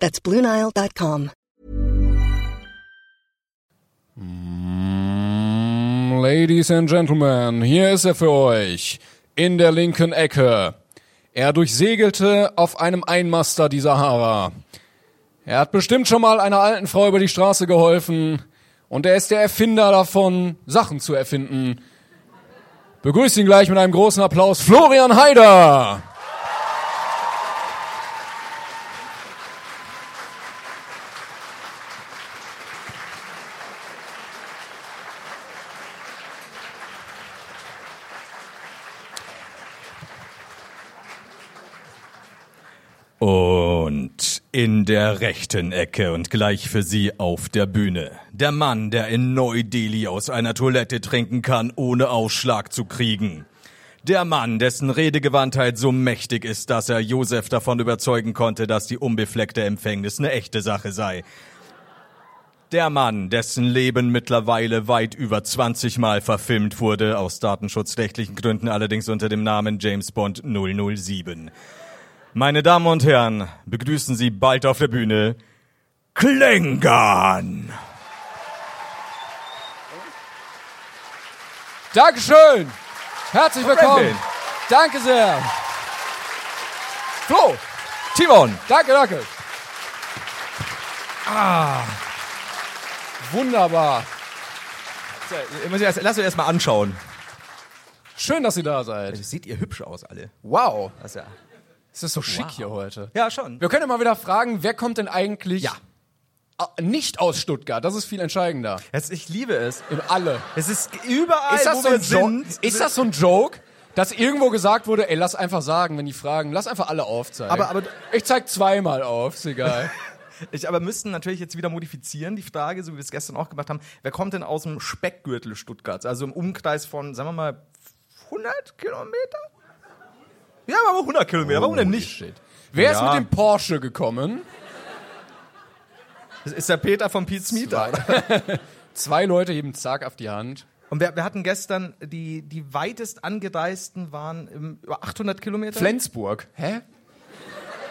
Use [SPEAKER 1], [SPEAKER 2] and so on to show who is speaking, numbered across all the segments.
[SPEAKER 1] That's BlueNile.com.
[SPEAKER 2] Mm, Ladies and Gentlemen, hier ist er für euch. In der linken Ecke. Er durchsegelte auf einem Einmaster die Sahara. Er hat bestimmt schon mal einer alten Frau über die Straße geholfen. Und er ist der Erfinder davon, Sachen zu erfinden. Begrüßt ihn gleich mit einem großen Applaus, Florian Haider!
[SPEAKER 3] Und in der rechten Ecke und gleich für Sie auf der Bühne. Der Mann, der in Neu-Delhi aus einer Toilette trinken kann, ohne Ausschlag zu kriegen. Der Mann, dessen Redegewandtheit so mächtig ist, dass er Josef davon überzeugen konnte, dass die unbefleckte Empfängnis eine echte Sache sei. Der Mann, dessen Leben mittlerweile weit über 20 Mal verfilmt wurde, aus datenschutzrechtlichen Gründen allerdings unter dem Namen James Bond 007. Meine Damen und Herren, begrüßen Sie bald auf der Bühne Klingan.
[SPEAKER 2] Dankeschön. Herzlich willkommen.
[SPEAKER 3] Brandon.
[SPEAKER 2] Danke sehr. Flo,
[SPEAKER 3] Timon,
[SPEAKER 2] danke, danke. Ah,
[SPEAKER 3] Ah.
[SPEAKER 2] wunderbar.
[SPEAKER 3] ich muss erst, lass uns erst mal anschauen.
[SPEAKER 2] Schön, dass ihr da seid.
[SPEAKER 3] Seht ihr hübsch aus alle?
[SPEAKER 2] Wow,
[SPEAKER 3] Das ist ja,
[SPEAKER 2] es ist so schick hier heute.
[SPEAKER 3] ja schon.
[SPEAKER 2] Wir können ja mal wieder fragen, wer kommt denn eigentlich
[SPEAKER 3] Ja.
[SPEAKER 2] Ah, nicht aus Stuttgart? Das ist viel entscheidender.
[SPEAKER 3] Es, ich liebe es.
[SPEAKER 2] Im Alle.
[SPEAKER 3] Es ist überall,
[SPEAKER 2] Ist das,
[SPEAKER 3] wo
[SPEAKER 2] so
[SPEAKER 3] wir
[SPEAKER 2] ein jo
[SPEAKER 3] sind.
[SPEAKER 2] ist das so ein Joke, dass irgendwo gesagt wurde, ey, lass einfach sagen, wenn die fragen, lass einfach alle aufzeigen.
[SPEAKER 3] Aber- aber-
[SPEAKER 2] ich zeig zweimal auf, ist egal.
[SPEAKER 3] Ich aber müssten natürlich jetzt wieder modifizieren, die Frage, so wie wir es gestern auch gemacht haben. Wer kommt denn aus dem Speckgürtel Stuttgarts? Also im Umkreis von, sagen wir mal, 100 Kilometer? Ja, aber 100 Kilometer, warum denn nicht?
[SPEAKER 2] Wer ist mit
[SPEAKER 3] Ja.
[SPEAKER 2] dem Porsche gekommen?
[SPEAKER 3] Das ist der Peter von Pete Smeeter.
[SPEAKER 2] Zwei Leute heben zag auf die Hand.
[SPEAKER 3] Und wir, wir hatten gestern, die, die weitest angereisten waren im, über 800 Kilometer.
[SPEAKER 2] Flensburg. Hä?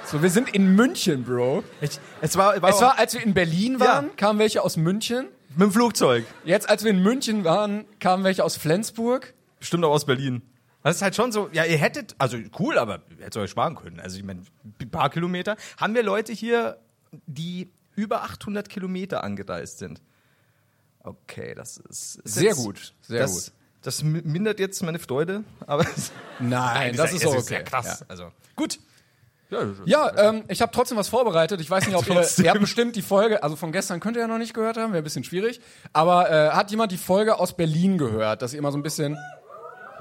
[SPEAKER 2] So, wir sind in München, Bro.
[SPEAKER 3] Ich, es war, war,
[SPEAKER 2] Es war, als wir in Berlin waren,
[SPEAKER 3] Oh. Ja.
[SPEAKER 2] kamen welche aus München.
[SPEAKER 3] mit dem Flugzeug.
[SPEAKER 2] Jetzt, als wir in München waren, kamen welche aus Flensburg.
[SPEAKER 3] Bestimmt auch aus Berlin. Das ist halt schon so, ja, ihr hättet, also cool, aber ihr hättet euch sparen können. Also ich meine, ein paar Kilometer. Haben wir Leute hier, die über 800 Kilometer angereist sind? Okay, das ist... ist
[SPEAKER 2] Sehr
[SPEAKER 3] jetzt-
[SPEAKER 2] gut, sehr
[SPEAKER 3] das,
[SPEAKER 2] gut.
[SPEAKER 3] Das mi- mindert jetzt meine Freude, aber...
[SPEAKER 2] Nein, das ist
[SPEAKER 3] es
[SPEAKER 2] auch okay.
[SPEAKER 3] ja krass. Also, gut.
[SPEAKER 2] Ja, ähm, ich habe trotzdem was vorbereitet. Ich weiß nicht, ob ihr,
[SPEAKER 3] Trotzdem.
[SPEAKER 2] ihr habt bestimmt die Folge, also von gestern könnt ihr ja noch nicht gehört haben, wäre ein bisschen schwierig. Aber äh, hat jemand die Folge aus Berlin gehört, dass ihr immer so ein bisschen,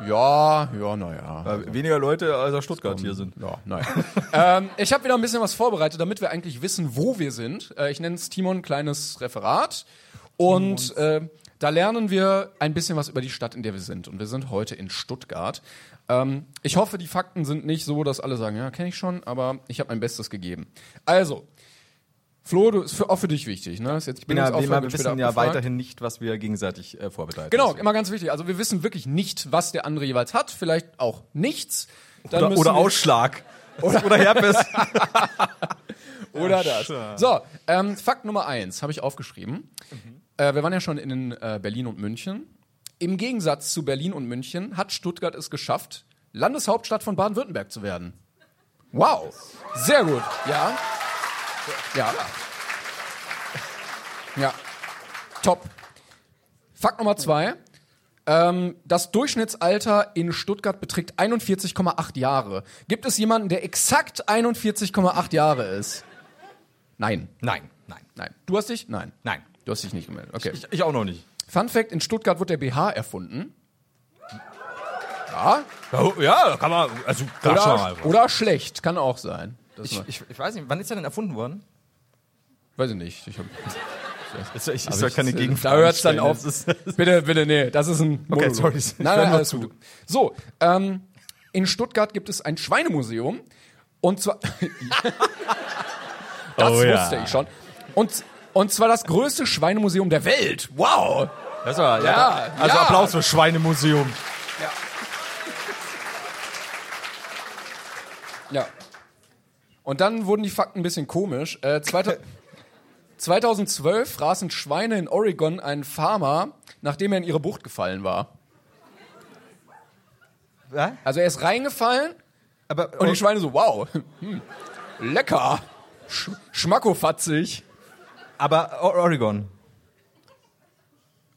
[SPEAKER 2] ja, ja, naja.
[SPEAKER 3] Weniger Leute als aus Stuttgart hier sind.
[SPEAKER 2] Ja, naja. ähm, ich habe wieder ein bisschen was vorbereitet, damit wir eigentlich wissen, wo wir sind. Äh, ich nenne es Timon ein kleines Referat. Und äh, da lernen wir ein bisschen was über die Stadt, in der wir sind. Und wir sind heute in Stuttgart. Ähm, ich hoffe, die Fakten sind nicht so, dass alle sagen, ja, kenne ich schon, aber ich habe mein Bestes gegeben. Also, Flo, du, ist für, auch für dich wichtig, ne? Ist jetzt
[SPEAKER 3] bin ja, wir
[SPEAKER 2] Bildungsaufgabe
[SPEAKER 3] wir
[SPEAKER 2] später
[SPEAKER 3] wissen ja
[SPEAKER 2] abgefragt.
[SPEAKER 3] weiterhin nicht, was wir gegenseitig äh, vorbereiten.
[SPEAKER 2] Genau, immer ganz wichtig. Also wir wissen wirklich nicht, was der andere jeweils hat. Vielleicht auch nichts. Dann
[SPEAKER 3] Oder,
[SPEAKER 2] müssen
[SPEAKER 3] oder
[SPEAKER 2] wir-
[SPEAKER 3] Ausschlag. Oder, Herpes.
[SPEAKER 2] Oder das. So, ähm, Fakt Nummer eins habe ich aufgeschrieben. Äh, wir waren ja schon in äh, Berlin und München. Im Gegensatz zu Berlin und München hat Stuttgart es geschafft, Landeshauptstadt von Baden-Württemberg zu werden. Wow, sehr gut. Ja. Ja. Ja. Top. Fakt Nummer zwei. Ähm, das Durchschnittsalter in Stuttgart beträgt 41,8 Jahre. Gibt es jemanden, der exakt 41,8 Jahre ist? Nein.
[SPEAKER 3] nein, nein,
[SPEAKER 2] Nein. Du hast dich? Nein.
[SPEAKER 3] nein.
[SPEAKER 2] Du hast dich nicht gemeldet. Okay.
[SPEAKER 3] Ich, ich auch noch nicht.
[SPEAKER 2] Fun Fact: In Stuttgart wurde der BH erfunden. Ja.
[SPEAKER 3] Oh, Ja, kann man, also,
[SPEAKER 2] Oder, oder schlecht. Kann auch sein. Das
[SPEAKER 3] Ich,
[SPEAKER 2] mal-
[SPEAKER 3] ich, ich weiß nicht, wann ist er denn erfunden worden?
[SPEAKER 2] Weiß ich nicht. Ich hab,
[SPEAKER 3] Ich, ich äh, soll
[SPEAKER 2] ich-
[SPEAKER 3] keine
[SPEAKER 2] da
[SPEAKER 3] Gegenfrage
[SPEAKER 2] hört's dann
[SPEAKER 3] stellen.
[SPEAKER 2] auf.
[SPEAKER 3] Das ist-
[SPEAKER 2] bitte, bitte, nee, das ist ein Monolog.
[SPEAKER 3] sorry.
[SPEAKER 2] Nein,
[SPEAKER 3] Ich hör
[SPEAKER 2] nein,
[SPEAKER 3] nur
[SPEAKER 2] alles
[SPEAKER 3] zu.
[SPEAKER 2] gut. So, ähm, in Stuttgart gibt es ein Schweinemuseum und zwar das
[SPEAKER 3] Oh
[SPEAKER 2] wusste
[SPEAKER 3] ja.
[SPEAKER 2] ich schon. Und und zwar das größte Schweinemuseum der Welt. Wow.
[SPEAKER 3] Das war,
[SPEAKER 2] Ja,
[SPEAKER 3] ja. also
[SPEAKER 2] ja.
[SPEAKER 3] Applaus für Schweinemuseum.
[SPEAKER 2] Ja. Und dann wurden die Fakten ein bisschen komisch. Äh, 2000 2012 fraßen Schweine in Oregon einen Farmer, nachdem er in ihre Bucht gefallen war.
[SPEAKER 3] Ja?
[SPEAKER 2] Also er ist reingefallen
[SPEAKER 3] Aber
[SPEAKER 2] und die Schweine so, wow, hm, lecker, Sch schmackofatzig.
[SPEAKER 3] Aber O- Oregon.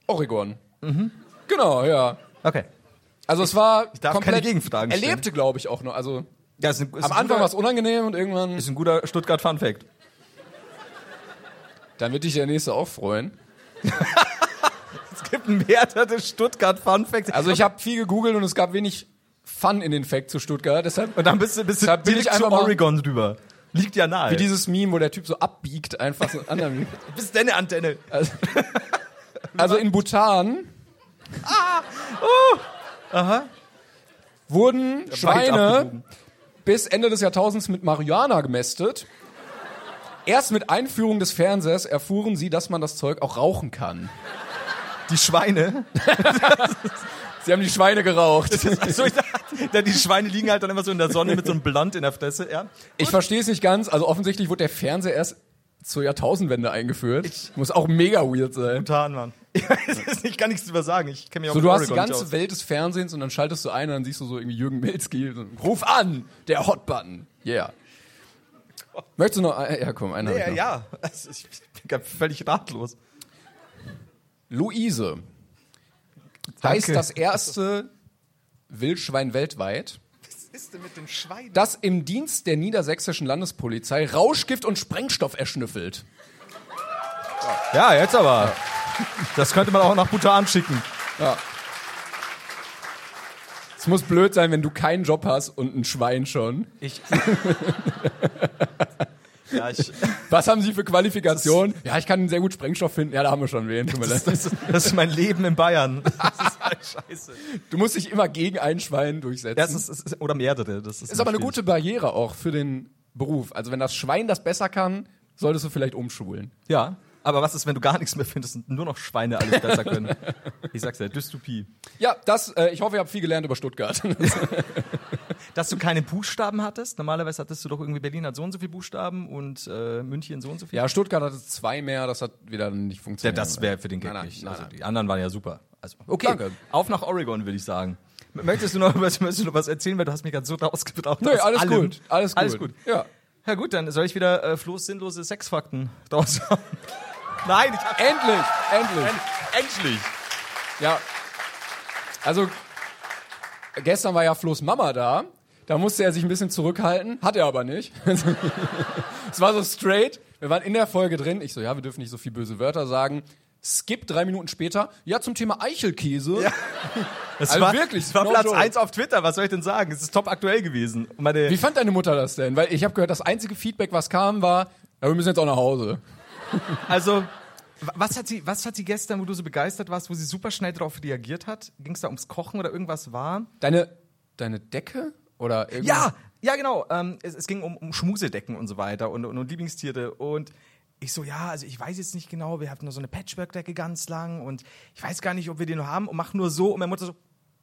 [SPEAKER 2] Oregon. Genau, ja.
[SPEAKER 3] Okay.
[SPEAKER 2] Also es war
[SPEAKER 3] darf keine
[SPEAKER 2] komplett
[SPEAKER 3] Gegenfragen
[SPEAKER 2] Er
[SPEAKER 3] stellen.
[SPEAKER 2] lebte, glaube ich, auch noch. Also
[SPEAKER 3] Ja, ist ein, ist
[SPEAKER 2] am
[SPEAKER 3] ein
[SPEAKER 2] Anfang war es
[SPEAKER 3] guter,
[SPEAKER 2] unangenehm und irgendwann.
[SPEAKER 3] ist ein guter Stuttgart Fun Fact.
[SPEAKER 2] Dann wird dich der nächste auch freuen.
[SPEAKER 3] Es gibt einen Wert des Stuttgart Fun Facts.
[SPEAKER 2] Also ich habe viel gegoogelt und es gab wenig Fun in den Fact zu Stuttgart. Deshalb
[SPEAKER 3] und dann bist du bist
[SPEAKER 2] Da
[SPEAKER 3] du
[SPEAKER 2] bin
[SPEAKER 3] direkt
[SPEAKER 2] ich
[SPEAKER 3] zu
[SPEAKER 2] einfach mal-
[SPEAKER 3] Oregon drüber. Liegt ja nahe.
[SPEAKER 2] wie dieses Meme, wo der Typ so abbiegt, einfach so einen anderen.
[SPEAKER 3] bis deine Antenne.
[SPEAKER 2] Also in Bhutan. Ah! Uh! Wurden Schweine
[SPEAKER 3] abgebogen.
[SPEAKER 2] bis Ende des Jahrtausends mit Marihuana gemästet. Erst mit Einführung des Fernsehers erfuhren sie, dass man das Zeug auch rauchen kann.
[SPEAKER 3] Die Schweine.
[SPEAKER 2] Sie haben die Schweine geraucht.
[SPEAKER 3] Also ich dachte, da- die Schweine liegen halt dann immer so in der Sonne mit so einem Blunt in der Fresse, ja.
[SPEAKER 2] Ich verstehe es nicht ganz. Also offensichtlich wurde der Fernseher erst zur Jahrtausendwende eingeführt. Muss auch mega weird sein.
[SPEAKER 3] Getan, Mann. Ich weiß es nicht, ich kann nichts drüber sagen. Ich kenne mich auch
[SPEAKER 2] So,
[SPEAKER 3] mit
[SPEAKER 2] du hast die
[SPEAKER 3] Oregon nicht
[SPEAKER 2] ganze
[SPEAKER 3] aus.
[SPEAKER 2] Welt des Fernsehens und dann schaltest du ein und dann siehst du so irgendwie Jürgen Milzki. so, Ruf an! Der Hotbutton. Yeah. Möchtest du noch? ein- Ja, komm, einen hab ich
[SPEAKER 3] Ja,
[SPEAKER 2] noch.
[SPEAKER 3] ja. Also ich bin ganz völlig ratlos.
[SPEAKER 2] Luise. Heißt das erste Wildschwein weltweit,
[SPEAKER 3] Was ist denn mit dem Schwein?
[SPEAKER 2] das im Dienst der niedersächsischen Landespolizei Rauschgift und Sprengstoff erschnüffelt.
[SPEAKER 3] Ja, jetzt aber. Das könnte man auch nach Bhutan schicken.
[SPEAKER 2] Es muss blöd sein, wenn du keinen Job hast und ein Schwein schon.
[SPEAKER 3] Ich. ja, ich.
[SPEAKER 2] Was haben Sie für Qualifikationen? Ja, ich kann sehr gut Sprengstoff finden. Ja, da haben wir schon wen. Tut mir leid.
[SPEAKER 3] Das ist, das ist mein Leben in Bayern. Das ist halt scheiße.
[SPEAKER 2] Du musst dich immer gegen ein Schwein durchsetzen.
[SPEAKER 3] Ja, es ist, es ist, oder mehrere. Das ist,
[SPEAKER 2] ist aber eine
[SPEAKER 3] schwierig.
[SPEAKER 2] gute Barriere auch für den Beruf. Also wenn das Schwein das besser kann, solltest du vielleicht umschulen.
[SPEAKER 3] Ja. Aber was ist, wenn du gar nichts mehr findest und nur noch Schweine alles besser können? Ich sag's dir, Dystopie.
[SPEAKER 2] Ja, das, äh, ich hoffe, ihr habt viel gelernt über Stuttgart.
[SPEAKER 3] Dass du keine Buchstaben hattest. Normalerweise hattest du doch irgendwie Berlin hat so und so viel Buchstaben und äh, München so und so viel.
[SPEAKER 2] Ja, Stuttgart hatte zwei mehr, das hat wieder nicht funktioniert.
[SPEAKER 3] das wäre für den Gag
[SPEAKER 2] Nein, nein,
[SPEAKER 3] nicht.
[SPEAKER 2] nein,
[SPEAKER 3] also
[SPEAKER 2] nein.
[SPEAKER 3] die anderen waren ja super. Also, okay,
[SPEAKER 2] Danke.
[SPEAKER 3] auf nach Oregon, würde ich sagen. M- Möchtest du noch was, möchtest du noch was erzählen, weil du hast mich gerade so rausgebracht.
[SPEAKER 2] Nö,
[SPEAKER 3] aus
[SPEAKER 2] alles
[SPEAKER 3] allem.
[SPEAKER 2] gut, alles gut.
[SPEAKER 3] Alles gut.
[SPEAKER 2] Ja.
[SPEAKER 3] Ja gut, dann soll ich wieder äh, Flo's sinnlose Sexfakten draus haben. Nein, ich hab...
[SPEAKER 2] Endlich, endlich.
[SPEAKER 3] Endlich!
[SPEAKER 2] Ja. Also, gestern war ja Flo's Mama da. Da musste er sich ein bisschen zurückhalten, hat er aber nicht. es war so straight. Wir waren in der Folge drin. Ich so, ja, wir dürfen nicht so viel böse Wörter sagen. Skip drei Minuten später. Ja, zum Thema Eichelkäse.
[SPEAKER 3] Das
[SPEAKER 2] Also
[SPEAKER 3] war,
[SPEAKER 2] wirklich,
[SPEAKER 3] das war
[SPEAKER 2] no
[SPEAKER 3] Platz
[SPEAKER 2] joke.
[SPEAKER 3] 1 auf Twitter, was soll ich denn sagen? Es ist top aktuell gewesen. Und Meine,
[SPEAKER 2] Wie fand deine Mutter das denn? Weil ich habe gehört, das einzige Feedback, was kam, war, ja, wir müssen jetzt auch nach Hause.
[SPEAKER 3] Also, wa- was hat sie, was hat sie gestern, wo du so begeistert warst, wo sie super schnell darauf reagiert hat? Ging es da ums Kochen oder irgendwas war?
[SPEAKER 2] Deine, deine Decke? Oder irgendwas?
[SPEAKER 3] Ja, ja, genau. Ähm, es, es ging um, um Schmusedecken und so weiter und, und, und Lieblingstiere. Und ich so, ja, also ich weiß jetzt nicht genau, wir hatten nur so eine Patchwork-Decke ganz lang und ich weiß gar nicht, ob wir die noch haben und mach nur so. Und meine Mutter so,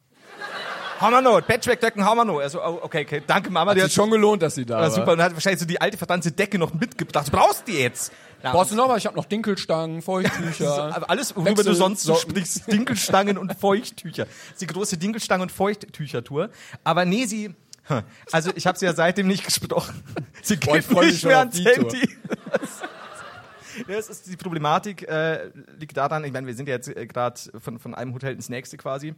[SPEAKER 3] haben wir noch, Patchwork-Decken haben wir noch. Also, oh, okay, okay, danke Mama, die
[SPEAKER 2] Hat
[SPEAKER 3] hat
[SPEAKER 2] sich schon gelohnt, dass sie da war.
[SPEAKER 3] war super. Und hat wahrscheinlich so die alte verdammte Decke noch mitgebracht. Du brauchst die jetzt. Ja,
[SPEAKER 2] Brauchst du noch was? Ich habe noch Dinkelstangen,
[SPEAKER 3] so,
[SPEAKER 2] Feuchttücher.
[SPEAKER 3] aber alles, worüber
[SPEAKER 2] Wechsel-
[SPEAKER 3] du sonst so
[SPEAKER 2] Socken.
[SPEAKER 3] sprichst, Dinkelstangen und Feuchttücher. Das ist die große Dinkelstangen- und Feuchttücher-Tour. Aber nee, sie, also ich habe sie ja seitdem nicht gesprochen. Sie
[SPEAKER 2] Boah, ich
[SPEAKER 3] geht
[SPEAKER 2] freu mich
[SPEAKER 3] nicht
[SPEAKER 2] schon
[SPEAKER 3] mehr
[SPEAKER 2] auf
[SPEAKER 3] ans
[SPEAKER 2] die
[SPEAKER 3] Handy. Ja, es ist die Problematik äh, liegt daran, ich meine, wir sind ja jetzt äh, gerade von, von einem Hotel ins nächste quasi.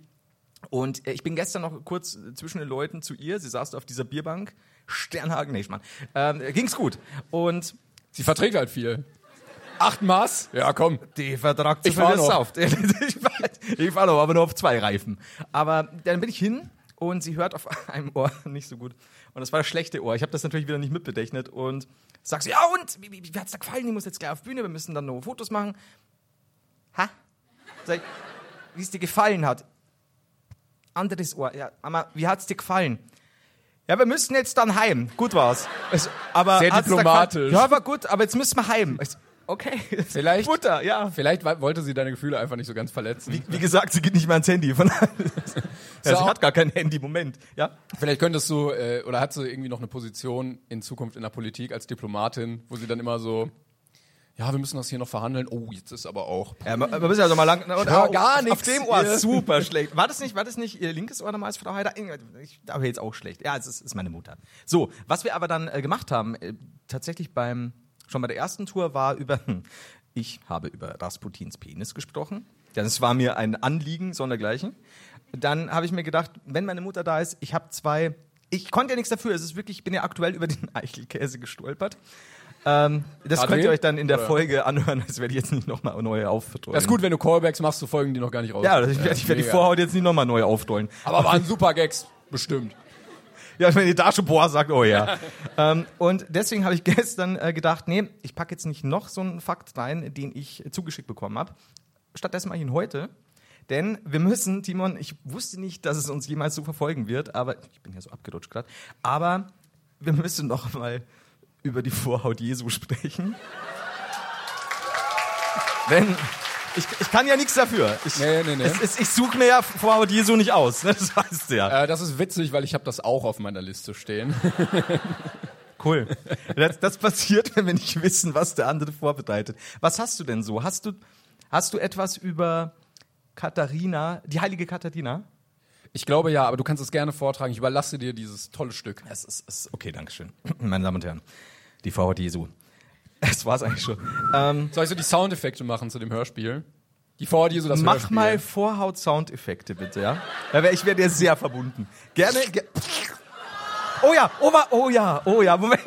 [SPEAKER 3] Und äh, ich bin gestern noch kurz äh, zwischen den Leuten zu ihr. Sie saß auf dieser Bierbank. Sternhagen, nee, Mann. Ähm, ging's gut. Und
[SPEAKER 2] Sie verträgt halt viel. Acht Maß? Ja, komm.
[SPEAKER 3] Die Vertrag zu
[SPEAKER 2] Ich fahr
[SPEAKER 3] viel
[SPEAKER 2] noch.
[SPEAKER 3] Saft. ich fahre noch, aber nur auf zwei Reifen. Aber dann bin ich hin und sie hört auf einem Ohr nicht so gut. Und das war das schlechte Ohr. Ich habe das natürlich wieder nicht mitbedechnet und sag so, ja und, wie, wie, wie hat's da gefallen? Die muss jetzt gleich auf Bühne, wir müssen dann noch Fotos machen. Ha? Sag ich, wie es dir gefallen hat. Anderes Ohr, ja, aber wie hat's dir gefallen? Ja, wir müssen jetzt dann heim. Gut war's. Es, aber
[SPEAKER 2] Sehr
[SPEAKER 3] hat's da
[SPEAKER 2] diplomatisch.
[SPEAKER 3] gefallen? Ja, war gut, aber jetzt müssen wir heim. Ich so, Okay.
[SPEAKER 2] Vielleicht-
[SPEAKER 3] Butter, ja.
[SPEAKER 2] Vielleicht wa- wollte sie deine Gefühle einfach nicht so ganz verletzen.
[SPEAKER 3] Wie gesagt, sie geht nicht mehr ans Handy. Von ja, sie
[SPEAKER 2] auch-
[SPEAKER 3] hat gar kein Handy. Moment. Ja.
[SPEAKER 2] Vielleicht könntest du, äh, oder hat sie irgendwie noch eine Position in Zukunft in der Politik als Diplomatin, wo sie dann immer so, ja, wir müssen das hier noch verhandeln. Oh, jetzt ist aber auch.
[SPEAKER 3] Ja, man, man muss ja doch mal lang. Und
[SPEAKER 2] hör
[SPEAKER 3] au,
[SPEAKER 2] gar
[SPEAKER 3] auf,
[SPEAKER 2] nix
[SPEAKER 3] Auf dem Ohr
[SPEAKER 2] hier.
[SPEAKER 3] super schlecht. War das nicht, war das nicht ihr linkes Ohr damals, Frau Heider? Ich, aber jetzt auch schlecht. Ja, es ist, ist meine Mutter. So, was wir aber dann äh, gemacht haben, äh, tatsächlich beim schon bei der ersten Tour war über. hm, Ich habe über Rasputins Penis gesprochen. Das war mir ein Anliegen, sondergleichen. Dann habe ich mir gedacht, wenn meine Mutter da ist, ich habe zwei. Ich konnte ja nichts dafür. Es ist wirklich, ich bin ja aktuell über den Eichelkäse gestolpert. Ähm, das
[SPEAKER 2] Adrien?
[SPEAKER 3] könnt ihr euch dann in der
[SPEAKER 2] Oder?
[SPEAKER 3] Folge anhören. Das werde ich jetzt nicht nochmal neu aufdrehen.
[SPEAKER 2] Das ist gut, wenn du Callbacks machst zu Folgen, die noch gar nicht raus
[SPEAKER 3] Ja,
[SPEAKER 2] sind.
[SPEAKER 3] ich werde ich werd die
[SPEAKER 2] mega.
[SPEAKER 3] Vorhaut jetzt nicht nochmal neu aufdollen.
[SPEAKER 2] Aber waren super Gags, bestimmt.
[SPEAKER 3] Ja, wenn ihr da schon boah sagt, oh ja. ähm, und deswegen habe ich gestern äh, gedacht, nee, ich packe jetzt nicht noch so einen Fakt rein, den ich zugeschickt bekommen habe. Stattdessen mache ich ihn heute. Denn wir müssen, Timon, ich wusste nicht, dass es uns jemals so verfolgen wird, aber ich bin ja so abgerutscht gerade. Aber wir müssen noch mal über die Vorhaut Jesu sprechen. Wenn ich, ich kann ja nichts dafür. Ich,
[SPEAKER 2] Nee, nee, nee.
[SPEAKER 3] Es, ist- ich suche mir ja Vorhaut Jesu nicht aus. Ne? Das heißt ja.
[SPEAKER 2] Äh, das ist witzig, weil ich habe das auch auf meiner Liste stehen.
[SPEAKER 3] Cool. Das, das passiert, wenn wir nicht wissen, was der andere vorbereitet. Was hast du denn so? Hast du, hast du etwas über Katharina, die heilige Katharina?
[SPEAKER 2] Ich glaube ja, aber du kannst es gerne vortragen. Ich überlasse dir dieses tolle Stück.
[SPEAKER 3] Es ist, es ist okay, Dankeschön. Meine Damen und Herren, die Frau Jesu. Das war's eigentlich schon. Ähm,
[SPEAKER 2] Soll ich so die Soundeffekte machen zu dem Hörspiel? Die vor dir so das
[SPEAKER 3] mach
[SPEAKER 2] Hörspiel.
[SPEAKER 3] mal Vorhaut-Soundeffekte bitte, ja? Da wär, ich wäre dir sehr verbunden. Gerne. Ge oh ja, oh, wa- oh ja, oh ja, Moment.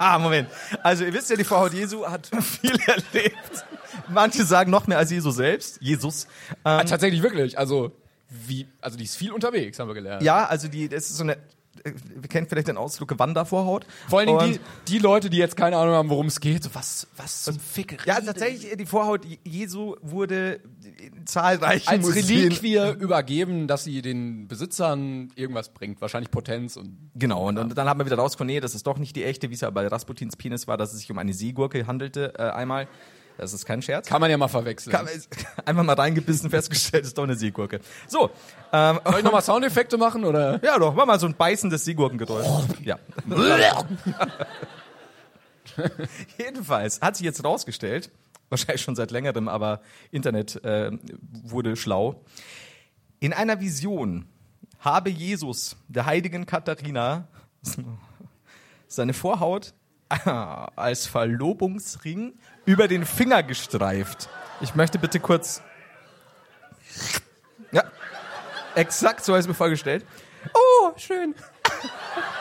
[SPEAKER 3] Moment. Also ihr wisst ja, die Vorhaut Jesu hat viel erlebt. Manche sagen noch mehr als Jesus selbst. Jesus.
[SPEAKER 2] Ah, tatsächlich wirklich. Also wie, also die ist viel unterwegs, haben wir gelernt.
[SPEAKER 3] Ja, also die, das ist so eine, äh, wir kennen vielleicht den Ausdruck Wandervorhaut.
[SPEAKER 2] Vor allen Dingen
[SPEAKER 3] Und-
[SPEAKER 2] die, die Leute, die jetzt keine Ahnung haben, worum es geht. So, was, was zum Fick?
[SPEAKER 3] Ja, tatsächlich, die Vorhaut Jesu wurde in zahlreichen
[SPEAKER 2] Als
[SPEAKER 3] Museen-
[SPEAKER 2] Reliquie übergeben, dass sie den Besitzern irgendwas bringt. Wahrscheinlich Potenz und.
[SPEAKER 3] Genau, und, und dann haben wir wieder rausgefunden, nee, das ist doch nicht die echte, wie es ja bei Rasputins Penis war, dass es sich um eine Seegurke handelte äh, einmal. Das ist kein Scherz.
[SPEAKER 2] Kann man ja mal verwechseln.
[SPEAKER 3] Kam- ist- Einfach mal reingebissen, festgestellt, ist doch eine Seegurke. So, ähm,
[SPEAKER 2] Soll ich nochmal Soundeffekte machen oder?
[SPEAKER 3] ja doch, mach mal so ein beißendes Seegurkengeräusch. Ja. Oh, Jedenfalls hat sich jetzt rausgestellt, wahrscheinlich schon seit längerem, aber Internet äh, wurde schlau. In einer Vision habe Jesus der heiligen Katharina seine Vorhaut als Verlobungsring über den Finger gestreift. Ich möchte bitte kurz. Ja, exakt so habe ich es mir vorgestellt. Oh, schön.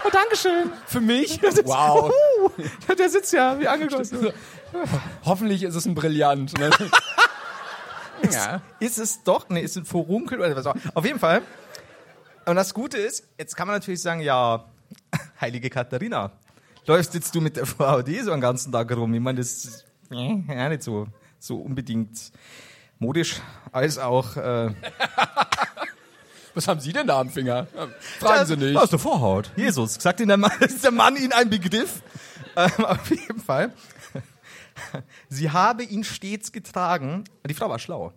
[SPEAKER 3] Oh, Dankeschön. Für mich?
[SPEAKER 2] Wow.
[SPEAKER 3] Uh, der sitzt ja wie angegossen.
[SPEAKER 2] Hoffentlich ist es ein Brillant. Ne? ja.
[SPEAKER 3] Ist es doch, ne, ist ein Furunkel oder was auch. Auf jeden Fall. Und das Gute ist, jetzt kann man natürlich sagen, ja, heilige Katharina, läufst jetzt du mit der Frau die so den ganzen Tag rum? Ich meine, das ist äh, ja nicht so, so unbedingt modisch, als auch... Äh,
[SPEAKER 2] Was haben Sie denn da am Finger? Fragen Sie nicht.
[SPEAKER 3] also, Aus der Vorhaut. Jesus, sagt Ihnen der Mann, ist der Mann Ihnen ein Begriff? Ähm, auf jeden Fall. Sie habe ihn stets getragen. Die Frau war schlau.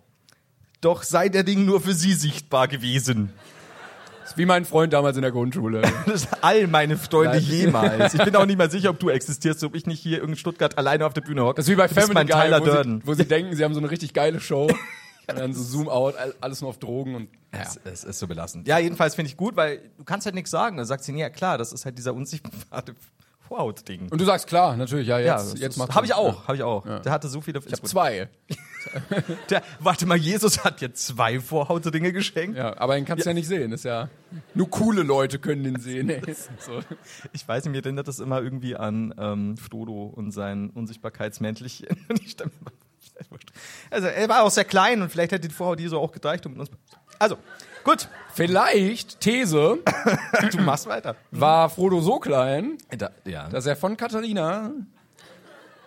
[SPEAKER 3] Doch sei der Ding nur für sie sichtbar gewesen.
[SPEAKER 2] Wie mein Freund damals in der Grundschule.
[SPEAKER 3] Das all meine Freunde
[SPEAKER 2] Nein.
[SPEAKER 3] jemals. Ich bin auch nicht mal sicher, ob du existierst, ob ich nicht hier in Stuttgart alleine auf der Bühne hocke.
[SPEAKER 2] Das ist wie bei
[SPEAKER 3] Du bist
[SPEAKER 2] Family
[SPEAKER 3] mein
[SPEAKER 2] Guy,
[SPEAKER 3] Tyler
[SPEAKER 2] wo,
[SPEAKER 3] Durden.
[SPEAKER 2] Sie, wo sie denken, sie haben so eine richtig geile Show. Und dann so Zoom out, all- alles nur auf Drogen und. Ja.
[SPEAKER 3] Es, es ist so belastend. Ja, jedenfalls finde ich gut, weil du kannst halt nichts sagen. Dann sagt sie, nee, ja klar, das ist halt dieser unsichtbare Vorhaut-Ding.
[SPEAKER 2] Und du sagst, klar, natürlich, ja,
[SPEAKER 3] Ja,
[SPEAKER 2] jetzt, jetzt macht
[SPEAKER 3] habe ich auch, habe ich auch. Der hatte so viele.
[SPEAKER 2] Ich hab zwei.
[SPEAKER 3] Der, warte mal, Jesus hat dir zwei Vorhautringe geschenkt.
[SPEAKER 2] Ja, aber den kannst du ja. nicht sehen. Ist ja. Nur coole Leute können den sehen. Ey. So.
[SPEAKER 3] Ich weiß nicht, mir erinnert das immer irgendwie an ähm, Frodo und sein Unsichtbarkeitsmäntelchen. Und ich stell mir mal- Also, er war auch sehr klein und vielleicht hätte die Vorhaut Jesu auch gereicht, um mit uns. Also, Gut.
[SPEAKER 2] Vielleicht, These,
[SPEAKER 3] Du machst weiter.
[SPEAKER 2] war Frodo so klein,
[SPEAKER 3] ja.
[SPEAKER 2] dass er von Catalina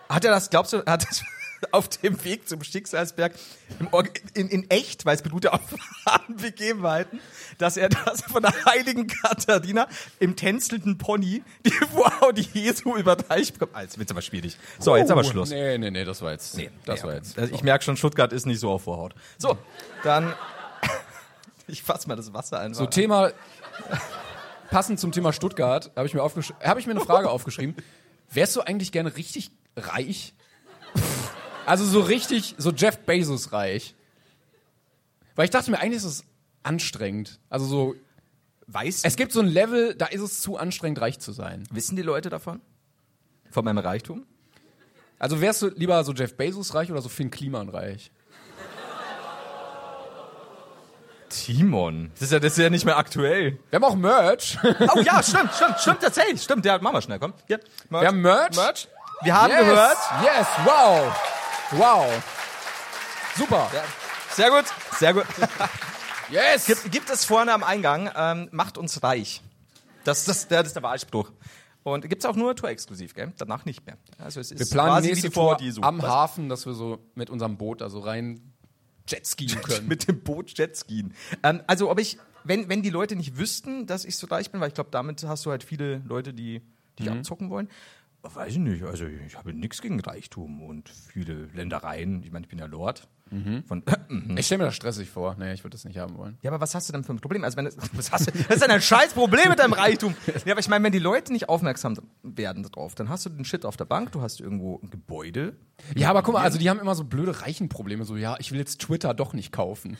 [SPEAKER 3] Hat er das, glaubst du, hat das auf dem Weg zum Schicksalsberg im Or in, in echt, weil es beruht ja auf wahren Begebenheiten, dass er das von der heiligen Katharina im tänzelnden Pony die Frau, die Jesu über Teich bekommt. Ah, jetzt wird's aber schwierig. So, jetzt
[SPEAKER 2] Oh.
[SPEAKER 3] aber Schluss.
[SPEAKER 2] Nee, nee, nee, das war jetzt. Nee, das war jetzt.
[SPEAKER 3] Also ich merke schon, Stuttgart ist nicht so auf Vorhaut. So, dann. Ich fasse mal das Wasser ein.
[SPEAKER 2] So Thema passend zum Thema Stuttgart habe ich mir aufgesch habe ich mir eine Frage aufgeschrieben. Wärst du eigentlich gerne richtig reich? Also so richtig so Jeff Bezos reich? Weil ich dachte mir eigentlich ist es anstrengend. Also so
[SPEAKER 3] Weiß,
[SPEAKER 2] es gibt so ein Level, da ist es zu anstrengend reich zu sein.
[SPEAKER 3] wissen die Leute davon? Von meinem Reichtum?
[SPEAKER 2] Also wärst du lieber so Jeff Bezos reich oder so Finn Kliman reich?
[SPEAKER 3] Timon. Das ist ja, das ist ja nicht mehr aktuell.
[SPEAKER 2] Wir haben auch Merch. Wir
[SPEAKER 3] Oh ja, stimmt, stimmt, stimmt, tatsächlich. Stimmt, ja, machen wir schnell, komm. Hier, Merch.
[SPEAKER 2] haben Merch.
[SPEAKER 3] Merch. Wir haben
[SPEAKER 2] yes.
[SPEAKER 3] gehört.
[SPEAKER 2] Yes, wow. Wow. Super.
[SPEAKER 3] Sehr gut, sehr gut.
[SPEAKER 2] Yes.
[SPEAKER 3] Gibt, gibt es vorne am Eingang, ähm, macht uns reich. Das, das, der- das ist der Wahlspruch. Und gibt's auch nur Tour exklusiv, gell? Danach nicht mehr. Also es ist
[SPEAKER 2] Wir planen
[SPEAKER 3] quasi
[SPEAKER 2] nächste
[SPEAKER 3] wie die Tour
[SPEAKER 2] Tour
[SPEAKER 3] Jesu.
[SPEAKER 2] am
[SPEAKER 3] Was?
[SPEAKER 2] Hafen, dass wir so mit unserem Boot da so rein jetskien können.
[SPEAKER 3] Mit dem Boot Jetskien. Ähm, also ob ich, wenn, wenn die Leute nicht wüssten, dass ich so reich bin, weil ich glaube, damit hast du halt viele Leute, die dich abzocken wollen. Weiß ich nicht, also ich habe nichts gegen Reichtum und viele Ländereien. Ich meine, ich bin ja Lord. Von,
[SPEAKER 2] ich stelle mir das stressig vor. Nee, ich würde das nicht haben wollen.
[SPEAKER 3] Ja, aber was hast du denn für ein Problem? Also wenn das, was hast du, das ist ja ein scheiß Problem mit deinem Reichtum. Ja, aber ich meine, wenn die Leute nicht aufmerksam werden drauf, dann hast du den Shit auf der Bank, du hast irgendwo ein Gebäude.
[SPEAKER 2] Ja, aber guck mal, also die haben immer so blöde reichen Probleme. So, ja, ich will jetzt Twitter doch nicht kaufen.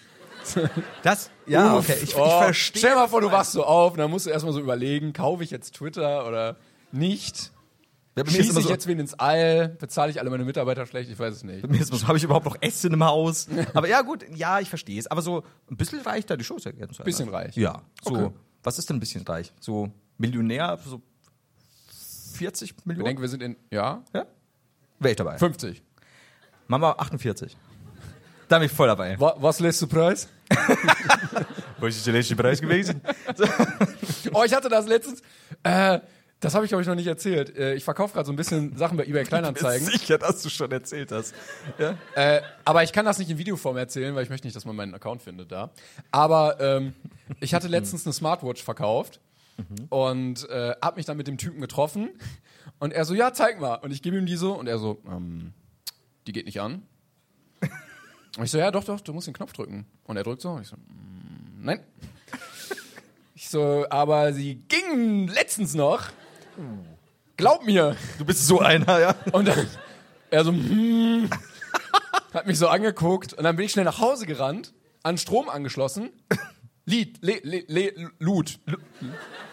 [SPEAKER 3] Das,
[SPEAKER 2] Uff, oh. Stell dir mal vor, du wachst so auf und dann musst du erstmal so überlegen, kaufe ich jetzt Twitter oder nicht?
[SPEAKER 3] Ja, bei mir ist
[SPEAKER 2] Schieße
[SPEAKER 3] immer
[SPEAKER 2] ich
[SPEAKER 3] so,
[SPEAKER 2] jetzt wen ins All? Bezahle ich alle meine Mitarbeiter schlecht? Ich weiß es nicht.
[SPEAKER 3] bei mir ist immer so, habe ich überhaupt noch Essen im Haus? Aber ja, gut, ja, ich verstehe es. Aber so ein bisschen reich da die Chance ergeben zu
[SPEAKER 2] Bisschen
[SPEAKER 3] einer.
[SPEAKER 2] reich.
[SPEAKER 3] Ja, so,
[SPEAKER 2] Okay.
[SPEAKER 3] was ist denn ein bisschen reich? So Millionär, so 40
[SPEAKER 2] Ich
[SPEAKER 3] Millionen?
[SPEAKER 2] denke, wir sind in, ja,
[SPEAKER 3] Ja? Wäre ich dabei.
[SPEAKER 2] 50.
[SPEAKER 3] Mama 48. Da bin ich voll dabei.
[SPEAKER 2] Wa- Was lässt du preis?
[SPEAKER 3] Was ist der letzte Preis gewesen?
[SPEAKER 2] Oh, ich hatte das letztens. Äh, das habe ich, glaube ich, noch nicht erzählt. Äh, ich verkaufe gerade so ein bisschen Sachen bei eBay Kleinanzeigen.
[SPEAKER 3] sicher, dass du schon erzählt hast.
[SPEAKER 2] Äh, aber ich kann das nicht in Videoform erzählen, weil ich möchte nicht, dass man meinen Account findet da. Aber ähm, ich hatte letztens eine Smartwatch verkauft und äh, hab mich dann mit dem Typen getroffen. Und er so, ja, zeig mal. Und ich gebe ihm die so und er so, ähm, die geht nicht an. Und ich so, ja, doch, doch, du musst den Knopf drücken. Und er drückt so. Und ich so, "Mm, nein. Ich so, aber sie ging letztens noch. Glaub mir.
[SPEAKER 3] Du bist so einer, ja.
[SPEAKER 2] Und dann, er so, hm, hat mich so angeguckt. Und dann bin ich schnell nach Hause gerannt, an Strom angeschlossen. Lied, le, le, le, Lut.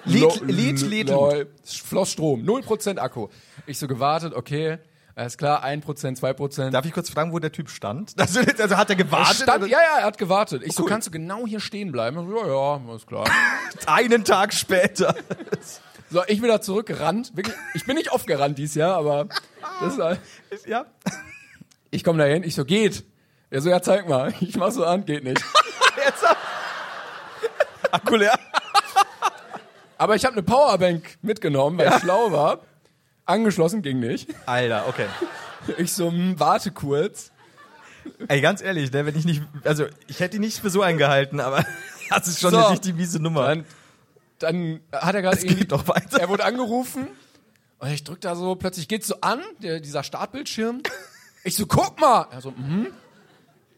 [SPEAKER 3] Lied, Lied, Lied, Lied.
[SPEAKER 2] Lol. Floss Strom, 0% Akku. Ich so gewartet, okay, alles klar, 1%, 2%.
[SPEAKER 3] Darf ich kurz fragen, wo der Typ stand? Also, also hat er gewartet?
[SPEAKER 2] Stand, ja, ja, er hat gewartet. Ich so,
[SPEAKER 3] Cool.
[SPEAKER 2] kannst du genau hier stehen bleiben? Und so, Ja, ja, alles klar.
[SPEAKER 3] Einen Tag später.
[SPEAKER 2] So, ich wieder zurückgerannt. Wirklich, ich bin nicht oft gerannt dieses Jahr, aber das ist halt,
[SPEAKER 3] ja.
[SPEAKER 2] ich komme da hin, ich so, geht. Er so, ja, zeig mal. Ich mach so an, geht nicht.
[SPEAKER 3] Jetzt. Akku leer.
[SPEAKER 2] Aber ich habe eine Powerbank mitgenommen, weil ich schlau war. Angeschlossen ging nicht.
[SPEAKER 3] Alter, okay.
[SPEAKER 2] Ich so, hm, warte kurz.
[SPEAKER 3] Ey, ganz ehrlich, ne, wenn ich nicht, also ich hätte ihn nicht für so einen gehalten, aber das ist schon
[SPEAKER 2] So.
[SPEAKER 3] eine richtig miese Nummer.
[SPEAKER 2] Dann, dann hat er gerade
[SPEAKER 3] es geht
[SPEAKER 2] irgendwie...
[SPEAKER 3] doch weiter.
[SPEAKER 2] Er wurde angerufen und ich drück da so, plötzlich geht's so an, der, dieser Startbildschirm. Ich so, guck mal. Er so, mhm.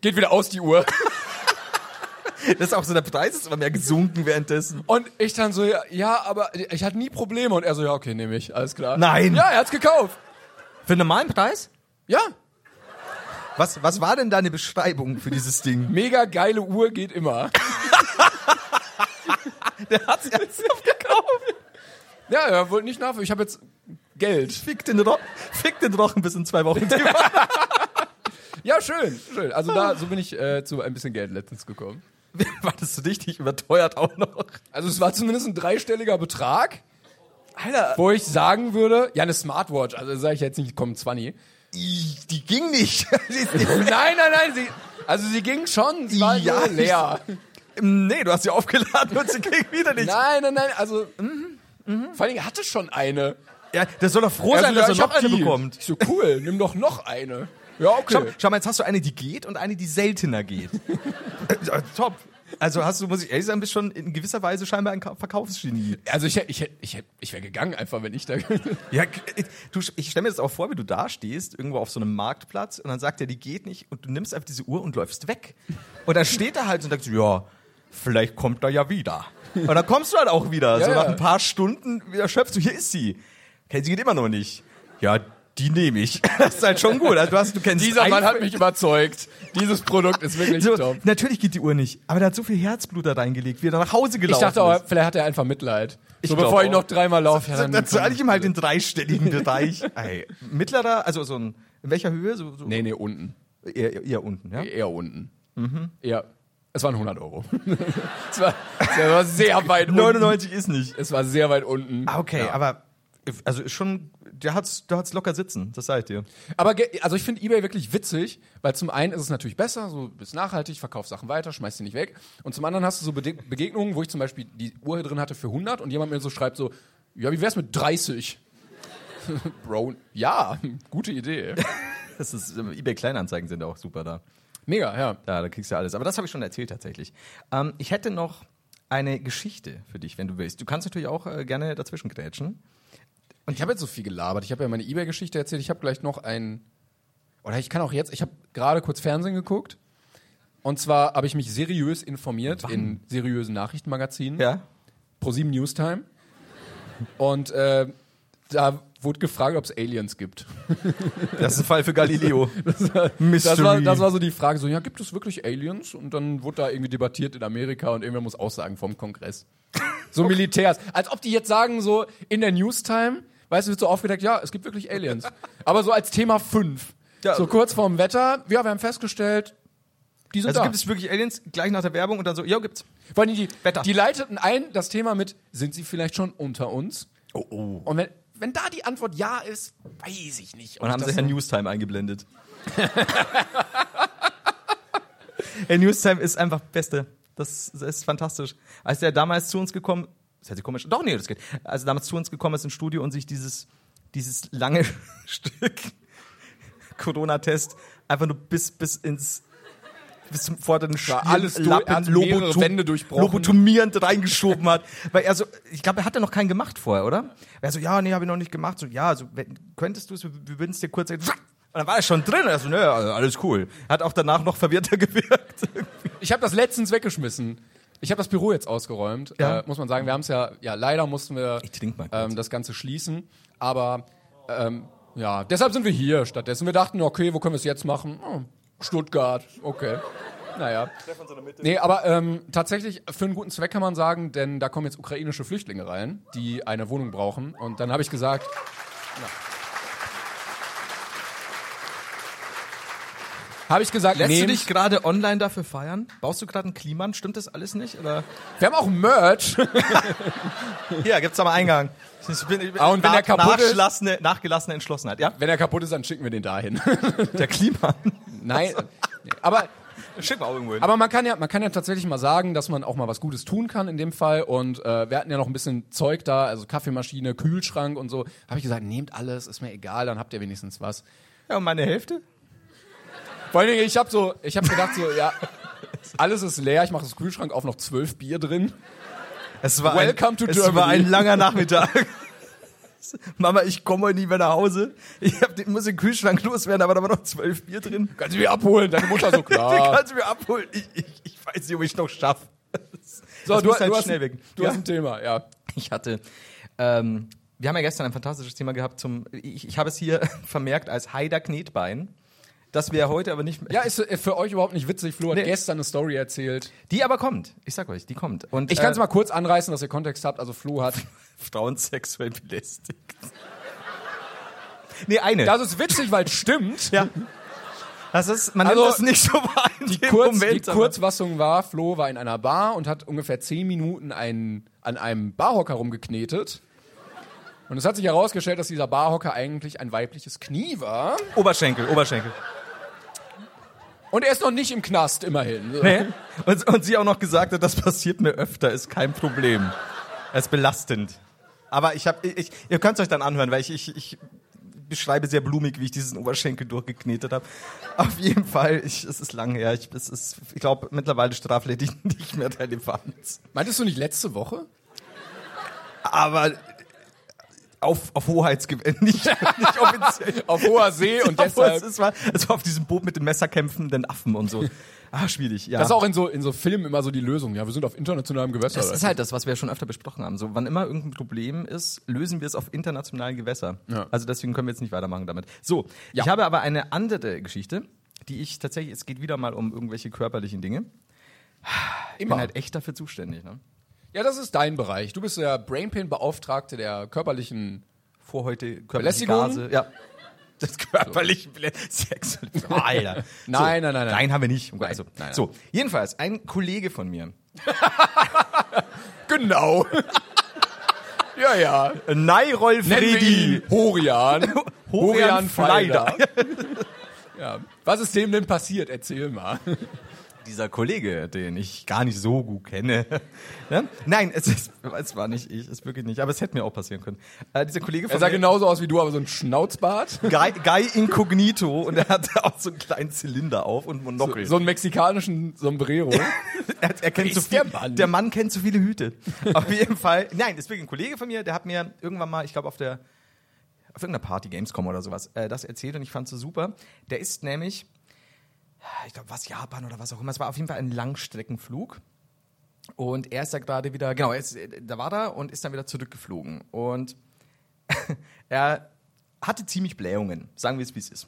[SPEAKER 2] Geht wieder aus die Uhr.
[SPEAKER 3] Das ist auch so, der Preis ist immer mehr gesunken währenddessen.
[SPEAKER 2] Und ich dann so, ja, ja, aber ich hatte nie Probleme. Und er so, ja, okay, nehme ich, alles klar.
[SPEAKER 3] Nein.
[SPEAKER 2] Ja, er hat's gekauft.
[SPEAKER 3] Für einen normalen Preis?
[SPEAKER 2] Ja.
[SPEAKER 3] Was, was war denn deine Beschreibung für dieses Ding?
[SPEAKER 2] Mega geile Uhr geht immer.
[SPEAKER 3] Der hat sich alles aufgekauft.
[SPEAKER 2] Ja, er wollte nicht nachvollziehen. Ich habe jetzt Geld.
[SPEAKER 3] Fick den, Ro Fick den Rochen bis in zwei Wochen.
[SPEAKER 2] Ja, schön, schön. Also da, so bin ich äh, zu ein bisschen Geld letztens gekommen.
[SPEAKER 3] War das so richtig überteuert auch noch?
[SPEAKER 2] Also es war zumindest ein dreistelliger Betrag,
[SPEAKER 3] Alter,
[SPEAKER 2] wo ich sagen würde, ja, eine Smartwatch, also sage ich jetzt nicht, komm, 20.
[SPEAKER 3] i, die ging nicht. Die ist
[SPEAKER 2] nein,
[SPEAKER 3] nicht-
[SPEAKER 2] nein, nein, sie, also sie ging schon, sie war
[SPEAKER 3] Ja,
[SPEAKER 2] nur leer.
[SPEAKER 3] Nee, du hast sie aufgeladen und sie ging wieder nicht.
[SPEAKER 2] Nein, nein, nein, also. Vor allen Dingen er hatte schon eine.
[SPEAKER 3] Ja, das soll doch froh sein,
[SPEAKER 2] ja, also
[SPEAKER 3] dass er
[SPEAKER 2] ich
[SPEAKER 3] noch
[SPEAKER 2] hab
[SPEAKER 3] eine
[SPEAKER 2] die.
[SPEAKER 3] bekommt.
[SPEAKER 2] Ich so, cool, nimm doch noch eine. Ja, okay.
[SPEAKER 3] Schau, schau mal, jetzt hast du eine, die geht und eine, die seltener geht. Äh, Top. Also hast du, muss ich ehrlich sagen, bist schon in gewisser Weise scheinbar ein Ka- Verkaufsgenie.
[SPEAKER 2] Also ich, hätt- ich, hätt- ich, hätt- ich wäre gegangen einfach, wenn ich da...
[SPEAKER 3] Ja, k- Äh, du, ich stelle mir das auch vor, wie du da stehst, irgendwo auf so einem Marktplatz und dann sagt er, die geht nicht und du nimmst einfach diese Uhr und läufst weg. Und dann steht er halt und sagt, ja, vielleicht kommt er ja wieder. Und dann kommst du halt auch wieder. so
[SPEAKER 2] Ja,
[SPEAKER 3] nach
[SPEAKER 2] ja.
[SPEAKER 3] ein paar Stunden wieder schöpfst du, hier ist sie. Okay, sie geht immer noch nicht. Ja, die nehme ich. Das ist halt schon gut. Also du, hast, du kennst
[SPEAKER 2] Dieser Mann
[SPEAKER 3] ein-
[SPEAKER 2] hat mich überzeugt. Dieses Produkt ist wirklich
[SPEAKER 3] so,
[SPEAKER 2] top.
[SPEAKER 3] Natürlich geht die Uhr nicht, aber da hat so viel Herzblut da reingelegt, wie er da nach Hause
[SPEAKER 2] Ich
[SPEAKER 3] gelaufen
[SPEAKER 2] dachte aber,
[SPEAKER 3] ist.
[SPEAKER 2] vielleicht hat er einfach Mitleid.
[SPEAKER 3] Ich
[SPEAKER 2] so,
[SPEAKER 3] glaub
[SPEAKER 2] bevor ich
[SPEAKER 3] auch.
[SPEAKER 2] noch dreimal laufe. Ja,
[SPEAKER 3] So,
[SPEAKER 2] dann-
[SPEAKER 3] dann zahle ich ihm halt den dreistelligen Bereich. Ey, mittlerer, also so ein, in welcher Höhe? So, so
[SPEAKER 2] Nee, nee, unten.
[SPEAKER 3] eher, eher unten, ja?
[SPEAKER 2] Eher unten.
[SPEAKER 3] Mhm.
[SPEAKER 2] Eher, es waren 100 Euro. es, war, es war sehr weit unten.
[SPEAKER 3] 99 ist nicht.
[SPEAKER 2] Es war sehr weit unten.
[SPEAKER 3] Ah, okay,
[SPEAKER 2] Ja.
[SPEAKER 3] aber also ist schon, der hat's, der hat's locker sitzen, das seid ihr.
[SPEAKER 2] Aber ge- also ich finde eBay wirklich witzig, weil zum einen ist es natürlich besser, so bist nachhaltig, verkaufst Sachen weiter, schmeißt sie nicht weg. Und zum anderen hast du so Bede Begegnungen, wo ich zum Beispiel die Uhr hier drin hatte für 100 und jemand mir so schreibt so, ja, wie wär's mit 30? Bro, ja, gute Idee.
[SPEAKER 3] Das ist, ähm, eBay Kleinanzeigen sind auch super da.
[SPEAKER 2] Mega, ja.
[SPEAKER 3] Da, da kriegst du alles. Aber das habe ich schon erzählt tatsächlich. Ähm, ich hätte noch eine Geschichte für dich, wenn du willst. Du kannst natürlich auch äh, gerne dazwischen grätschen.
[SPEAKER 2] Ich habe jetzt so viel gelabert. Ich habe ja meine eBay-Geschichte erzählt. Ich habe gleich noch ein. Oder ich kann auch jetzt. Ich habe gerade kurz Fernsehen geguckt. Und zwar habe ich mich seriös informiert in seriösen Nachrichtenmagazinen.
[SPEAKER 3] Ja?
[SPEAKER 2] ProSieben Newstime. Und äh, da wurde gefragt, ob es Aliens gibt.
[SPEAKER 3] Das ist ein Fall für Galileo. Mystery.
[SPEAKER 2] Das war, das war so die Frage: so, ja, gibt es wirklich Aliens? Und dann wurde da irgendwie debattiert in Amerika und irgendwer muss Aussagen vom Kongress. So Militärs. Als ob die jetzt sagen, so in der Newstime, weißt du, wird so aufgedeckt, ja, es gibt wirklich Aliens. Aber so als Thema 5.
[SPEAKER 3] Ja.
[SPEAKER 2] So kurz vorm Wetter, ja, wir haben festgestellt, die sind
[SPEAKER 3] also
[SPEAKER 2] da.
[SPEAKER 3] gibt es wirklich Aliens gleich nach der Werbung und dann so, ja, gibt's.
[SPEAKER 2] Vor allem die,
[SPEAKER 3] Wetter.
[SPEAKER 2] die leiteten ein das Thema mit, sind sie vielleicht schon unter uns?
[SPEAKER 3] Oh, oh.
[SPEAKER 2] Und wenn, wenn da die Antwort ja ist, weiß ich nicht. ob
[SPEAKER 3] Und
[SPEAKER 2] ich
[SPEAKER 3] haben
[SPEAKER 2] das
[SPEAKER 3] sie
[SPEAKER 2] so-
[SPEAKER 3] Herrn Newstime eingeblendet. Herr Newstime ist einfach Beste. Das, das ist fantastisch. Als der damals zu uns gekommen das hört sich komisch. Doch, nee, das geht. Als er damals zu uns gekommen ist ins Studio und sich dieses, dieses lange Stück Corona-Test einfach nur bis, bis ins bis zum vorderen Schirm
[SPEAKER 2] alles durch- er hat mehrere Wände durchbrochen.
[SPEAKER 3] lobotomierend reingeschoben hat. Weil er so, ich glaube, er hat ja noch keinen gemacht vorher, oder? Er so, ja, nee, habe ich noch nicht gemacht. So, ja, also wenn, könntest du es, wir wir würden es dir kurz sagen. Und dann war er schon drin. Er so, nö, also alles cool. Hat auch danach noch verwirrter gewirkt.
[SPEAKER 2] Ich habe das letztens weggeschmissen. Ich habe das Büro jetzt ausgeräumt,
[SPEAKER 3] Ja.
[SPEAKER 2] äh, muss man sagen. Wir haben es ja, ja, leider mussten wir
[SPEAKER 3] Ich trink mal kurz.
[SPEAKER 2] ähm, das Ganze schließen. Aber ähm, ja, deshalb sind wir hier stattdessen. Wir dachten, okay, wo können wir es jetzt machen? Oh, Stuttgart, okay. Naja. Nee, aber ähm, tatsächlich, für einen guten Zweck kann man sagen, denn da kommen jetzt ukrainische Flüchtlinge rein, die eine Wohnung brauchen. Und dann habe ich gesagt, ja. habe ich gesagt,
[SPEAKER 3] Lässt du
[SPEAKER 2] nehmt-
[SPEAKER 3] dich gerade online dafür feiern? Baust du gerade einen Kliman? Stimmt das alles nicht? Oder?
[SPEAKER 2] wir haben auch Merch.
[SPEAKER 3] Hier, gibt's da mal Eingang. Ich bin, ich bin
[SPEAKER 2] Ah, und wenn der kaputt ist-
[SPEAKER 3] nachgelassene, nachgelassene Entschlossenheit. Ja,
[SPEAKER 2] Wenn er kaputt ist, dann schicken wir den dahin.
[SPEAKER 3] der Kliman.
[SPEAKER 2] Nein, nee, aber
[SPEAKER 3] Schick mal auch irgendwo hin.
[SPEAKER 2] aber man kann ja man kann ja tatsächlich mal sagen, dass man auch mal was Gutes tun kann in dem Fall und äh, wir hatten ja noch ein bisschen Zeug da, also Kaffeemaschine, Kühlschrank und so. Habe ich gesagt, nehmt alles, ist mir egal, dann habt ihr wenigstens was.
[SPEAKER 3] Ja, und meine Hälfte?
[SPEAKER 2] Vor allen Dingen, ich habe so, ich habe gedacht so, ja, alles ist leer, ich mache das Kühlschrank auf, noch zwölf Bier drin.
[SPEAKER 3] Es war
[SPEAKER 2] Welcome
[SPEAKER 3] ein,
[SPEAKER 2] to
[SPEAKER 3] es
[SPEAKER 2] Germany.
[SPEAKER 3] war ein langer Nachmittag. Mama, ich komme heute nicht mehr nach Hause. Ich hab den, muss den Kühlschrank loswerden, aber da war noch zwölf Bier drin.
[SPEAKER 2] Kannst du mich abholen? Deine Mutter so
[SPEAKER 3] Den
[SPEAKER 2] klar.
[SPEAKER 3] kannst du mir abholen. Ich, ich, ich weiß nicht, ob ich noch schaffe.
[SPEAKER 2] So,
[SPEAKER 3] das muss halt
[SPEAKER 2] hast,
[SPEAKER 3] schnell weg.
[SPEAKER 2] Du
[SPEAKER 3] Ja.
[SPEAKER 2] hast ein Thema, ja.
[SPEAKER 3] Ich hatte, ähm, wir haben ja gestern ein fantastisches Thema gehabt zum, ich, ich habe es hier vermerkt als Heider Knetbein. Das wäre heute aber nicht,
[SPEAKER 2] Ja, ist äh, für euch überhaupt nicht witzig. Flo hat
[SPEAKER 3] Nee.
[SPEAKER 2] gestern eine Story erzählt. Äh,
[SPEAKER 3] die aber kommt. Ich sag euch, die kommt. Und, äh,
[SPEAKER 2] Ich kann es mal kurz anreißen, dass ihr Kontext habt. Also Flo hat
[SPEAKER 3] Frauen sexuell belästigt. Nee, eine.
[SPEAKER 2] Das ist witzig, weil es stimmt.
[SPEAKER 3] Ja. Das ist, man
[SPEAKER 2] Also,
[SPEAKER 3] nimmt das nicht so wahr in dem
[SPEAKER 2] Kurz,
[SPEAKER 3] Moment.
[SPEAKER 2] die
[SPEAKER 3] aber-
[SPEAKER 2] Kurzfassung war, Flo war in einer Bar und hat ungefähr zehn Minuten einen, an einem Barhocker rumgeknetet. Und es hat sich herausgestellt, dass dieser Barhocker eigentlich ein weibliches Knie war.
[SPEAKER 3] Oberschenkel, Oberschenkel.
[SPEAKER 2] Und Und er ist noch nicht im Knast, immerhin.
[SPEAKER 3] Nee? Und, und sie auch noch gesagt hat, das passiert mir öfter, ist kein Problem. Das ist belastend. Aber ich habe, ich, ihr könnt es euch dann anhören, weil ich, ich, ich beschreibe sehr blumig, wie ich diesen Oberschenkel durchgeknetet habe. Auf jeden Fall, ich, es ist lang her. Ich, es ist, ich glaube, mittlerweile straflädig nicht mehr relevant.
[SPEAKER 2] Meintest du nicht letzte Woche?
[SPEAKER 3] Aber auf, auf Hoheitsgewinn, nicht, nicht offiziell.
[SPEAKER 2] Auf hoher See und
[SPEAKER 3] Obwohl, es,
[SPEAKER 2] deshalb.
[SPEAKER 3] ist, war, es war auf diesem Boot mit dem Messer kämpfenden Affen und so. Ah, schwierig, ja.
[SPEAKER 2] Das ist auch in so, in so Filmen immer so die Lösung. Ja, wir sind auf internationalem Gewässer.
[SPEAKER 3] Das ist halt das, was wir schon öfter besprochen haben. So, wann immer irgendein Problem ist, lösen wir es auf internationalen Gewässer.
[SPEAKER 2] Ja.
[SPEAKER 3] Also deswegen können wir jetzt nicht weitermachen damit. So, ich habe aber eine andere Geschichte, die ich tatsächlich, es geht wieder mal um irgendwelche körperlichen Dinge. Ich
[SPEAKER 2] immer.
[SPEAKER 3] bin halt echt dafür zuständig, ne?
[SPEAKER 2] ja, das ist dein Bereich. Du bist der Brainpain-Beauftragte der körperlichen.
[SPEAKER 3] Vor heute körperliche
[SPEAKER 2] Belästigung?
[SPEAKER 3] Gase. Ja. Das körperliche Blä- Sexuell. Oh, Alter. So.
[SPEAKER 2] Nein, nein, nein, nein.
[SPEAKER 3] Nein, haben wir nicht. Um Gott, also.
[SPEAKER 2] nein, nein.
[SPEAKER 3] So, jedenfalls, ein Kollege von mir,
[SPEAKER 2] Genau. ja, ja.
[SPEAKER 3] Nairol
[SPEAKER 2] Nennen wir
[SPEAKER 3] Äh, Fredi.
[SPEAKER 2] ihn Horian.
[SPEAKER 3] Horian Fleider.
[SPEAKER 2] ja. Was ist dem denn passiert? Erzähl mal.
[SPEAKER 3] dieser Kollege, den ich gar nicht so gut kenne. Ne? Nein, es, ist, es war nicht ich, es ist wirklich nicht, aber es hätte mir auch passieren können. Äh, dieser Kollege
[SPEAKER 2] Er
[SPEAKER 3] von
[SPEAKER 2] sah
[SPEAKER 3] mir-
[SPEAKER 2] genauso aus wie du, aber so ein Schnauzbart.
[SPEAKER 3] Guy, Guy Incognito und er hatte auch so einen kleinen Zylinder auf und Monokel.
[SPEAKER 2] So einen mexikanischen Sombrero.
[SPEAKER 3] er, er kennt
[SPEAKER 2] Wer
[SPEAKER 3] so
[SPEAKER 2] ist
[SPEAKER 3] viel,
[SPEAKER 2] der Mann?
[SPEAKER 3] der Mann kennt so viele Hüte. auf jeden Fall, nein, deswegen ein Kollege von mir, der hat mir irgendwann mal, ich glaube auf der auf irgendeiner Party Gamescom oder sowas, äh, das erzählt und ich fand's so super. Der ist nämlich ich glaube, was Japan oder was auch immer. Es war auf jeden Fall ein Langstreckenflug. Und er ist da gerade wieder, genau, er ist, da war da und ist dann wieder zurückgeflogen. Und er hatte ziemlich Blähungen, sagen wir es, wie es ist.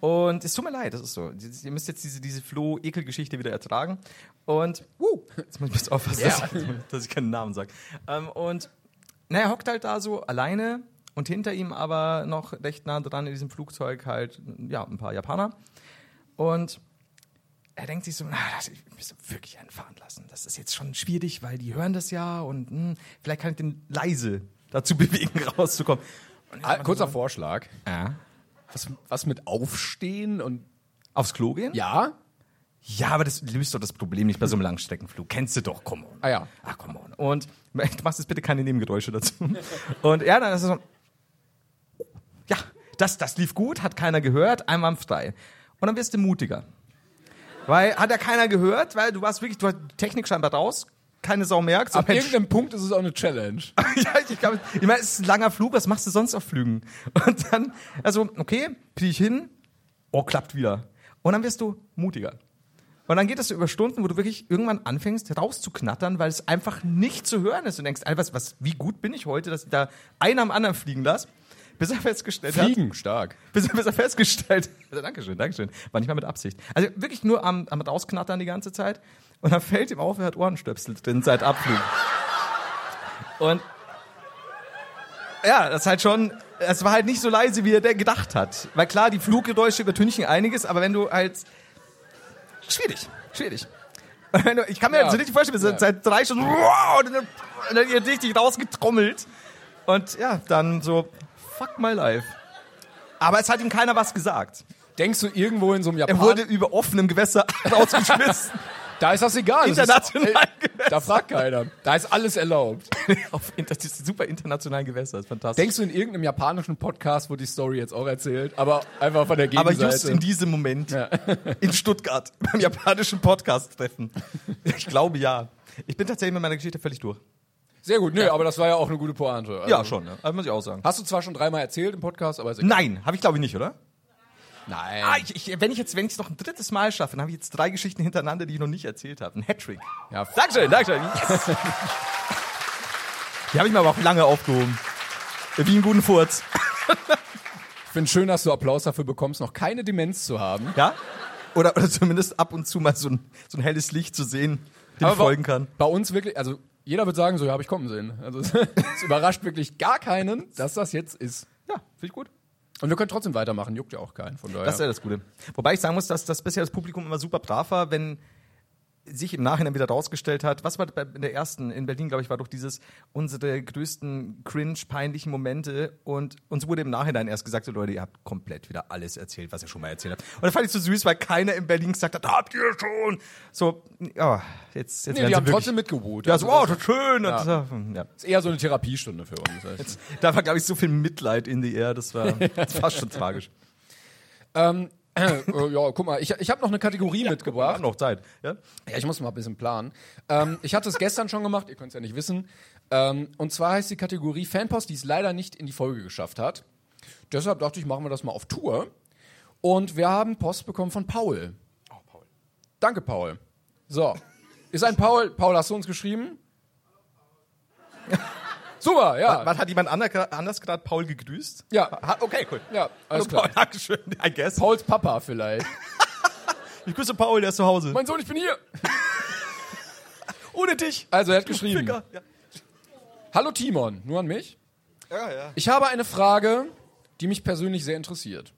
[SPEAKER 3] Und es tut mir leid, das ist so. Ihr müsst jetzt diese, diese Flo-Ekel-Geschichte wieder ertragen. Und, uh, jetzt muss ich jetzt aufpassen, dass, ich, dass ich keinen Namen sage. Ähm, und, naja, hockt halt da so alleine und hinter ihm aber noch recht nah dran in diesem Flugzeug halt, ja, ein paar Japaner. Und er denkt sich so, na, das- ich müsste wirklich einfahren lassen. Das ist jetzt schon schwierig, weil die hören das ja und hm, vielleicht kann ich den leise dazu bewegen, rauszukommen. Äh, Und
[SPEAKER 2] Ah, Kurzer Vorschlag.
[SPEAKER 3] ja.
[SPEAKER 2] Was, was mit Aufstehen und.
[SPEAKER 3] Aufs Klo gehen?
[SPEAKER 2] Ja?
[SPEAKER 3] Ja, aber das löst doch das Problem nicht bei so einem Langstreckenflug. Kennst du doch, come on.
[SPEAKER 2] Ah ja.
[SPEAKER 3] Ach, come on. Und du machst jetzt bitte keine Nebengeräusche dazu. Und ja, dann ist es so, ja, das, das lief gut, hat keiner gehört, einwandfrei. Und dann wirst du mutiger. Weil, hat ja keiner gehört, weil du warst wirklich, du hast die Technik scheinbar raus, keine Sau merkt. So,
[SPEAKER 2] Ab
[SPEAKER 3] Mensch,
[SPEAKER 2] irgendeinem Punkt ist es auch eine Challenge.
[SPEAKER 3] ja, ich glaube, ich meine, es ist ein langer Flug, was machst du sonst auf Flügen? Und dann, also, okay, fliege ich hin, oh, klappt wieder. Und dann wirst du mutiger. Und dann geht das so über Stunden, wo du wirklich irgendwann anfängst rauszuknattern, weil es einfach nicht zu hören ist. Und denkst, Alter, was, was, wie gut bin ich heute, dass ich da einen am anderen fliegen lasse, bis er festgestellt hat,
[SPEAKER 2] Fliegen stark.
[SPEAKER 3] bis, bis er festgestellt hat. Also, Dankeschön, Dankeschön. War nicht mal mit Absicht. Also wirklich nur am, am rausknattern die ganze Zeit. Und dann fällt ihm auf, er hat Ohrenstöpsel drin seit Abflug. Und ja, das ist halt schon, es war halt nicht so leise, wie er der gedacht hat. Weil klar, die Fluggeräusche übertünchen einiges, aber wenn du halt, schwierig, schwierig. Und wenn du, ich kann mir
[SPEAKER 2] Ja.
[SPEAKER 3] halt so richtig vorstellen, wir sind
[SPEAKER 2] Ja.
[SPEAKER 3] seit drei Stunden, wow, und dann, und dann ihr richtig rausgetrommelt. Und ja, dann so, fuck my life. Aber es hat ihm keiner was gesagt.
[SPEAKER 2] Denkst du irgendwo in so einem
[SPEAKER 3] Er
[SPEAKER 2] Japan?
[SPEAKER 3] wurde über offenem Gewässer rausgeschmissen.
[SPEAKER 2] da ist das egal. Das
[SPEAKER 3] International
[SPEAKER 2] Ist, äh, da fragt keiner. Da ist alles erlaubt.
[SPEAKER 3] Auf inter das ist super internationalen Gewässer, das ist fantastisch.
[SPEAKER 2] Denkst du in irgendeinem japanischen Podcast, wo die Story jetzt auch erzählt, aber einfach von der
[SPEAKER 3] Aber
[SPEAKER 2] Gegenseite.
[SPEAKER 3] just in diesem Moment in Stuttgart beim japanischen Podcast-Treffen. Ich glaube ja. Ich bin tatsächlich mit meiner Geschichte völlig durch.
[SPEAKER 2] Sehr gut, nö, aber das war ja auch eine gute Pointe. Also,
[SPEAKER 3] Ja, schon, ne? Also muss ich auch sagen.
[SPEAKER 2] Hast du zwar schon dreimal erzählt im Podcast, aber ist egal.
[SPEAKER 3] Nein, habe ich glaube ich nicht, oder?
[SPEAKER 2] Nein.
[SPEAKER 3] Ah, ich, ich, wenn ich jetzt, wenn ich es noch ein drittes Mal schaffe, dann habe ich jetzt drei Geschichten hintereinander, die ich noch nicht erzählt habe. Ein Hattrick.
[SPEAKER 2] Ja,
[SPEAKER 3] Dankeschön, Dankeschön. Yes. die habe ich mir aber auch lange aufgehoben. Wie einen guten Furz.
[SPEAKER 2] ich finde schön, dass du Applaus dafür bekommst, noch keine Demenz zu haben.
[SPEAKER 3] Ja? Oder, oder zumindest ab und zu mal so ein, so ein helles Licht zu sehen, dem
[SPEAKER 2] bei-
[SPEAKER 3] ich folgen kann.
[SPEAKER 2] Bei uns wirklich, also jeder wird sagen, so ja, habe ich kommen sehen. Also es es überrascht wirklich gar keinen, dass das jetzt ist.
[SPEAKER 3] Ja, finde ich gut.
[SPEAKER 2] Und wir können trotzdem weitermachen,
[SPEAKER 3] äh,
[SPEAKER 2] juckt ja auch keinen von daher.
[SPEAKER 3] Das ist ja das Gute. Wobei ich sagen muss, dass das bisher das Publikum immer super brav war, wenn sich im Nachhinein wieder rausgestellt hat. Was war bei- in der ersten in Berlin, glaube ich, war doch dieses unsere größten cringe peinlichen Momente und uns wurde im Nachhinein erst gesagt, so Leute, ihr habt komplett wieder alles erzählt, was ihr schon mal erzählt habt. Und das fand ich so süß, weil keiner in Berlin gesagt hat, habt ihr schon? So, ja, jetzt jetzt
[SPEAKER 2] Nee,
[SPEAKER 3] werden
[SPEAKER 2] die
[SPEAKER 3] sie
[SPEAKER 2] haben
[SPEAKER 3] wirklich-
[SPEAKER 2] trotzdem mitgewohnt.
[SPEAKER 3] Ja,
[SPEAKER 2] Also
[SPEAKER 3] so, oh,
[SPEAKER 2] das
[SPEAKER 3] das ist schön. Ja. ja.
[SPEAKER 2] ist eher so eine Therapiestunde für uns. Also.
[SPEAKER 3] Da war, glaube ich, so viel Mitleid in the air, das war fast schon tragisch.
[SPEAKER 2] äh, ja, guck mal, ich, ich habe noch eine Kategorie
[SPEAKER 3] War
[SPEAKER 2] mitgebracht.
[SPEAKER 3] noch Zeit. Ja?
[SPEAKER 2] Ja, ich muss mal ein bisschen planen. Ähm, ich hatte es gestern schon gemacht, ihr könnt es ja nicht wissen. Ähm, und zwar heißt die Kategorie Fanpost, die es leider nicht in die Folge geschafft hat. Deshalb dachte ich, machen wir das mal auf Tour. Und wir haben Post bekommen von Paul. Oh, Paul. Danke, Paul. So. Ist ein Paul. Paul, hast du uns geschrieben? Super, ja.
[SPEAKER 3] Was hat jemand ander- anders gerade Paul gegrüßt?
[SPEAKER 2] Ja.
[SPEAKER 3] Ha- Okay, cool.
[SPEAKER 2] Ja, alles
[SPEAKER 3] Hallo,
[SPEAKER 2] klar.
[SPEAKER 3] Paul, Dankeschön, I guess.
[SPEAKER 2] Pauls Papa vielleicht.
[SPEAKER 3] Ich grüße Paul, der ist zu Hause.
[SPEAKER 2] mein Sohn, ich bin hier.
[SPEAKER 3] Ohne dich.
[SPEAKER 2] Also, er hat geschrieben.
[SPEAKER 3] Ficker. Ja.
[SPEAKER 2] Hallo Timon, nur an mich.
[SPEAKER 3] Ja, ja.
[SPEAKER 2] Ich habe eine Frage, die mich persönlich sehr interessiert.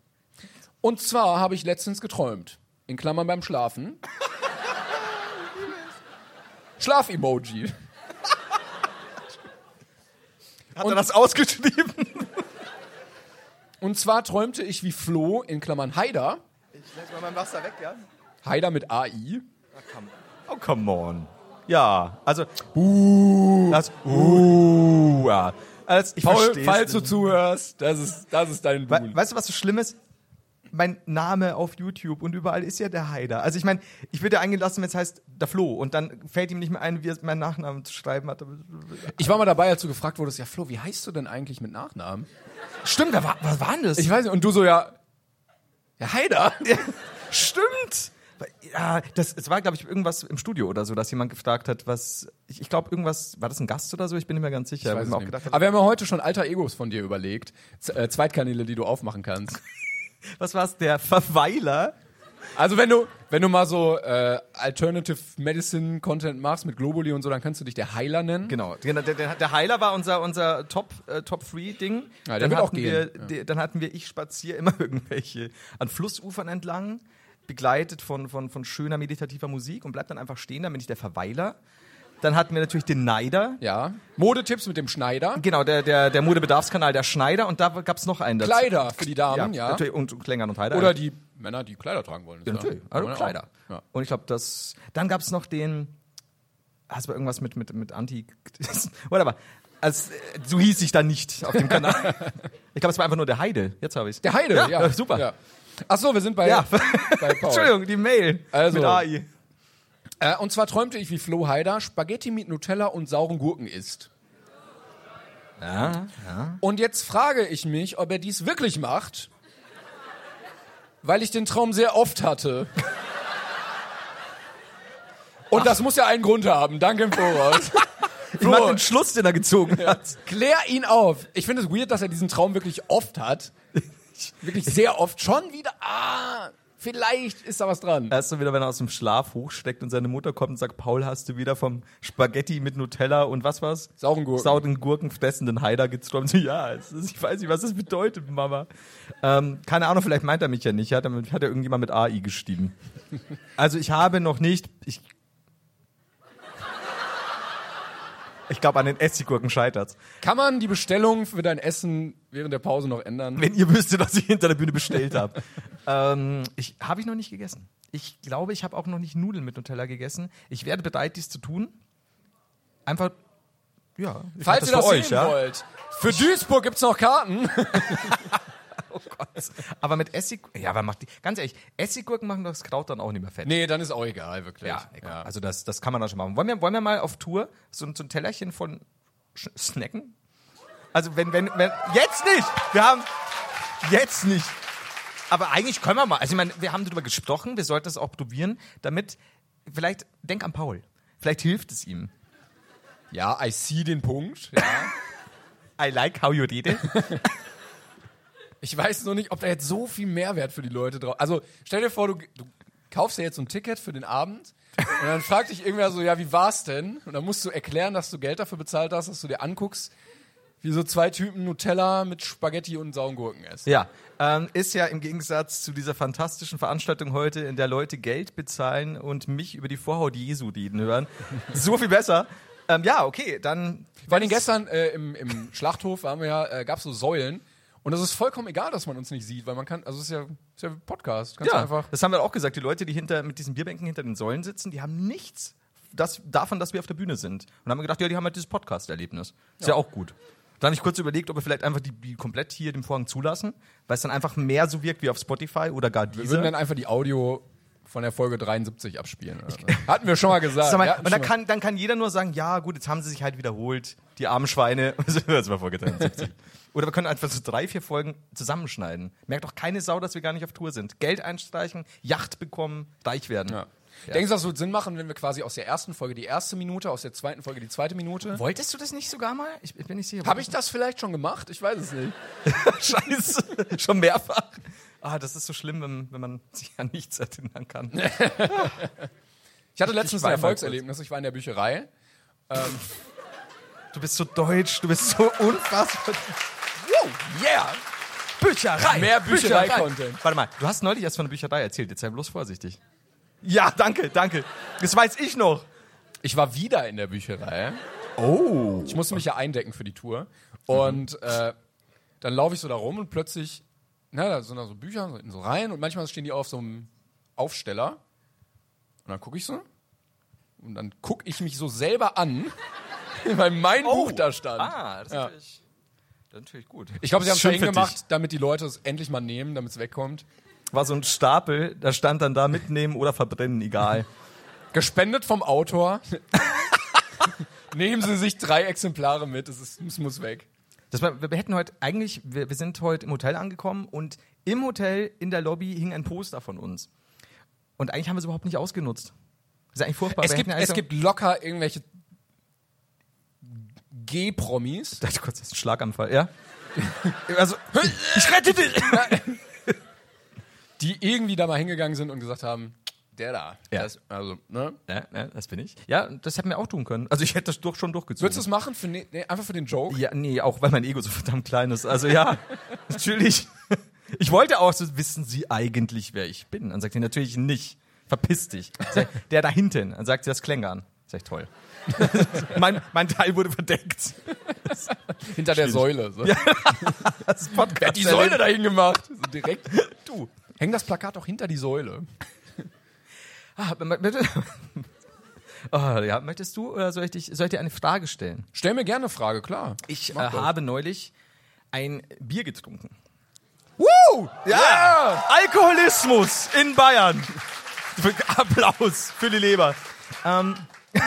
[SPEAKER 2] Und zwar habe ich letztens geträumt. In Klammern beim Schlafen. Schlaf-Emoji.
[SPEAKER 3] Hat er das ausgeschrieben?
[SPEAKER 2] Und zwar träumte ich wie Flo, in Klammern Haider.
[SPEAKER 3] Ich lasse mal mein Wasser weg, ja?
[SPEAKER 2] Haider mit AI.
[SPEAKER 3] Oh, come on. Ja, also. Uh, das, uh, ja. Also, ich versteh's nicht.
[SPEAKER 2] zuhörst, das ist, das ist dein
[SPEAKER 3] We weißt du, was so schlimm ist? Mein Name auf YouTube und überall ist ja der Haider. Also ich meine, ich würde eingelassen, wenn es heißt der Flo und dann fällt ihm nicht mehr ein, wie er meinen Nachnamen zu schreiben hat.
[SPEAKER 2] Ich war mal dabei, als du gefragt wurdest, ja Flo, wie heißt du denn eigentlich mit Nachnamen?
[SPEAKER 3] Stimmt, wer war, was war denn das?
[SPEAKER 2] Ich weiß nicht, und du so, ja, ja Haider.
[SPEAKER 3] Stimmt! Ja, das, es war, glaube ich, irgendwas im Studio oder so, dass jemand gefragt hat, was. Ich, ich glaube, irgendwas. War das ein Gast oder so? Ich bin nicht mehr ganz sicher.
[SPEAKER 2] Ich weiß
[SPEAKER 3] mir
[SPEAKER 2] es
[SPEAKER 3] auch
[SPEAKER 2] nicht.
[SPEAKER 3] gedacht
[SPEAKER 2] Aber wir haben ja heute schon alter Egos von dir überlegt. Z äh, Zweitkanäle, die du aufmachen kannst.
[SPEAKER 3] hab, was war's? Der Verweiler?
[SPEAKER 2] Also wenn du, wenn du mal so äh, Alternative Medicine Content machst mit Globuli und so, dann kannst du dich der Heiler nennen.
[SPEAKER 3] Genau. Der, der, der der Heiler war unser, unser Top, äh, Top 3 Ding.
[SPEAKER 2] Ja, der
[SPEAKER 3] dann,
[SPEAKER 2] wird
[SPEAKER 3] hatten
[SPEAKER 2] auch gehen.
[SPEAKER 3] Wir, die, dann hatten wir, ich spazier immer irgendwelche an Flussufern entlang, begleitet von, von, von schöner meditativer Musik und bleib dann einfach stehen, dann bin ich der Verweiler. Dann hatten wir natürlich den Neider.
[SPEAKER 2] Ja. Modetipps mit dem Schneider.
[SPEAKER 3] Genau, der, der, der Modebedarfskanal, der Schneider und da gab's noch einen. dazu.
[SPEAKER 2] Kleider für die Damen, ja.
[SPEAKER 3] Natürlich, und Klängern und Heider.
[SPEAKER 2] Oder die Männer, die Kleider tragen wollen. ist
[SPEAKER 3] Ja, natürlich.
[SPEAKER 2] Kann
[SPEAKER 3] Also
[SPEAKER 2] man ja
[SPEAKER 3] Kleider.
[SPEAKER 2] auch. Ja.
[SPEAKER 3] Und ich glaube, das. Dann gab es noch den. Hast du irgendwas mit, mit, mit Anti. Whatever. Also, äh, so hieß ich dann nicht auf dem Kanal. ich glaube, es war einfach nur der Heide. Jetzt habe ich
[SPEAKER 2] Der Heide, ja.
[SPEAKER 3] ja. Super.
[SPEAKER 2] Ja. Ach so, wir sind bei,
[SPEAKER 3] Ja.
[SPEAKER 2] bei Paul.
[SPEAKER 3] Entschuldigung, die Mail.
[SPEAKER 2] Also.
[SPEAKER 3] Mit AI.
[SPEAKER 2] Äh, und zwar träumte ich, wie Flo Heider Spaghetti mit Nutella und sauren Gurken isst.
[SPEAKER 3] Ja.
[SPEAKER 2] Und jetzt frage ich mich, ob er dies wirklich macht, weil ich den Traum sehr oft hatte. Und das muss ja einen Grund haben. Danke im Voraus.
[SPEAKER 3] Ich mag den Schluss, den er gezogen hat.
[SPEAKER 2] Klär ihn auf. Ich finde es weird, dass er diesen Traum wirklich oft hat. Wirklich sehr oft. Schon wieder. Ah, vielleicht ist da was dran.
[SPEAKER 3] Erst so wieder, wenn er aus dem Schlaf hochsteckt und seine Mutter kommt und sagt, Paul, hast du wieder vom Spaghetti mit Nutella und was war's?
[SPEAKER 2] Sauren Gurken.
[SPEAKER 3] Sauren Gurken fressenden Haider geträumt. So, Ja, es ist, ich weiß nicht, was das bedeutet, Mama. Ähm, keine Ahnung, vielleicht meint er mich ja nicht. Ja, damit hat er irgendjemand mit AI geschrieben. Also ich habe noch nicht, ich, ich glaube an den Essiggurken scheitert's.
[SPEAKER 2] Kann man die Bestellung für dein Essen während der Pause noch ändern?
[SPEAKER 3] Wenn ihr wüsstet, was ich hinter der Bühne bestellt habe. ähm, ich habe ich noch nicht gegessen. Ich glaube, ich habe auch noch nicht Nudeln mit Nutella gegessen. Ich werde bereit, dies zu tun. Einfach, ja. Ich mach
[SPEAKER 2] Falls ihr das
[SPEAKER 3] für
[SPEAKER 2] sehen wollt. Für Duisburg gibt's noch Karten.
[SPEAKER 3] Oh Aber mit Essig, ja, aber macht die, ganz ehrlich, Essiggurken machen das Kraut dann auch nicht mehr fett.
[SPEAKER 2] Nee, dann ist auch egal, wirklich.
[SPEAKER 3] Ja, egal. also das, das kann man dann schon machen. Wollen wir, wollen wir mal auf Tour so, ein- so ein Tellerchen von Sch Snacken? Also wenn, wenn, wenn, jetzt nicht! Wir haben, jetzt nicht! Aber eigentlich können wir mal, also ich meine, wir haben darüber gesprochen, wir sollten es auch probieren, damit, vielleicht, denk an Paul. Vielleicht hilft es ihm.
[SPEAKER 2] Ja, I see den Punkt. Ja.
[SPEAKER 3] I like how you did it.
[SPEAKER 2] Ich weiß nur nicht, ob da jetzt so viel Mehrwert für die Leute drauf. Also stell dir vor, du, du kaufst dir jetzt so ein Ticket für den Abend und dann fragt dich irgendwer so, ja, wie war's denn? Und dann musst du erklären, dass du Geld dafür bezahlt hast, dass du dir anguckst, wie so zwei Typen Nutella mit Spaghetti und sauren Gurken essen.
[SPEAKER 3] Ja, ähm, ist ja im Gegensatz zu dieser fantastischen Veranstaltung heute, in der Leute Geld bezahlen und mich über die Vorhaut Jesu reden hören, so viel besser. Ähm, ja, okay, dann.
[SPEAKER 2] Vor allem gestern äh, im, im Schlachthof waren wir ja, äh, gab es so Säulen. Und das ist vollkommen egal, dass man uns nicht sieht, weil man kann, also es ist ja, ist ja ein Podcast. Kannst
[SPEAKER 3] Ja,
[SPEAKER 2] du einfach.
[SPEAKER 3] das haben wir auch gesagt. Die Leute, die hinter, mit diesen Bierbänken hinter den Säulen sitzen, die haben nichts das, davon, dass wir auf der Bühne sind. Und haben gedacht, ja, die haben halt dieses Podcast-Erlebnis. Ist ja. auch gut. Dann habe ich kurz überlegt, ob wir vielleicht einfach die, die komplett hier den Vorhang zulassen, weil es dann einfach mehr so wirkt wie auf Spotify oder gar
[SPEAKER 2] Wir würden
[SPEAKER 3] diese.
[SPEAKER 2] dann einfach die Audio von der Folge 73 abspielen. Oder so. Hatten wir schon mal gesagt.
[SPEAKER 3] Sag mal,
[SPEAKER 2] Wir hatten
[SPEAKER 3] und
[SPEAKER 2] schon
[SPEAKER 3] dann kann, dann kann jeder nur sagen, ja gut, jetzt haben sie sich halt wiederholt, die armen Schweine. das war Folge 73. Oder wir können einfach so drei, vier Folgen zusammenschneiden. Merkt doch keine Sau, dass wir gar nicht auf Tour sind. Geld einstreichen, Yacht bekommen, reich werden.
[SPEAKER 2] Ja. Denkst du, das würde Sinn machen, wenn wir quasi aus der ersten Folge die erste Minute, aus der zweiten Folge die zweite Minute?
[SPEAKER 3] Wolltest du das nicht sogar mal? Ich, ich bin nicht sicher.
[SPEAKER 2] Habe ich das vielleicht schon gemacht? Ich weiß es nicht.
[SPEAKER 3] Scheiße. Schon mehrfach. Ah, das ist so schlimm, wenn, wenn man sich an nichts erinnern kann.
[SPEAKER 2] Ich hatte letztens
[SPEAKER 3] war
[SPEAKER 2] ein
[SPEAKER 3] mal kurz.
[SPEAKER 2] Erfolgserlebnis. Ich war in der Bücherei.
[SPEAKER 3] Du bist so deutsch, du bist so unfassbar. Wow, yeah! Bücherei!
[SPEAKER 2] Mehr Bücherei-Content.
[SPEAKER 3] Warte mal, du hast neulich erst von der Bücherei erzählt, jetzt sei bloß vorsichtig. Ja, danke, danke. Das weiß ich noch.
[SPEAKER 2] Ich war wieder in der Bücherei.
[SPEAKER 3] Oh. Mhm.
[SPEAKER 2] Ich musste mich ja eindecken für die Tour. Und äh, dann laufe ich so da rum und plötzlich, na, da sind da so Bücher so in so rein und manchmal stehen die auf so einem Aufsteller. Und dann gucke ich so. Und dann gucke ich mich so selber an, weil mein Buch da stand.
[SPEAKER 3] Ah, das ist natürlich, das ist natürlich gut.
[SPEAKER 2] Ich glaube, sie haben es
[SPEAKER 3] Schön
[SPEAKER 2] dahin
[SPEAKER 3] für dich.
[SPEAKER 2] gemacht, damit die Leute es endlich mal nehmen, damit es wegkommt.
[SPEAKER 3] War so ein Stapel, da stand dann da mitnehmen oder verbrennen, egal.
[SPEAKER 2] Gespendet vom Autor. Nehmen Sie sich drei Exemplare mit, es, ist, es muss weg.
[SPEAKER 3] Das war, wir hätten heute eigentlich, wir, wir sind heute im Hotel angekommen und im Hotel in der Lobby hing ein Poster von uns. Und eigentlich haben wir es überhaupt nicht ausgenutzt. Das ist eigentlich furchtbar.
[SPEAKER 2] Es
[SPEAKER 3] Wir
[SPEAKER 2] gibt,
[SPEAKER 3] hätten also eigentlich
[SPEAKER 2] es
[SPEAKER 3] so-
[SPEAKER 2] gibt locker irgendwelche G-Promis.
[SPEAKER 3] Ich dachte kurz, das ist ein Schlaganfall, ja? also, ich rette dich!
[SPEAKER 2] die irgendwie da mal hingegangen sind und gesagt haben, der da.
[SPEAKER 3] Ja.
[SPEAKER 2] Das, also, ne?
[SPEAKER 3] ja, ja, das bin ich. Ja, das hätten wir auch tun können. Also ich hätte das durch, schon durchgezogen.
[SPEAKER 2] Würdest du es machen? Für, ne, ne, einfach für den Joke?
[SPEAKER 3] ja, nee, auch weil mein Ego so verdammt klein ist. Also ja, natürlich. Ich wollte auch so, wissen Sie eigentlich, wer ich bin? Dann sagt sie natürlich nicht. Verpiss dich. Sag ich, Der da hinten. Dann sagt sie das Klängern. Sag ich, toll. mein, mein Teil wurde verdeckt.
[SPEAKER 2] Hinter der Säule. So.
[SPEAKER 3] Das ist Podcast.
[SPEAKER 2] Wer hat die Säule dahin gemacht? So direkt. Du, häng das Plakat auch hinter die Säule.
[SPEAKER 3] Ah, m- m- Ah, ja, möchtest du oder soll ich, dich, soll ich dir eine Frage stellen?
[SPEAKER 2] Stell mir gerne eine Frage, klar.
[SPEAKER 3] Ich äh,
[SPEAKER 2] Mach doch.
[SPEAKER 3] habe neulich ein Bier getrunken.
[SPEAKER 2] Woo!
[SPEAKER 3] Ja! Ah, Alkoholismus in Bayern. Applaus für die Leber. Ähm. ja,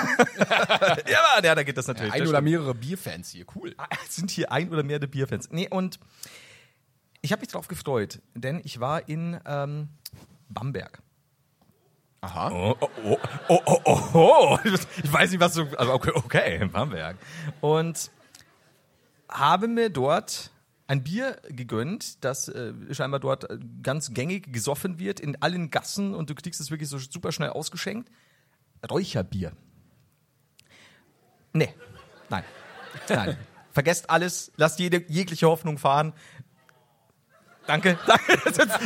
[SPEAKER 3] Mann, ja, da geht das natürlich.
[SPEAKER 2] Ein
[SPEAKER 3] Das
[SPEAKER 2] oder mehrere Bierfans hier, cool.
[SPEAKER 3] stimmt. sind hier ein oder mehrere Bierfans. Nee, und ich habe mich drauf gefreut, denn ich war in ähm, Bamberg.
[SPEAKER 2] Aha.
[SPEAKER 3] Oh, oh, oh, oh, oh, oh, oh. Ich weiß nicht, was du. Also okay, okay, in Bamberg. Und habe mir dort ein Bier gegönnt, das äh, scheinbar dort äh, ganz gängig gesoffen wird in allen Gassen und du kriegst es wirklich so super schnell ausgeschenkt. Räucherbier. Nee. Nein. Nein. Vergesst alles, lasst jede, jegliche Hoffnung fahren. Danke. Danke. Das ist jetzt-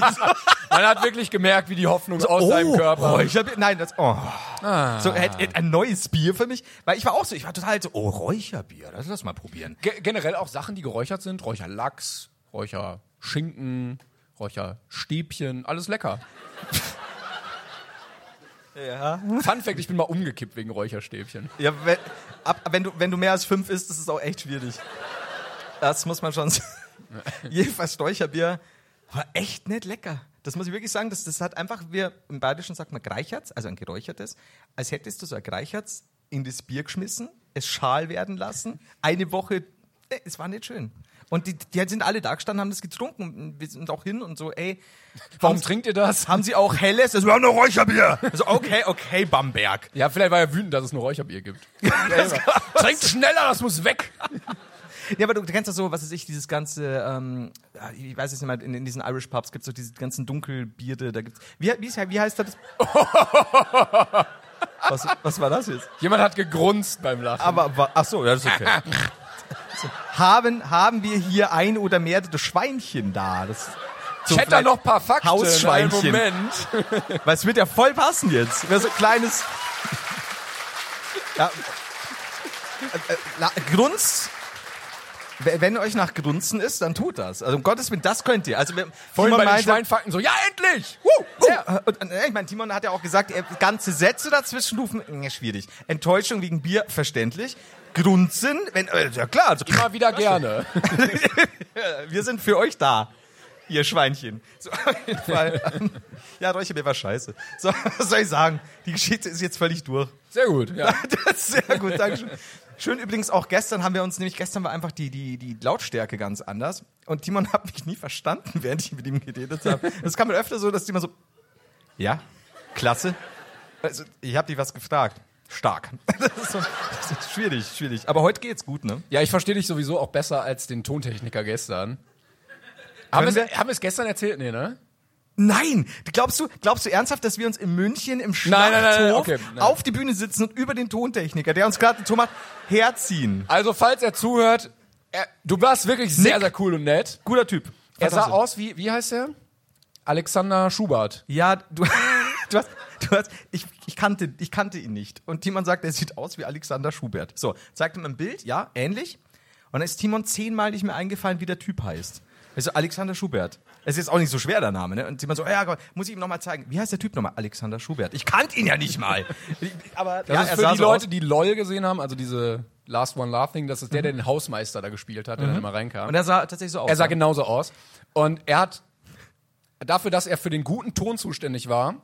[SPEAKER 2] Man hat wirklich gemerkt, wie die Hoffnung aus seinem Körper. Ah.
[SPEAKER 3] Räucherbier? Nein, das. Oh. So, hätte hätte ein neues Bier für mich. Weil ich war auch so, ich war total so, oh, Räucherbier, lass das mal probieren.
[SPEAKER 2] Ge generell auch Sachen, die geräuchert sind. Räucherlachs, Räucherschinken, Räucherstäbchen, alles lecker.
[SPEAKER 3] Ja.
[SPEAKER 2] Fun Fact, ich bin mal umgekippt wegen Räucherstäbchen.
[SPEAKER 3] Ja, wenn, ab, wenn, du, wenn du mehr als fünf isst, ist es auch echt schwierig. Das muss man schon sagen. Jedenfalls Räucherbier war echt nicht lecker. Das muss ich wirklich sagen, das, das hat einfach, wir im Bayerischen sagt man Greicherts, also ein geräuchertes, als hättest du so ein Greicherts in das Bier geschmissen, es schal werden lassen, eine Woche, nee, es war nicht schön. Und die, die sind alle da gestanden, haben das getrunken, wir sind auch hin und so, ey.
[SPEAKER 2] Warum
[SPEAKER 3] haben-
[SPEAKER 2] trinkt ihr das?
[SPEAKER 3] Haben sie auch helles? Das war nur Räucherbier. Also okay, okay, Bamberg.
[SPEAKER 2] Ja, vielleicht war er wütend, dass es nur Räucherbier gibt. Trinkt schneller, das muss weg.
[SPEAKER 3] Ja, aber du, du kennst doch so, was weiß ich, dieses ganze, ähm, ja, ich weiß es nicht mal, in, in diesen Irish Pubs gibt's doch diese ganzen Dunkelbierde, da gibt's. Wie, wie, ist- wie heißt das? was, was war das jetzt?
[SPEAKER 2] Jemand hat gegrunzt beim Lachen.
[SPEAKER 3] Aber, wa- ach so, ja, das ist okay. haben, haben wir hier ein oder mehrere Schweinchen da? Das,
[SPEAKER 2] Ich hätte da noch ein paar Fakten.
[SPEAKER 3] Hausschweinchen.
[SPEAKER 2] Einen Moment.
[SPEAKER 3] Weil es wird ja voll passen jetzt. Wäre so ein kleines. Ja. Äh, äh, la- Grunz. W- Wenn euch nach Grunzen ist, dann tut das. Also um Gottes Willen, das könnt ihr. Also wenn
[SPEAKER 2] Vorhin bei den
[SPEAKER 3] meinte-
[SPEAKER 2] Schweinfakten so, ja, endlich! Huh, huh.
[SPEAKER 3] Ja, und, äh, ich meine, Timon hat ja auch gesagt, äh, ganze Sätze dazwischen rufen, äh, schwierig. Enttäuschung wegen Bier, verständlich. Grunzen, wenn, äh, ja klar, also, äh,
[SPEAKER 2] Immer wieder gerne.
[SPEAKER 3] wir sind für euch da, ihr Schweinchen. So, auf jeden Fall. ähm, ja, Räucherbier war scheiße. So, was soll ich sagen? Die Geschichte ist jetzt völlig durch.
[SPEAKER 2] Sehr gut, ja.
[SPEAKER 3] Das ist sehr gut, Dankeschön. Schön übrigens auch gestern haben wir uns nämlich gestern war einfach die, die, die Lautstärke ganz anders und Timon hat mich nie verstanden, während ich mit ihm geredet habe. Das kam mir öfter so, dass Timon so ja, klasse. Also, ich habe dich was gefragt. Stark. Das ist, so, das ist schwierig, schwierig, aber heute geht's gut, ne?
[SPEAKER 2] Ja, ich verstehe dich sowieso auch besser als den Tontechniker gestern. Haben wir, es-
[SPEAKER 3] wir-
[SPEAKER 2] haben wir es gestern erzählt? Nee, ne?
[SPEAKER 3] Nein, glaubst du, glaubst du ernsthaft, dass wir uns in München im
[SPEAKER 2] Nein,
[SPEAKER 3] Schlachthof
[SPEAKER 2] nein, nein, nein, okay, nein.
[SPEAKER 3] auf die Bühne sitzen und über den Tontechniker, der uns gerade den Ton macht, herziehen?
[SPEAKER 2] Also, falls er zuhört, er, du warst wirklich sehr,
[SPEAKER 3] Nick.
[SPEAKER 2] sehr cool und nett.
[SPEAKER 3] Guter Typ.
[SPEAKER 2] Er sah
[SPEAKER 3] Fantastisch.
[SPEAKER 2] aus wie, wie heißt er? Alexander Schubert.
[SPEAKER 3] Ja, du, du hast, du hast, ich, ich kannte, ich kannte ihn nicht. Und Timon sagt, er sieht aus wie Alexander Schubert. So, zeigt ihm ein Bild, ja, ähnlich. Und dann ist Timon zehnmal nicht mehr eingefallen, wie der Typ heißt. Also Alexander Schubert. Es ist jetzt auch nicht so schwer, der Name, ne? Und Timon so, ja, Gott, muss ich ihm nochmal zeigen. Wie heißt der Typ nochmal? Alexander Schubert. Ich kannte ihn ja nicht mal. Ich- Aber
[SPEAKER 2] Das
[SPEAKER 3] ja,
[SPEAKER 2] ist
[SPEAKER 3] er
[SPEAKER 2] für
[SPEAKER 3] sah
[SPEAKER 2] die
[SPEAKER 3] so
[SPEAKER 2] Leute,
[SPEAKER 3] aus.
[SPEAKER 2] die LOL gesehen haben, also diese Last One Laughing, das ist der, der den Hausmeister da gespielt hat, der dann immer reinkam.
[SPEAKER 3] Und er sah tatsächlich so aus.
[SPEAKER 2] Mhm. Er sah
[SPEAKER 3] ja.
[SPEAKER 2] genauso aus. Und er hat dafür, dass er für den guten Ton zuständig war,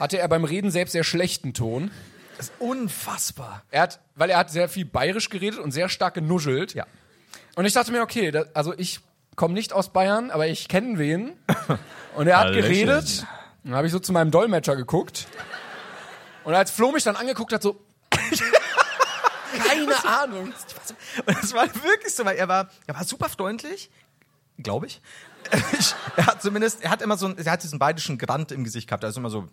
[SPEAKER 2] hatte er beim Reden selbst sehr schlechten Ton.
[SPEAKER 3] Das ist unfassbar.
[SPEAKER 2] Er hat, weil er hat sehr viel bayerisch geredet und sehr stark genuschelt.
[SPEAKER 3] Ja.
[SPEAKER 2] Und ich dachte mir, okay, da, also ich komme nicht aus Bayern, aber ich kenne wen. Und er hat
[SPEAKER 4] Hallöchen.
[SPEAKER 2] geredet. Dann habe ich so zu meinem Dolmetscher geguckt. Und als Flo mich dann angeguckt hat, so. Keine Ahnung.
[SPEAKER 3] Und das war wirklich so, weil er war, er war super freundlich, glaube ich. ich. Er hat zumindest, er hat immer so, ein- er hat diesen badischen Grant im Gesicht gehabt. Also immer so,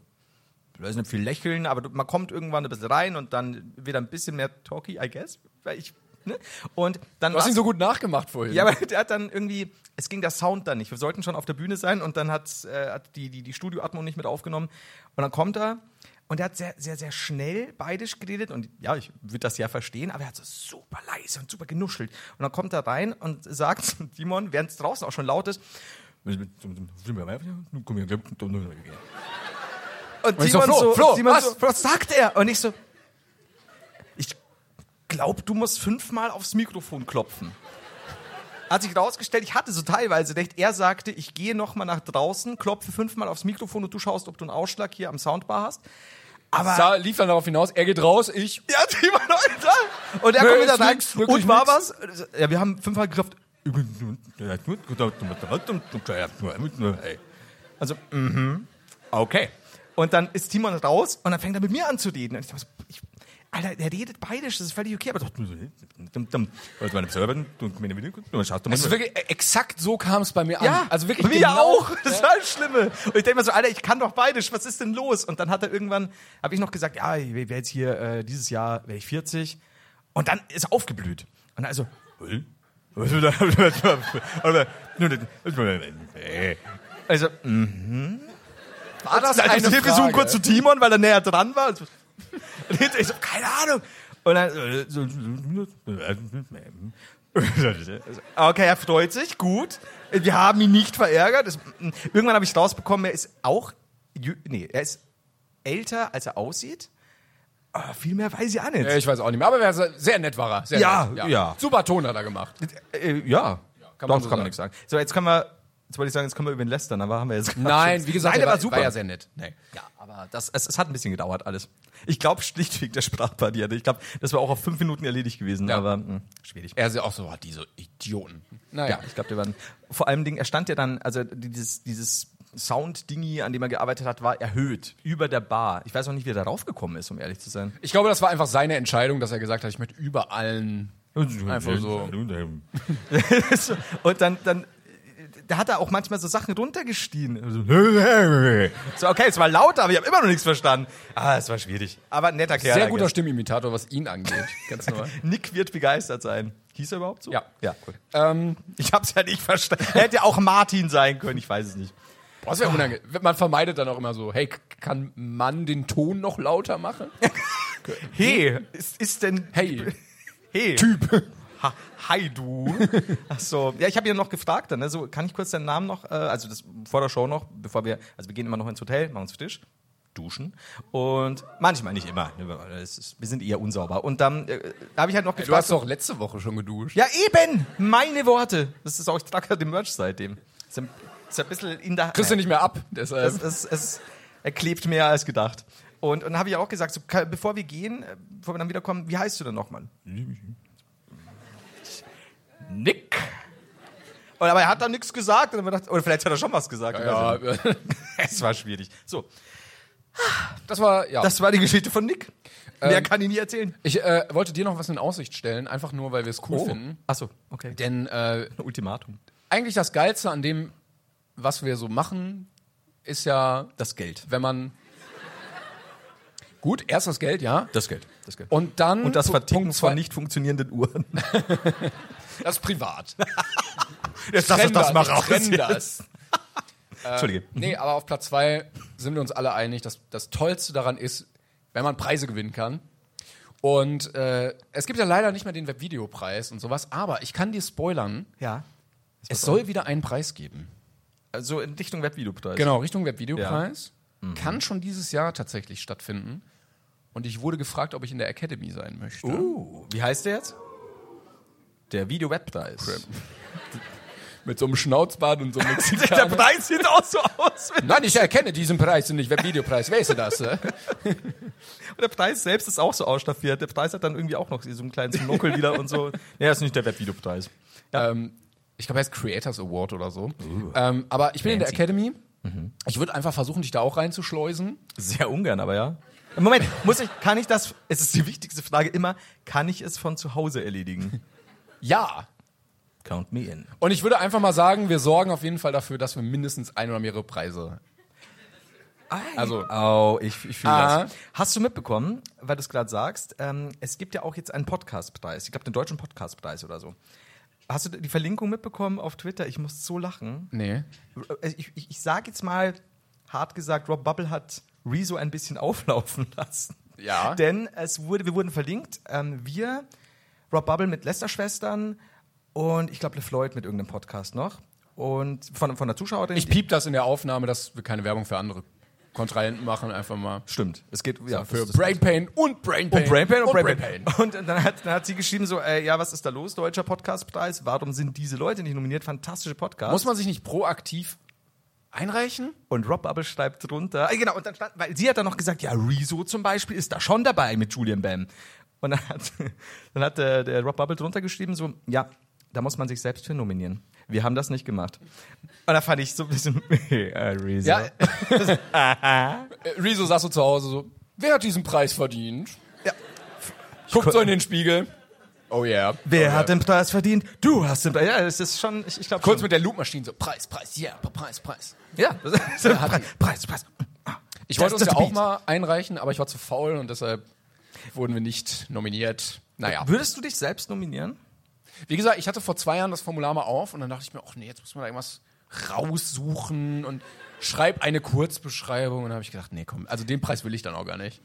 [SPEAKER 3] ich weiß nicht, viel lächeln, aber du- man kommt irgendwann ein bisschen rein und dann wieder ein bisschen mehr talky, I guess. Weil ich, ne? Und dann
[SPEAKER 2] Du hast ihn
[SPEAKER 3] war's-
[SPEAKER 2] so gut nachgemacht vorhin.
[SPEAKER 3] ja, aber der hat dann irgendwie, es ging der Sound dann nicht. Wir sollten schon auf der Bühne sein und dann hat, äh, hat die, die, die Studioatmo nicht mit aufgenommen. Und dann kommt er und er hat sehr, sehr, sehr schnell beidisch geredet und ja, ich würde das ja verstehen, aber er hat so super leise und super genuschelt. Und dann kommt er rein und sagt zu Timon, während es draußen auch schon laut ist, und
[SPEAKER 2] ich so,
[SPEAKER 3] Timon
[SPEAKER 2] Flo,
[SPEAKER 3] so,
[SPEAKER 2] Flo,
[SPEAKER 3] Timon
[SPEAKER 2] was?
[SPEAKER 3] so, was sagt er? Und ich so, ich glaub, du musst fünfmal aufs Mikrofon klopfen hat sich rausgestellt, ich hatte so teilweise recht, er sagte, ich gehe nochmal nach draußen, klopfe fünfmal aufs Mikrofon und du schaust, ob du einen Ausschlag hier am Soundbar hast. Aber
[SPEAKER 2] Sah, lief dann darauf hinaus, er geht raus, ich.
[SPEAKER 3] ja, die waren alle da. Und er
[SPEAKER 2] Nee,
[SPEAKER 3] kommt wieder
[SPEAKER 2] ist
[SPEAKER 3] rein.
[SPEAKER 2] nix, wirklich
[SPEAKER 3] Und war
[SPEAKER 2] nix.
[SPEAKER 3] was? Ja, wir haben fünfmal geklopft. Also, mhm. Okay. Und dann ist Timon raus und dann fängt er mit mir an zu reden. Und ich dachte, so, ich, Alter, der redet beidisch, das ist völlig okay. Aber doch.
[SPEAKER 2] Das ist wirklich, e, exakt so kam es bei mir an.
[SPEAKER 3] Ja,
[SPEAKER 2] also wirklich.
[SPEAKER 3] Mir
[SPEAKER 2] genau-
[SPEAKER 3] auch. Das war das Schlimme. Und ich denke mir so, Alter, ich kann doch beidisch. Was ist denn los? Und dann hat er irgendwann, habe ich noch gesagt, ja, ich wäre jetzt hier, äh, dieses Jahr wäre ich 40. Und dann ist er aufgeblüht. Und also, also, mhm. War das
[SPEAKER 2] eine
[SPEAKER 3] Wir versuchen
[SPEAKER 2] Frage?
[SPEAKER 3] kurz zu Timon, weil er näher dran war. Und ich so, keine Ahnung. Und dann, äh, so, äh, okay, er freut sich, gut. Wir haben ihn nicht verärgert. Das, irgendwann habe ich rausbekommen, er ist auch, jü- nee, er ist älter, als er aussieht. Aber viel mehr weiß ich auch nicht.
[SPEAKER 2] Ja, Äh, Ich weiß auch nicht mehr, aber wer- sehr nett war er. Sehr
[SPEAKER 3] Ja,
[SPEAKER 2] nett,
[SPEAKER 3] ja.
[SPEAKER 2] Super Ton hat er gemacht.
[SPEAKER 3] Äh, ja,
[SPEAKER 2] kann man so
[SPEAKER 3] Doch, kann man
[SPEAKER 2] sagen.
[SPEAKER 3] nichts sagen. So, jetzt können wir, jetzt wollte ich sagen, jetzt können wir über ihn lästern, aber haben wir jetzt
[SPEAKER 2] Nein, wie gesagt,
[SPEAKER 3] Nein,
[SPEAKER 2] er
[SPEAKER 3] der
[SPEAKER 2] war,
[SPEAKER 3] war super.
[SPEAKER 2] war ja sehr nett. Nee.
[SPEAKER 3] Ja, aber das, es, es hat ein bisschen gedauert alles. Ich glaube schlichtweg der Sprachbarriere. Ich glaube, das war auch auf fünf Minuten erledigt gewesen,
[SPEAKER 2] Ja.
[SPEAKER 3] aber mh, schwierig.
[SPEAKER 2] Er ist ja auch so, oh, diese Idioten. Naja.
[SPEAKER 3] Ja, ich glaube, der war ein- vor allem Ding, er stand ja dann, also dieses, dieses Sound-Dingi, an dem er gearbeitet hat, war erhöht über der Bar. Ich weiß auch nicht, wie er darauf gekommen ist, um ehrlich zu sein.
[SPEAKER 2] Ich glaube, das war einfach seine Entscheidung, dass er gesagt hat, ich möchte über allen. Einfach so.
[SPEAKER 3] Und dann, dann, da hat er auch manchmal so Sachen runtergestiehen. So, okay, es war lauter, aber ich habe immer noch nichts verstanden. Ah, es war schwierig. Aber ein netter Kerl.
[SPEAKER 2] Sehr
[SPEAKER 3] I
[SPEAKER 2] guter
[SPEAKER 3] guess.
[SPEAKER 2] Stimmimitator, was ihn angeht. Ganz normal.
[SPEAKER 3] Nick wird begeistert sein. Hieß er überhaupt so?
[SPEAKER 2] Ja.
[SPEAKER 3] Ja, gut.
[SPEAKER 2] Ähm,
[SPEAKER 3] Ich hab's ja nicht verstanden. Hätte auch Martin sein können, ich weiß es nicht.
[SPEAKER 2] boah, das wäre unangenehm. Man vermeidet dann auch immer so, hey, k- kann man den Ton noch lauter machen?
[SPEAKER 3] Hey, ist, ist denn.
[SPEAKER 2] Hey,
[SPEAKER 3] hey.
[SPEAKER 2] Typ.
[SPEAKER 3] Ha, hi, du. Ach so. Ja, ich habe ja noch gefragt dann, ne? so, kann ich kurz deinen Namen noch, äh, also das vor der Show noch, bevor wir, also wir gehen immer noch ins Hotel, machen uns Tisch, duschen und manchmal, nicht immer, ne? es ist, wir sind eher unsauber. Und dann äh, habe ich halt noch
[SPEAKER 2] Du
[SPEAKER 3] gefragt.
[SPEAKER 2] hast doch letzte Woche schon geduscht.
[SPEAKER 3] ja, eben! Meine Worte! Das ist auch, ich trage den Merch seitdem. Ist ein, ist ein bisschen in der.
[SPEAKER 2] Kriegst du nicht mehr ab, deshalb.
[SPEAKER 3] Es, es, es, er klebt mehr als gedacht. Und, und dann habe ich auch gesagt, so, ka- bevor wir gehen, äh, bevor wir dann wiederkommen, wie heißt du denn nochmal? Nick. Und, aber er hat dann nichts gesagt. Und dann haben wir gedacht, oder vielleicht hat er schon was gesagt.
[SPEAKER 2] ja,
[SPEAKER 3] Es war schwierig. So,
[SPEAKER 2] das war, ja.
[SPEAKER 3] das war die Geschichte von Nick. Mehr kann ich nie erzählen.
[SPEAKER 2] ich äh, wollte dir noch was in Aussicht stellen, einfach nur, weil wir es cool finden.
[SPEAKER 3] Achso, oh. okay.
[SPEAKER 2] Denn äh,
[SPEAKER 3] Ein Ultimatum.
[SPEAKER 2] eigentlich das Geilste an dem, was wir so machen, ist ja,
[SPEAKER 3] Das Geld.
[SPEAKER 2] wenn man. Gut, erst das Geld, ja.
[SPEAKER 4] Das Geld.
[SPEAKER 3] Das Geld.
[SPEAKER 2] Und dann.
[SPEAKER 3] Und das
[SPEAKER 2] Pu-
[SPEAKER 3] Verticken
[SPEAKER 2] Punkt
[SPEAKER 3] von
[SPEAKER 2] zwei-
[SPEAKER 3] nicht funktionierenden Uhren.
[SPEAKER 2] Das ist privat.
[SPEAKER 3] Jetzt
[SPEAKER 2] Trenn
[SPEAKER 3] mal
[SPEAKER 2] ich trenn
[SPEAKER 3] jetzt.
[SPEAKER 2] das.
[SPEAKER 3] Entschuldige.
[SPEAKER 2] Nee, aber auf Platz zwei sind wir uns alle einig, dass das Tollste daran ist, wenn man Preise gewinnen kann. Und äh, es gibt ja leider nicht mehr den Webvideopreis und sowas, aber ich kann dir spoilern,
[SPEAKER 3] Ja.
[SPEAKER 2] es soll wieder einen Preis geben.
[SPEAKER 3] Also in Richtung Webvideopreis.
[SPEAKER 2] Genau, Richtung Webvideopreis. Kann schon dieses Jahr tatsächlich stattfinden. Und ich wurde gefragt, ob ich in der Academy sein möchte.
[SPEAKER 3] Uh, wie heißt der jetzt? Der Video-Webpreis.
[SPEAKER 2] Mit so einem Schnauzbart und so einem
[SPEAKER 3] Der
[SPEAKER 2] Mexikaner.
[SPEAKER 3] Preis sieht auch so aus.
[SPEAKER 2] Nein, ich erkenne diesen Preis und nicht Webvideopreis. Weißt du das? äh?
[SPEAKER 3] Und der Preis selbst ist auch so ausstaffiert. Der Preis hat dann irgendwie auch noch so einen kleinen Snockel wieder und so. Ja, ist nicht der Webvideopreis.
[SPEAKER 2] ich glaube, er heißt Creators Award oder so. Ähm, aber ich bin in der Academy.
[SPEAKER 3] Mhm.
[SPEAKER 2] Ich würde einfach versuchen, dich da auch reinzuschleusen.
[SPEAKER 3] Sehr ungern, aber ja. Moment, muss ich, kann ich das, es ist die wichtigste Frage immer, kann ich es von zu Hause erledigen?
[SPEAKER 2] Ja.
[SPEAKER 3] Count me in.
[SPEAKER 2] Und ich würde einfach mal sagen, wir sorgen auf jeden Fall dafür, dass wir mindestens ein oder mehrere Preise.
[SPEAKER 3] Also,
[SPEAKER 2] Also-
[SPEAKER 3] oh, ich, ich fühle
[SPEAKER 2] Ah.
[SPEAKER 3] das. Hast du mitbekommen, weil du es gerade sagst, ähm, es gibt ja auch jetzt einen Podcastpreis. Ich glaube, den deutschen Podcastpreis oder so. Hast du die Verlinkung mitbekommen auf Twitter? Ich muss so lachen.
[SPEAKER 2] Nee.
[SPEAKER 3] Äh, ich, ich, ich sage jetzt mal, hart gesagt, Rob Bubble hat Rezo ein bisschen auflaufen lassen.
[SPEAKER 2] Ja.
[SPEAKER 3] Denn es wurde, wir wurden verlinkt. Ähm, wir, Rob Bubble mit Lester-Schwestern und ich glaube LeFloid mit irgendeinem Podcast noch. Und von, von der Zuschauerin.
[SPEAKER 2] Ich piep das in der Aufnahme, dass wir keine Werbung für andere Kontrahenten machen, einfach mal.
[SPEAKER 3] Stimmt. Es geht ja,
[SPEAKER 2] Für
[SPEAKER 3] das- das-
[SPEAKER 2] Brain Pain und Brain Pain.
[SPEAKER 3] Und Brain Pain und, Brain Pain. Und dann hat, dann hat sie geschrieben so, äh, ja, was ist da los, deutscher Podcastpreis? Warum sind diese Leute nicht nominiert? Fantastische Podcasts.
[SPEAKER 2] Muss man sich nicht proaktiv einreichen?
[SPEAKER 3] Und Rob Bubble schreibt drunter, äh, genau, und dann stand, weil sie hat dann noch gesagt, ja, Rezo zum Beispiel ist da schon dabei mit Julian Bam. Und dann hat, dann hat der, der Rob Bubble drunter geschrieben, so, ja, da muss man sich selbst für nominieren. Wir haben das nicht gemacht. Und da fand ich so ein bisschen, äh, Rezo.
[SPEAKER 2] Ja. Äh, Rezo saß so zu Hause so, wer hat diesen Preis verdient?
[SPEAKER 3] Ja.
[SPEAKER 2] Guckt so in den Spiegel. Oh yeah.
[SPEAKER 3] Wer
[SPEAKER 2] oh, yeah.
[SPEAKER 3] hat den Preis verdient? Du hast den Preis. Ja, das ist schon, ich, ich glaube
[SPEAKER 2] Kurz mit der Loopmaschine so, Preis, Preis, ja, yeah, Preis, Preis.
[SPEAKER 3] ja.
[SPEAKER 2] hat-
[SPEAKER 3] Preis, Preis, Preis.
[SPEAKER 2] Ich wollte uns
[SPEAKER 3] Das-
[SPEAKER 2] ja
[SPEAKER 3] das
[SPEAKER 2] auch
[SPEAKER 3] Beat.
[SPEAKER 2] mal einreichen, aber ich war zu faul und deshalb wurden wir nicht nominiert. Naja.
[SPEAKER 3] Würdest du dich selbst nominieren?
[SPEAKER 2] Wie gesagt, ich hatte vor zwei Jahren das Formular mal auf und dann dachte ich mir, ach nee, jetzt muss man da irgendwas raussuchen und schreib eine Kurzbeschreibung. Und dann habe ich gedacht, nee, komm, also den Preis will ich dann auch gar nicht.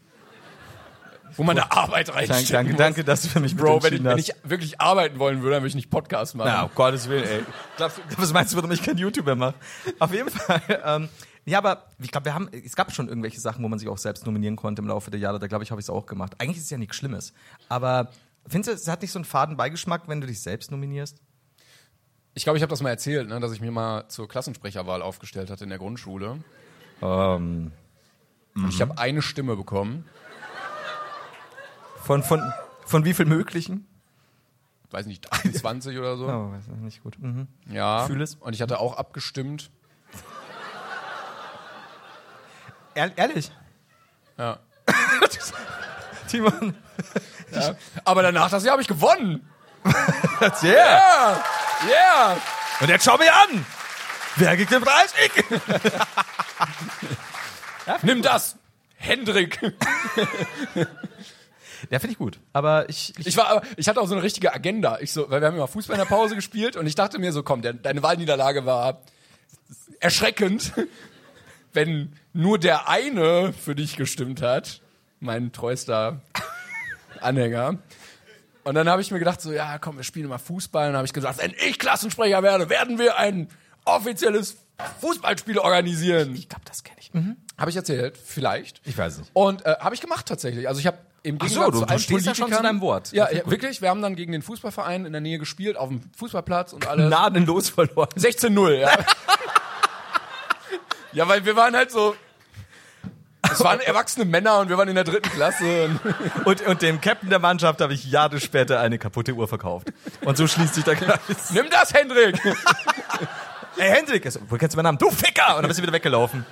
[SPEAKER 2] Wo man da Arbeit
[SPEAKER 3] Danke,
[SPEAKER 2] reinsteckt.
[SPEAKER 3] danke, danke, dass du für mich
[SPEAKER 2] Bro, wenn ich,
[SPEAKER 3] mitentschieden
[SPEAKER 2] wenn
[SPEAKER 3] hast.
[SPEAKER 2] ich wirklich arbeiten wollen würde, dann würde ich nicht Podcast machen.
[SPEAKER 3] Na, um Gottes Willen, ey. Glaubst, du- was meinst du, warum ich kein YouTuber mache? Auf jeden Fall. Ähm, ja, aber ich glaube, wir haben, es gab schon irgendwelche Sachen, wo man sich auch selbst nominieren konnte im Laufe der Jahre. Da glaube ich, habe ich es auch gemacht. Eigentlich ist es ja nichts Schlimmes. Aber findest du, es hat nicht so einen faden Beigeschmack, wenn du dich selbst nominierst?
[SPEAKER 2] Ich glaube, ich habe das mal erzählt, ne, dass ich mir mal zur Klassensprecherwahl aufgestellt hatte in der Grundschule.
[SPEAKER 3] Ähm,
[SPEAKER 2] Und ich habe eine Stimme bekommen.
[SPEAKER 3] von, von, von wie viel möglichen?
[SPEAKER 2] Weiß nicht, 28 oder so.
[SPEAKER 3] Oh, weiß ich nicht gut. Mhm.
[SPEAKER 2] Ja.
[SPEAKER 3] Fühl es.
[SPEAKER 2] Und ich hatte auch abgestimmt.
[SPEAKER 3] Ehr, ehrlich?
[SPEAKER 2] Ja.
[SPEAKER 3] Timon,
[SPEAKER 2] Ja. Aber danach das Jahr habe ich gewonnen.
[SPEAKER 3] yeah.
[SPEAKER 2] Ja. Yeah.
[SPEAKER 3] Und jetzt schau mir an! Wer kriegt den Preis? Ich!
[SPEAKER 2] Nimm das, Hendrik.
[SPEAKER 3] Der finde ich gut. Aber ich,
[SPEAKER 2] Ich, war, ich hatte auch so eine richtige Agenda. Ich so, weil wir haben immer Fußball in der Pause gespielt und ich dachte mir so, komm, de- deine Wahlniederlage war erschreckend, wenn nur der eine für dich gestimmt hat, mein treuster Anhänger. Und dann habe ich mir gedacht, so, ja, komm, wir spielen mal Fußball. Und dann habe ich gesagt, wenn ich Klassensprecher werde, werden wir ein offizielles Fußballspiel organisieren.
[SPEAKER 3] ich glaube, das kenne ich.
[SPEAKER 2] Habe ich erzählt, vielleicht.
[SPEAKER 3] Ich weiß es nicht.
[SPEAKER 2] Und äh, habe ich gemacht tatsächlich. Also ich habe im
[SPEAKER 3] Ach so,
[SPEAKER 2] Gegensatz zu
[SPEAKER 3] du- du
[SPEAKER 2] allen
[SPEAKER 3] stehst ja schon
[SPEAKER 2] Politikern-
[SPEAKER 3] zu deinem Wort.
[SPEAKER 2] Ja,
[SPEAKER 3] Das ist
[SPEAKER 2] ja, wirklich. Wir haben dann gegen den Fußballverein in der Nähe gespielt, auf dem Fußballplatz und alles.
[SPEAKER 3] Gnadenlos verloren.
[SPEAKER 2] 16-0, ja. ja, weil wir waren halt so... Es waren erwachsene Männer und wir waren in der dritten Klasse. Und
[SPEAKER 3] Und, und dem Captain der Mannschaft habe ich Jahre später eine kaputte Uhr verkauft. Und so schließt sich der Kreis.
[SPEAKER 2] Nimm das, Hendrik!
[SPEAKER 3] Ey, Hendrik, ist- woher kennst du meinen Namen? Du Ficker! Und dann bist du wieder weggelaufen.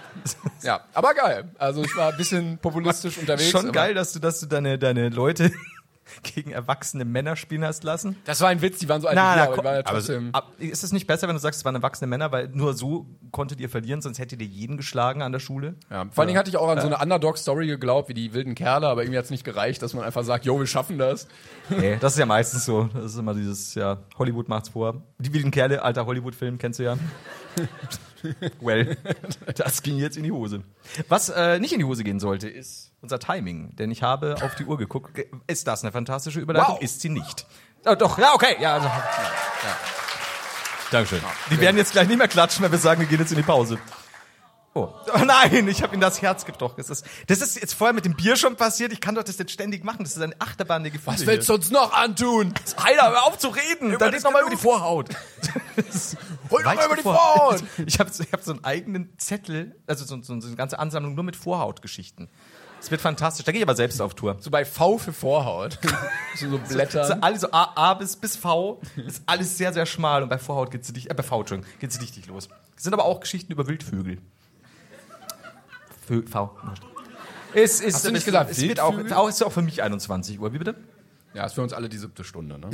[SPEAKER 2] Ja, aber geil. Also ich war ein bisschen populistisch unterwegs.
[SPEAKER 3] Schon
[SPEAKER 2] aber-
[SPEAKER 3] geil, dass du, dass du deine, deine Leute gegen erwachsene Männer spielen hast lassen.
[SPEAKER 2] Das war ein Witz, die waren so alt wie wir, aber die waren ja
[SPEAKER 3] aber
[SPEAKER 2] trotzdem...
[SPEAKER 3] ab- ist es nicht besser, wenn du sagst, es waren erwachsene Männer, weil nur so konntet ihr verlieren, sonst hättet ihr jeden geschlagen an der Schule?
[SPEAKER 2] Ja, vor allen Dingen hatte ich auch an so eine Underdog-Story geglaubt, wie die wilden Kerle, aber irgendwie hat's nicht gereicht, dass man einfach sagt, jo, wir schaffen das.
[SPEAKER 3] Nee, das ist ja meistens so. Das ist immer dieses, ja, Hollywood macht's vor. Die wilden Kerle, alter Hollywood-Film, kennst du ja. well, das ging jetzt in die Hose. Was äh, nicht in die Hose gehen sollte, ist unser Timing. Denn ich habe auf die Uhr geguckt. Ge- Ist das eine fantastische Überleitung?
[SPEAKER 2] Wow.
[SPEAKER 3] Ist sie nicht. Ah, doch, ja, okay. Ja, also,
[SPEAKER 4] Dankeschön.
[SPEAKER 2] Ah,
[SPEAKER 3] die werden jetzt gleich nicht mehr klatschen, wenn wir sagen, wir gehen jetzt in die Pause. Oh. oh nein, ich habe ihm das Herz gebrochen. Das ist, das ist jetzt vorher mit dem Bier schon passiert. Ich kann doch das jetzt ständig machen. Das ist eine Achterbahn der Gefühle.
[SPEAKER 2] Was willst du uns noch antun?
[SPEAKER 3] Heiler, hör auf zu reden.
[SPEAKER 2] Dann ist nochmal über die Vorhaut. Hol
[SPEAKER 3] Weit
[SPEAKER 2] nochmal über die
[SPEAKER 3] bevor-
[SPEAKER 2] Vorhaut.
[SPEAKER 3] Ich habe ich hab so einen eigenen Zettel, also so, so, so eine ganze Ansammlung nur mit Vorhautgeschichten. Es wird fantastisch. Da gehe ich aber selbst auf Tour.
[SPEAKER 2] So bei V für Vorhaut. so, so
[SPEAKER 3] Also
[SPEAKER 2] Blätter.
[SPEAKER 3] alles so A, A bis, bis V ist alles sehr, sehr schmal und bei Vorhaut geht's richtig, äh, bei V, Entschuldigung, geht's richtig los. Es sind aber auch Geschichten über Wildvögel. Vö, v. Es ist,
[SPEAKER 2] Hast du nicht gesagt
[SPEAKER 3] es wird auch,
[SPEAKER 2] Wildvögel?
[SPEAKER 3] auch, es ist auch für mich 21 Uhr. Wie bitte?
[SPEAKER 2] Ja, ist für uns alle die siebte Stunde, ne?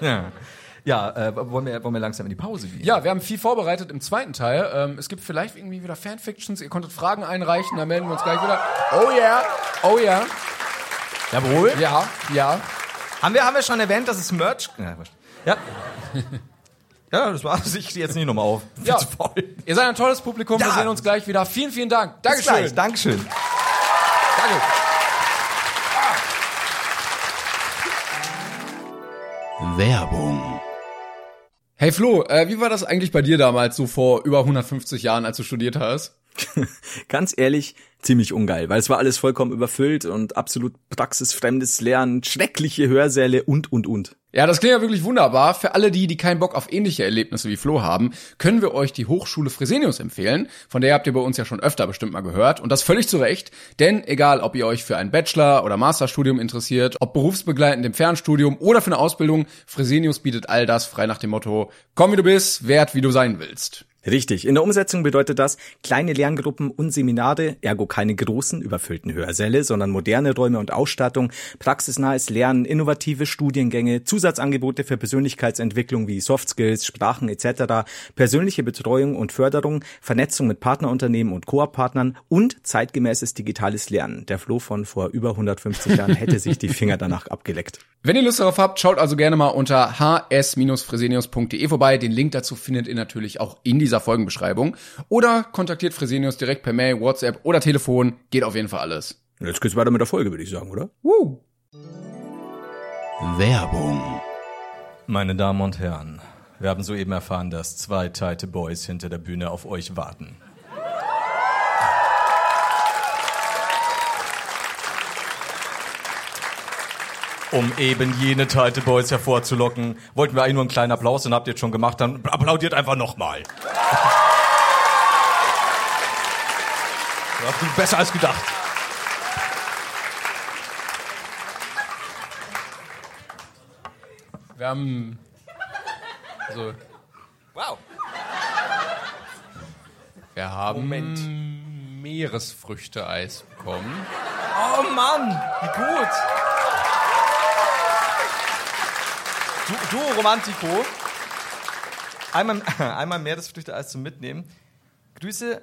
[SPEAKER 3] Ja, ja äh, wollen, wir, wollen wir langsam in die Pause gehen?
[SPEAKER 2] Ja, wir haben viel vorbereitet im zweiten Teil. Ähm, es gibt vielleicht irgendwie wieder Fanfictions. Ihr konntet Fragen einreichen, da melden wir uns gleich wieder. Oh yeah, oh yeah.
[SPEAKER 3] Jawohl.
[SPEAKER 2] Ja, ja.
[SPEAKER 3] Haben wir, haben wir schon erwähnt, dass es Merch. Ja, wurscht. ja. ja das war's. Ich stehe jetzt nicht nochmal auf.
[SPEAKER 2] Ja.
[SPEAKER 3] Zu faul.
[SPEAKER 2] Ihr seid ein tolles Publikum. Wir
[SPEAKER 3] Ja.
[SPEAKER 2] sehen uns gleich wieder. Vielen, vielen Dank.
[SPEAKER 3] Bis gleich.
[SPEAKER 2] Dankeschön.
[SPEAKER 3] Dankeschön.
[SPEAKER 2] Danke.
[SPEAKER 5] Werbung.
[SPEAKER 2] Hey Flo, äh, wie war das eigentlich bei dir damals so vor über 150 Jahren, als du studiert hast?
[SPEAKER 6] Ganz ehrlich, ziemlich ungeil, weil es war alles vollkommen überfüllt und absolut praxisfremdes Lernen, schreckliche Hörsäle und, und, und.
[SPEAKER 2] Ja, das klingt ja wirklich wunderbar. Für alle die, die keinen Bock auf ähnliche Erlebnisse wie Flo haben, können wir euch die Hochschule Fresenius empfehlen. Von der habt ihr bei uns ja schon öfter bestimmt mal gehört. Und das völlig zu Recht. Denn egal, ob ihr euch für ein Bachelor- oder Masterstudium interessiert, ob berufsbegleitend im Fernstudium oder für eine Ausbildung, Fresenius bietet all das frei nach dem Motto, komm wie du bist, wert wie du sein willst.
[SPEAKER 6] Richtig. In der Umsetzung bedeutet das kleine Lerngruppen und Seminare, ergo keine großen, überfüllten Hörsäle, sondern moderne Räume und Ausstattung, praxisnahes Lernen, innovative Studiengänge, Zusatzangebote für Persönlichkeitsentwicklung wie Soft Skills, Sprachen etc., persönliche Betreuung und Förderung, Vernetzung mit Partnerunternehmen und Koop-Partnern und zeitgemäßes digitales Lernen. Der Flo von vor über 150 Jahren hätte sich die Finger danach abgeleckt.
[SPEAKER 2] Wenn ihr Lust darauf habt, schaut also gerne mal unter hs-fresenius.de vorbei. Den Link dazu findet ihr natürlich auch in dieser Folgenbeschreibung. Oder kontaktiert Fresenius direkt per Mail, WhatsApp oder Telefon. Geht auf jeden Fall alles.
[SPEAKER 6] Jetzt geht's weiter mit der Folge, würde ich sagen, oder?
[SPEAKER 5] Werbung.
[SPEAKER 4] Meine Damen und Herren, wir haben soeben erfahren, dass zwei Tite Boys hinter der Bühne auf euch warten. Um eben jene Tite Boys hervorzulocken, wollten wir eigentlich nur einen kleinen Applaus und habt ihr jetzt schon gemacht, dann applaudiert einfach nochmal. Besser als gedacht.
[SPEAKER 2] Wir haben. Also,
[SPEAKER 3] Wow.
[SPEAKER 2] wir haben. Meeresfrüchte-Eis bekommen.
[SPEAKER 3] Oh Mann, wie gut. Du, du Romantico. Einmal, einmal mehr das Früchte als zum Mitnehmen. Grüße.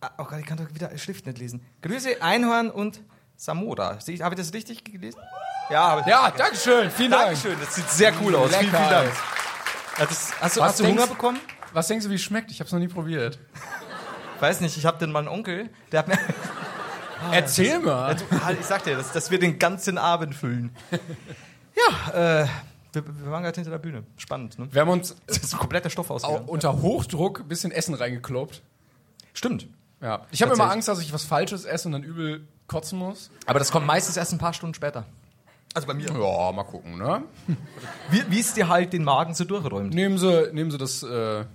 [SPEAKER 3] Ah, Oh Gott, ich kann doch wieder Schrift nicht lesen. Grüße Einhorn und Samora. Sehe ich- Habe ich das richtig gelesen? Ja, habe ich.
[SPEAKER 2] Ja, Dankeschön, vielen Dank.
[SPEAKER 3] Dankeschön. Das sieht sehr cool aus. vielen, vielen Dank.
[SPEAKER 2] Lecker,
[SPEAKER 3] Ja, das, hast du,
[SPEAKER 2] Was
[SPEAKER 3] hast du Hunger
[SPEAKER 2] denkst-
[SPEAKER 3] bekommen?
[SPEAKER 2] Was denkst du, wie es schmeckt? Ich habe es noch nie probiert.
[SPEAKER 3] Weiß nicht, ich habe denn mal einen Onkel, der hat mir.
[SPEAKER 2] Erzähl mal.
[SPEAKER 3] Ah, Ich sag dir, das, das wird den ganzen Abend füllen. Ja, äh, wir, wir waren gerade hinter der Bühne. Spannend, ne?
[SPEAKER 2] Wir haben uns
[SPEAKER 3] Das ist ein kompletter Stoff
[SPEAKER 2] au-
[SPEAKER 3] ausgegangen.
[SPEAKER 2] unter Hochdruck ein bisschen Essen reingekloppt.
[SPEAKER 3] Stimmt.
[SPEAKER 2] Ja. Ich habe immer
[SPEAKER 3] Tatsächlich.
[SPEAKER 2] Angst, dass ich was Falsches esse und dann übel kotzen muss.
[SPEAKER 3] Aber das kommt meistens erst ein paar Stunden später. Also bei mir.
[SPEAKER 2] Ja, mal gucken, ne?
[SPEAKER 3] Wie, wie es dir halt den Magen so durchräumt.
[SPEAKER 2] Nehmen Sie, nehmen Sie das, äh,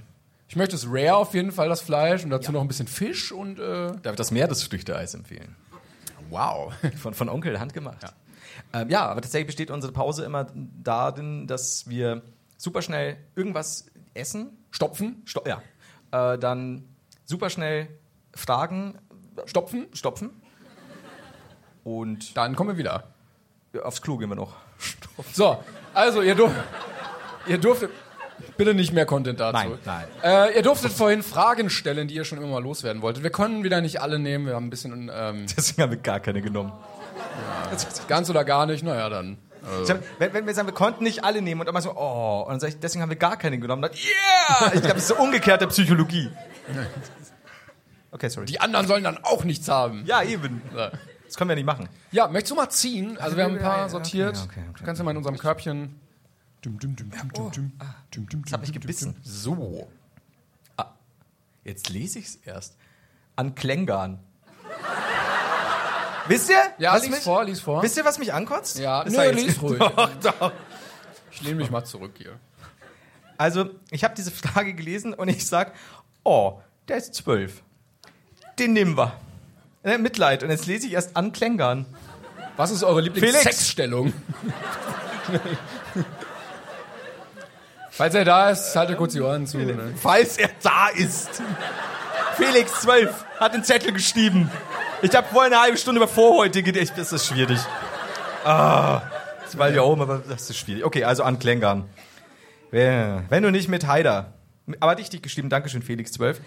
[SPEAKER 2] ich möchte es rare auf jeden Fall, das Fleisch und dazu noch ein bisschen Fisch und, äh,
[SPEAKER 3] Darf ich das Meeresfrüchteeis empfehlen?
[SPEAKER 2] wow.
[SPEAKER 3] Von, von Onkel, handgemacht. Ja. Ähm, ja, aber tatsächlich besteht unsere Pause immer darin, dass wir superschnell irgendwas essen
[SPEAKER 2] Stopfen?
[SPEAKER 3] Sto ja. Äh, dann super schnell Fragen
[SPEAKER 2] Stopfen?
[SPEAKER 3] stopfen. Und
[SPEAKER 2] Dann kommen wir wieder.
[SPEAKER 3] aufs Klo gehen wir noch.
[SPEAKER 2] So, also ihr, durf, ihr durftet. Bitte nicht mehr Content dazu.
[SPEAKER 3] Nein, nein.
[SPEAKER 2] Äh, ihr durftet vorhin Fragen stellen, die ihr schon immer mal loswerden wolltet. Wir konnten wieder nicht alle nehmen. Wir haben ein bisschen ähm,
[SPEAKER 3] Deswegen haben wir gar keine genommen.
[SPEAKER 2] ganz oder gar nicht. Naja, dann.
[SPEAKER 3] Ich hab, wenn, wenn wir sagen, wir konnten nicht alle nehmen und immer so, oh, und dann sag ich, deswegen haben wir gar keine genommen. Dann, yeah! Ich glaube, das ist so umgekehrte Psychologie. Okay, sorry.
[SPEAKER 2] Die anderen sollen dann auch nichts haben.
[SPEAKER 3] ja, eben.
[SPEAKER 2] Ja,
[SPEAKER 3] Das können wir nicht machen.
[SPEAKER 2] möchtest du mal ziehen? Also wir haben ein paar sortiert.
[SPEAKER 3] ja, okay, okay.
[SPEAKER 2] Du kannst ja mal in unserem Körbchen. Dum, dum, dum, dum, dum, dum, dum, dum,
[SPEAKER 3] Das hat mich
[SPEAKER 2] dum, dum,
[SPEAKER 3] gebissen. Ah,
[SPEAKER 2] dum. So.
[SPEAKER 3] Jetzt lese ich es erst. An Klängern. Wisst ihr?
[SPEAKER 2] Ja,
[SPEAKER 3] was
[SPEAKER 2] lies
[SPEAKER 3] mich,
[SPEAKER 2] vor, lies vor.
[SPEAKER 3] Wisst ihr, was mich ankotzt?
[SPEAKER 2] Ja,
[SPEAKER 3] Das
[SPEAKER 2] nö,
[SPEAKER 3] sag ich jetzt.
[SPEAKER 2] lies ruhig.
[SPEAKER 3] Doch, doch.
[SPEAKER 2] Ich lehne mich mal zurück hier.
[SPEAKER 3] Also, ich habe diese Frage gelesen und ich sag, oh, der ist zwölf. Den nehmen wir. Äh, Mitleid. Und jetzt lese ich erst an Klängern.
[SPEAKER 2] Was ist eure Lieblings-Sexstellung? Falls er da ist, haltet kurz die Ohren zu. Ne?
[SPEAKER 3] Falls er da ist. Felix 12 hat den Zettel geschrieben. Ich habe vorhin eine halbe Stunde über Vorhäute gedacht. Das ist schwierig. Ah, das war ja oben, aber das ist schwierig. Okay, also an Klängern. Wer- Wenn du nicht mit Haider. Aber dich dich geschrieben, Dankeschön, Felix 12.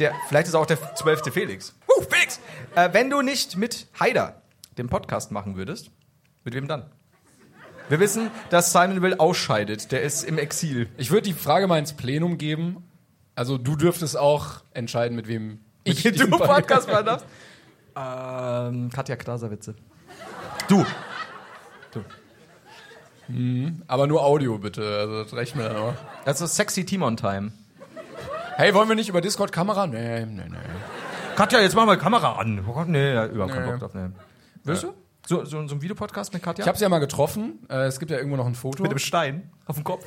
[SPEAKER 3] Der, vielleicht ist auch der 12. Felix. Uh, Felix! Äh, wenn du nicht mit Haider den Podcast machen würdest, mit wem dann? Wir wissen, dass Simon Will ausscheidet. Der ist im Exil.
[SPEAKER 2] Ich würde die Frage mal ins Plenum geben. Also du dürftest auch entscheiden, mit wem ich
[SPEAKER 3] Wenn
[SPEAKER 2] diesen
[SPEAKER 3] du Podcast machen darfst. Ähm, Katja Krasavice. Du.
[SPEAKER 2] Aber nur Audio bitte, also das reicht mir dann auch.
[SPEAKER 3] Also sexy Timon-Time.
[SPEAKER 2] Hey, wollen wir nicht über Discord Kamera? Nee, nee, nee.
[SPEAKER 3] Katja, jetzt mach mal Kamera an. Oh Gott, nee, da überhaupt keinen
[SPEAKER 2] Nee.
[SPEAKER 3] Bock drauf. Nee. Willst du? So, so, so ein Videopodcast mit Katja?
[SPEAKER 2] Ich hab's ja mal getroffen. Äh, es gibt ja irgendwo noch ein Foto.
[SPEAKER 3] mit dem Stein auf dem Kopf.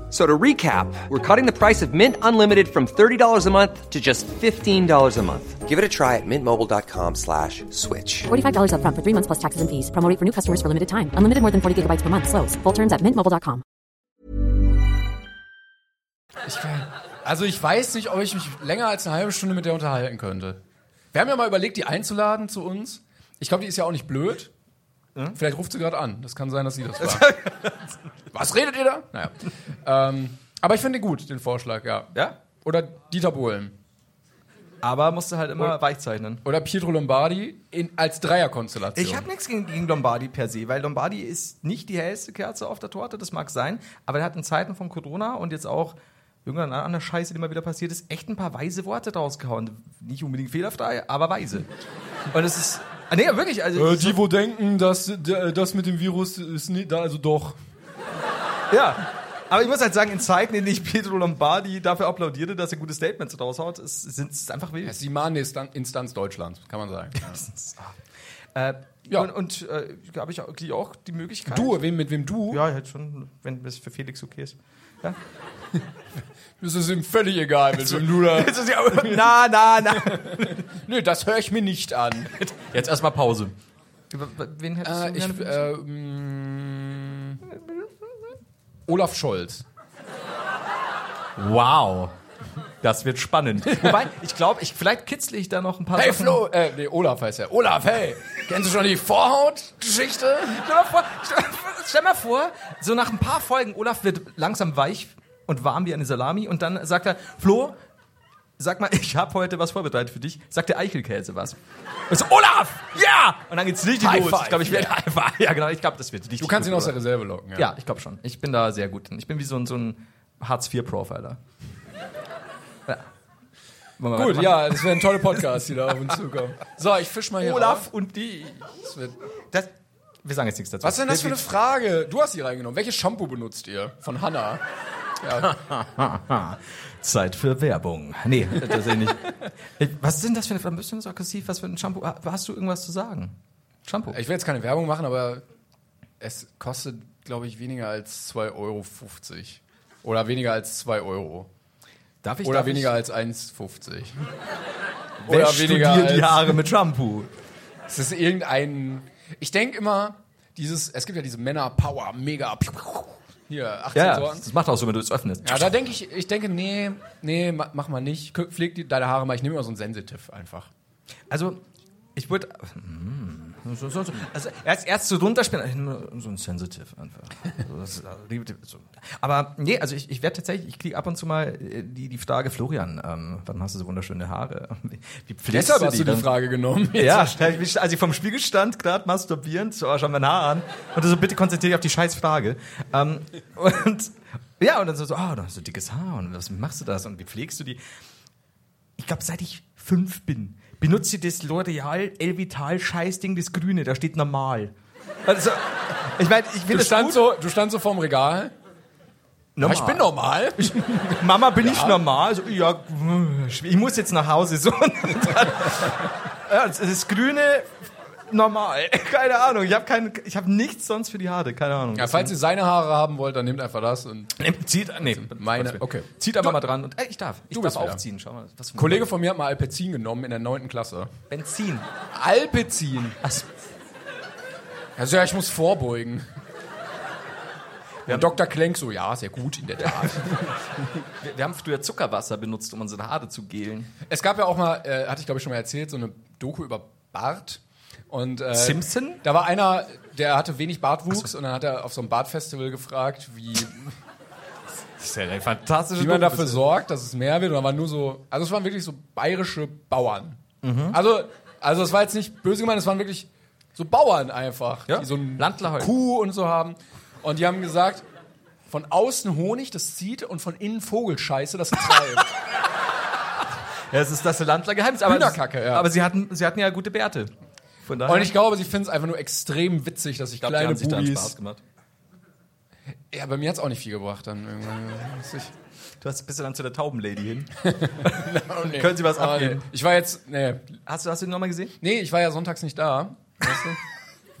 [SPEAKER 7] So to recap, we're cutting the price of Mint Unlimited from $30 a month to just $15 a month. Give it a try at mintmobile.com slash switch.
[SPEAKER 8] $45 upfront for three months plus taxes and fees. Promoting for new customers for limited time. Unlimited more than 40 gigabytes per month. Slows. Full terms at mintmobile.com.
[SPEAKER 2] Ich, also ich weiß nicht, ob ich mich länger als eine halbe Stunde mit der unterhalten könnte. Wir haben ja mal überlegt, die einzuladen zu uns. Ich glaube, die ist ja auch nicht blöd.
[SPEAKER 3] Hm?
[SPEAKER 2] Vielleicht ruft sie gerade an. Das kann sein, dass sie das war. Was redet ihr da? Naja. ähm, aber ich finde den gut, den Vorschlag, ja.
[SPEAKER 3] Ja?
[SPEAKER 2] Oder Dieter Bohlen.
[SPEAKER 3] Aber musst du halt immer weichzeichnen.
[SPEAKER 2] Oder Pietro Lombardi in, als Dreierkonstellation.
[SPEAKER 3] Ich habe nichts gegen, gegen Lombardi per se, weil Lombardi ist nicht die hellste Kerze auf der Torte, das mag sein, aber er hat in Zeiten von Corona und jetzt auch irgendeiner anderen Scheiße, die mal wieder passiert ist, echt ein paar weise Worte rausgehauen. Nicht unbedingt fehlerfrei, aber weise. Und es ist. Ah, nee, wirklich, also.
[SPEAKER 2] Äh, die, wo denken, dass der- das mit dem Virus ist nie, da, also doch.
[SPEAKER 3] halt, Ja. Aber ich muss halt sagen, in Zeiten, in denen ich Pedro Lombardi dafür applaudierte, dass er gute Statements raushaut, es sind es ist einfach wild.
[SPEAKER 2] Das ist die Mahninstanz Deutschlands, kann man sagen.
[SPEAKER 3] Äh,
[SPEAKER 2] Ja.
[SPEAKER 3] Und, und äh, habe ich auch, die auch die Möglichkeit.
[SPEAKER 2] Du, wem, mit wem du?
[SPEAKER 3] Ja, halt schon, wenn es für Felix okay ist. Ja.
[SPEAKER 2] Das ist ihm völlig egal, mit wem du da.
[SPEAKER 3] na, na, na.
[SPEAKER 2] Nö, das höre ich mir nicht an.
[SPEAKER 4] Jetzt erstmal Pause.
[SPEAKER 3] Über, wen hättest
[SPEAKER 2] Äh,
[SPEAKER 3] du
[SPEAKER 2] ich,
[SPEAKER 3] gerne?
[SPEAKER 2] äh, mm, Olaf Scholz.
[SPEAKER 4] Wow.
[SPEAKER 3] Das wird spannend. Wobei, ich glaube, ich, vielleicht kitzle ich da noch ein paar
[SPEAKER 2] Hey
[SPEAKER 3] Sachen.
[SPEAKER 2] Flo, äh, nee, Olaf heißt er. Olaf, hey, kennst du schon die Vorhautgeschichte?
[SPEAKER 3] Stell mal vor, stell, stell mal vor, so nach ein paar Folgen, Olaf wird langsam weich und warm wie eine Salami und dann sagt er, Flo, sag mal, ich habe heute was vorbereitet für dich. Sagt der Eichelkäse was? Und so, Olaf, ja! Und dann geht's richtig
[SPEAKER 2] High
[SPEAKER 3] los.
[SPEAKER 2] five.
[SPEAKER 3] Ich glaube, ich werde High five. Ja, genau, ich glaube, das wird richtig
[SPEAKER 2] Du kannst
[SPEAKER 3] gut,
[SPEAKER 2] ihn aus der
[SPEAKER 3] oder?
[SPEAKER 2] Reserve locken.
[SPEAKER 3] Ja, ich glaube schon. Ich bin da sehr gut. drin. Ich bin wie so ein, so ein Hartz-IV-Profiler. Ja. Wollen wir
[SPEAKER 2] Gut,
[SPEAKER 3] weitermachen?
[SPEAKER 2] ja, das wären tolle Podcasts, die da auf uns zukommen. So, ich fisch mal hier
[SPEAKER 3] Olaf
[SPEAKER 2] raus.
[SPEAKER 3] und die.
[SPEAKER 2] Das wird-
[SPEAKER 3] Das, wir sagen jetzt nichts dazu.
[SPEAKER 2] Was ist denn das für eine Frage? Du hast die reingenommen. Welches Shampoo benutzt ihr? Von Hanna.
[SPEAKER 3] Zeit für Werbung. Nee, tatsächlich nicht. Ich- Was ist denn das für eine Ein bisschen so aggressiv, was für ein Shampoo? Ah, Hast du irgendwas zu sagen? Shampoo.
[SPEAKER 2] Ich will jetzt keine Werbung machen, aber es kostet, glaube ich, weniger als 2,50 Euro. Oder weniger als 2 Euro.
[SPEAKER 3] darf ich,
[SPEAKER 2] Oder
[SPEAKER 3] darf
[SPEAKER 2] weniger als 1,50.
[SPEAKER 3] ich, Wer
[SPEAKER 2] oder weniger
[SPEAKER 3] studiert die
[SPEAKER 2] als-
[SPEAKER 3] Haare mit Shampoo?
[SPEAKER 2] Es ist irgendein. Ich denke immer, dieses, es gibt ja diese Männer-Power, mega. Hier, 18
[SPEAKER 3] Ja,
[SPEAKER 2] Sorten.
[SPEAKER 3] das macht auch so, wenn du es öffnest.
[SPEAKER 2] Ja, da denke ich, ich denke, nee, nee, ma- mach mal nicht. K- Pfleg die, deine Haare mal. Ich nehme immer so ein Sensitiv einfach.
[SPEAKER 3] Also, ich würde. Mm, So, so, so. Also erst, erst so runterspielen, so ein Sensitive einfach. So, das ist, äh, so. Aber nee, also ich, ich werde tatsächlich, ich kriege ab und zu mal äh, die, die Frage, Florian, ähm, wann hast du so wunderschöne Haare? Wie pflegst
[SPEAKER 2] Deshalb hast du die
[SPEAKER 3] dann?
[SPEAKER 2] Frage genommen.
[SPEAKER 3] Ja, ich- als ich vom Spiegel stand, gerade masturbierend, so, oh, schau mein Haar an. Und so, bitte konzentriere dich auf die scheiß Frage. Ähm, und ja, und dann so, so, ah, du hast so dickes Haar und was machst du das und wie pflegst du die? Ich glaube, seit ich fünf bin, benutze ich das L'Oreal Elvital Scheißding, das Grüne, da steht normal. Also, ich meine, ich will
[SPEAKER 2] Du
[SPEAKER 3] das
[SPEAKER 2] standst so,
[SPEAKER 3] gut.
[SPEAKER 2] du standst so vorm Regal.
[SPEAKER 3] normal.
[SPEAKER 2] Ich bin normal.
[SPEAKER 3] Mama, bin ich normal? So, ja, ich muss jetzt nach Hause. So, und dann, ja, das ist Grüne normal. Keine Ahnung. Ich habe kein, ich hab nichts sonst für die Haare. Keine Ahnung.
[SPEAKER 2] Ja, falls ihr seine Haare haben wollt, dann nehmt einfach das. Und
[SPEAKER 3] Nimm- zieht, nee,
[SPEAKER 2] meine, okay.
[SPEAKER 3] zieht aber mal dran. Und, ey, ich darf. Ich
[SPEAKER 2] Du
[SPEAKER 3] darf
[SPEAKER 2] bist wieder.
[SPEAKER 3] aufziehen. Schau mal. Was für ein
[SPEAKER 2] Kollege von mir hat mal Alpezin genommen in der neunten Klasse.
[SPEAKER 3] Benzin.
[SPEAKER 2] Alpezin.
[SPEAKER 3] Also,
[SPEAKER 2] Also ja, ich muss vorbeugen. Ja, Dr. Klenk so, ja, sehr gut in der Tat.
[SPEAKER 3] wir, wir haben früher Zuckerwasser benutzt, um unsere Haare zu gelen.
[SPEAKER 2] es gab ja auch mal, äh, hatte ich glaube ich schon mal erzählt, so eine Doku über Bart. Und, äh,
[SPEAKER 3] Simpson?
[SPEAKER 2] Da war einer, der hatte wenig Bartwuchs und dann hat er auf so einem Bartfestival gefragt, wie,
[SPEAKER 3] Das ist ja eine fantastische
[SPEAKER 2] wie man
[SPEAKER 3] Doku.
[SPEAKER 2] dafür sorgt, dass es mehr wird. Und da waren nur so, also es waren wirklich so bayerische Bauern.
[SPEAKER 3] Mhm.
[SPEAKER 2] Also, also es war jetzt nicht böse gemeint, es waren wirklich so Bauern einfach,
[SPEAKER 3] Ja,
[SPEAKER 2] die so ein
[SPEAKER 3] Landler halt.
[SPEAKER 2] Kuh und so haben. Und die haben gesagt, von außen Honig, das zieht, und von innen Vogelscheiße, das treibt.
[SPEAKER 3] Ja, es ist das Landlergeheimnis. Aber,
[SPEAKER 2] Hühnerkacke, ja.
[SPEAKER 3] aber sie, hatten, sie hatten ja gute Bärte. Von daher.
[SPEAKER 2] und ich glaube, sie finden es einfach nur extrem witzig, dass ich
[SPEAKER 3] glaub,
[SPEAKER 2] kleine
[SPEAKER 3] da einen
[SPEAKER 2] Bubis...
[SPEAKER 3] gemacht.
[SPEAKER 2] Ja, bei mir hat's auch nicht viel gebracht dann irgendwann. Weiß ich.
[SPEAKER 3] Du hast, bist du dann zu der Taubenlady hin? Können Sie was
[SPEAKER 2] Ah,
[SPEAKER 3] abgeben?
[SPEAKER 2] nee. Ich war jetzt, nee.
[SPEAKER 3] Hast du, hast du ihn nochmal gesehen?
[SPEAKER 2] nee, ich war ja sonntags nicht da.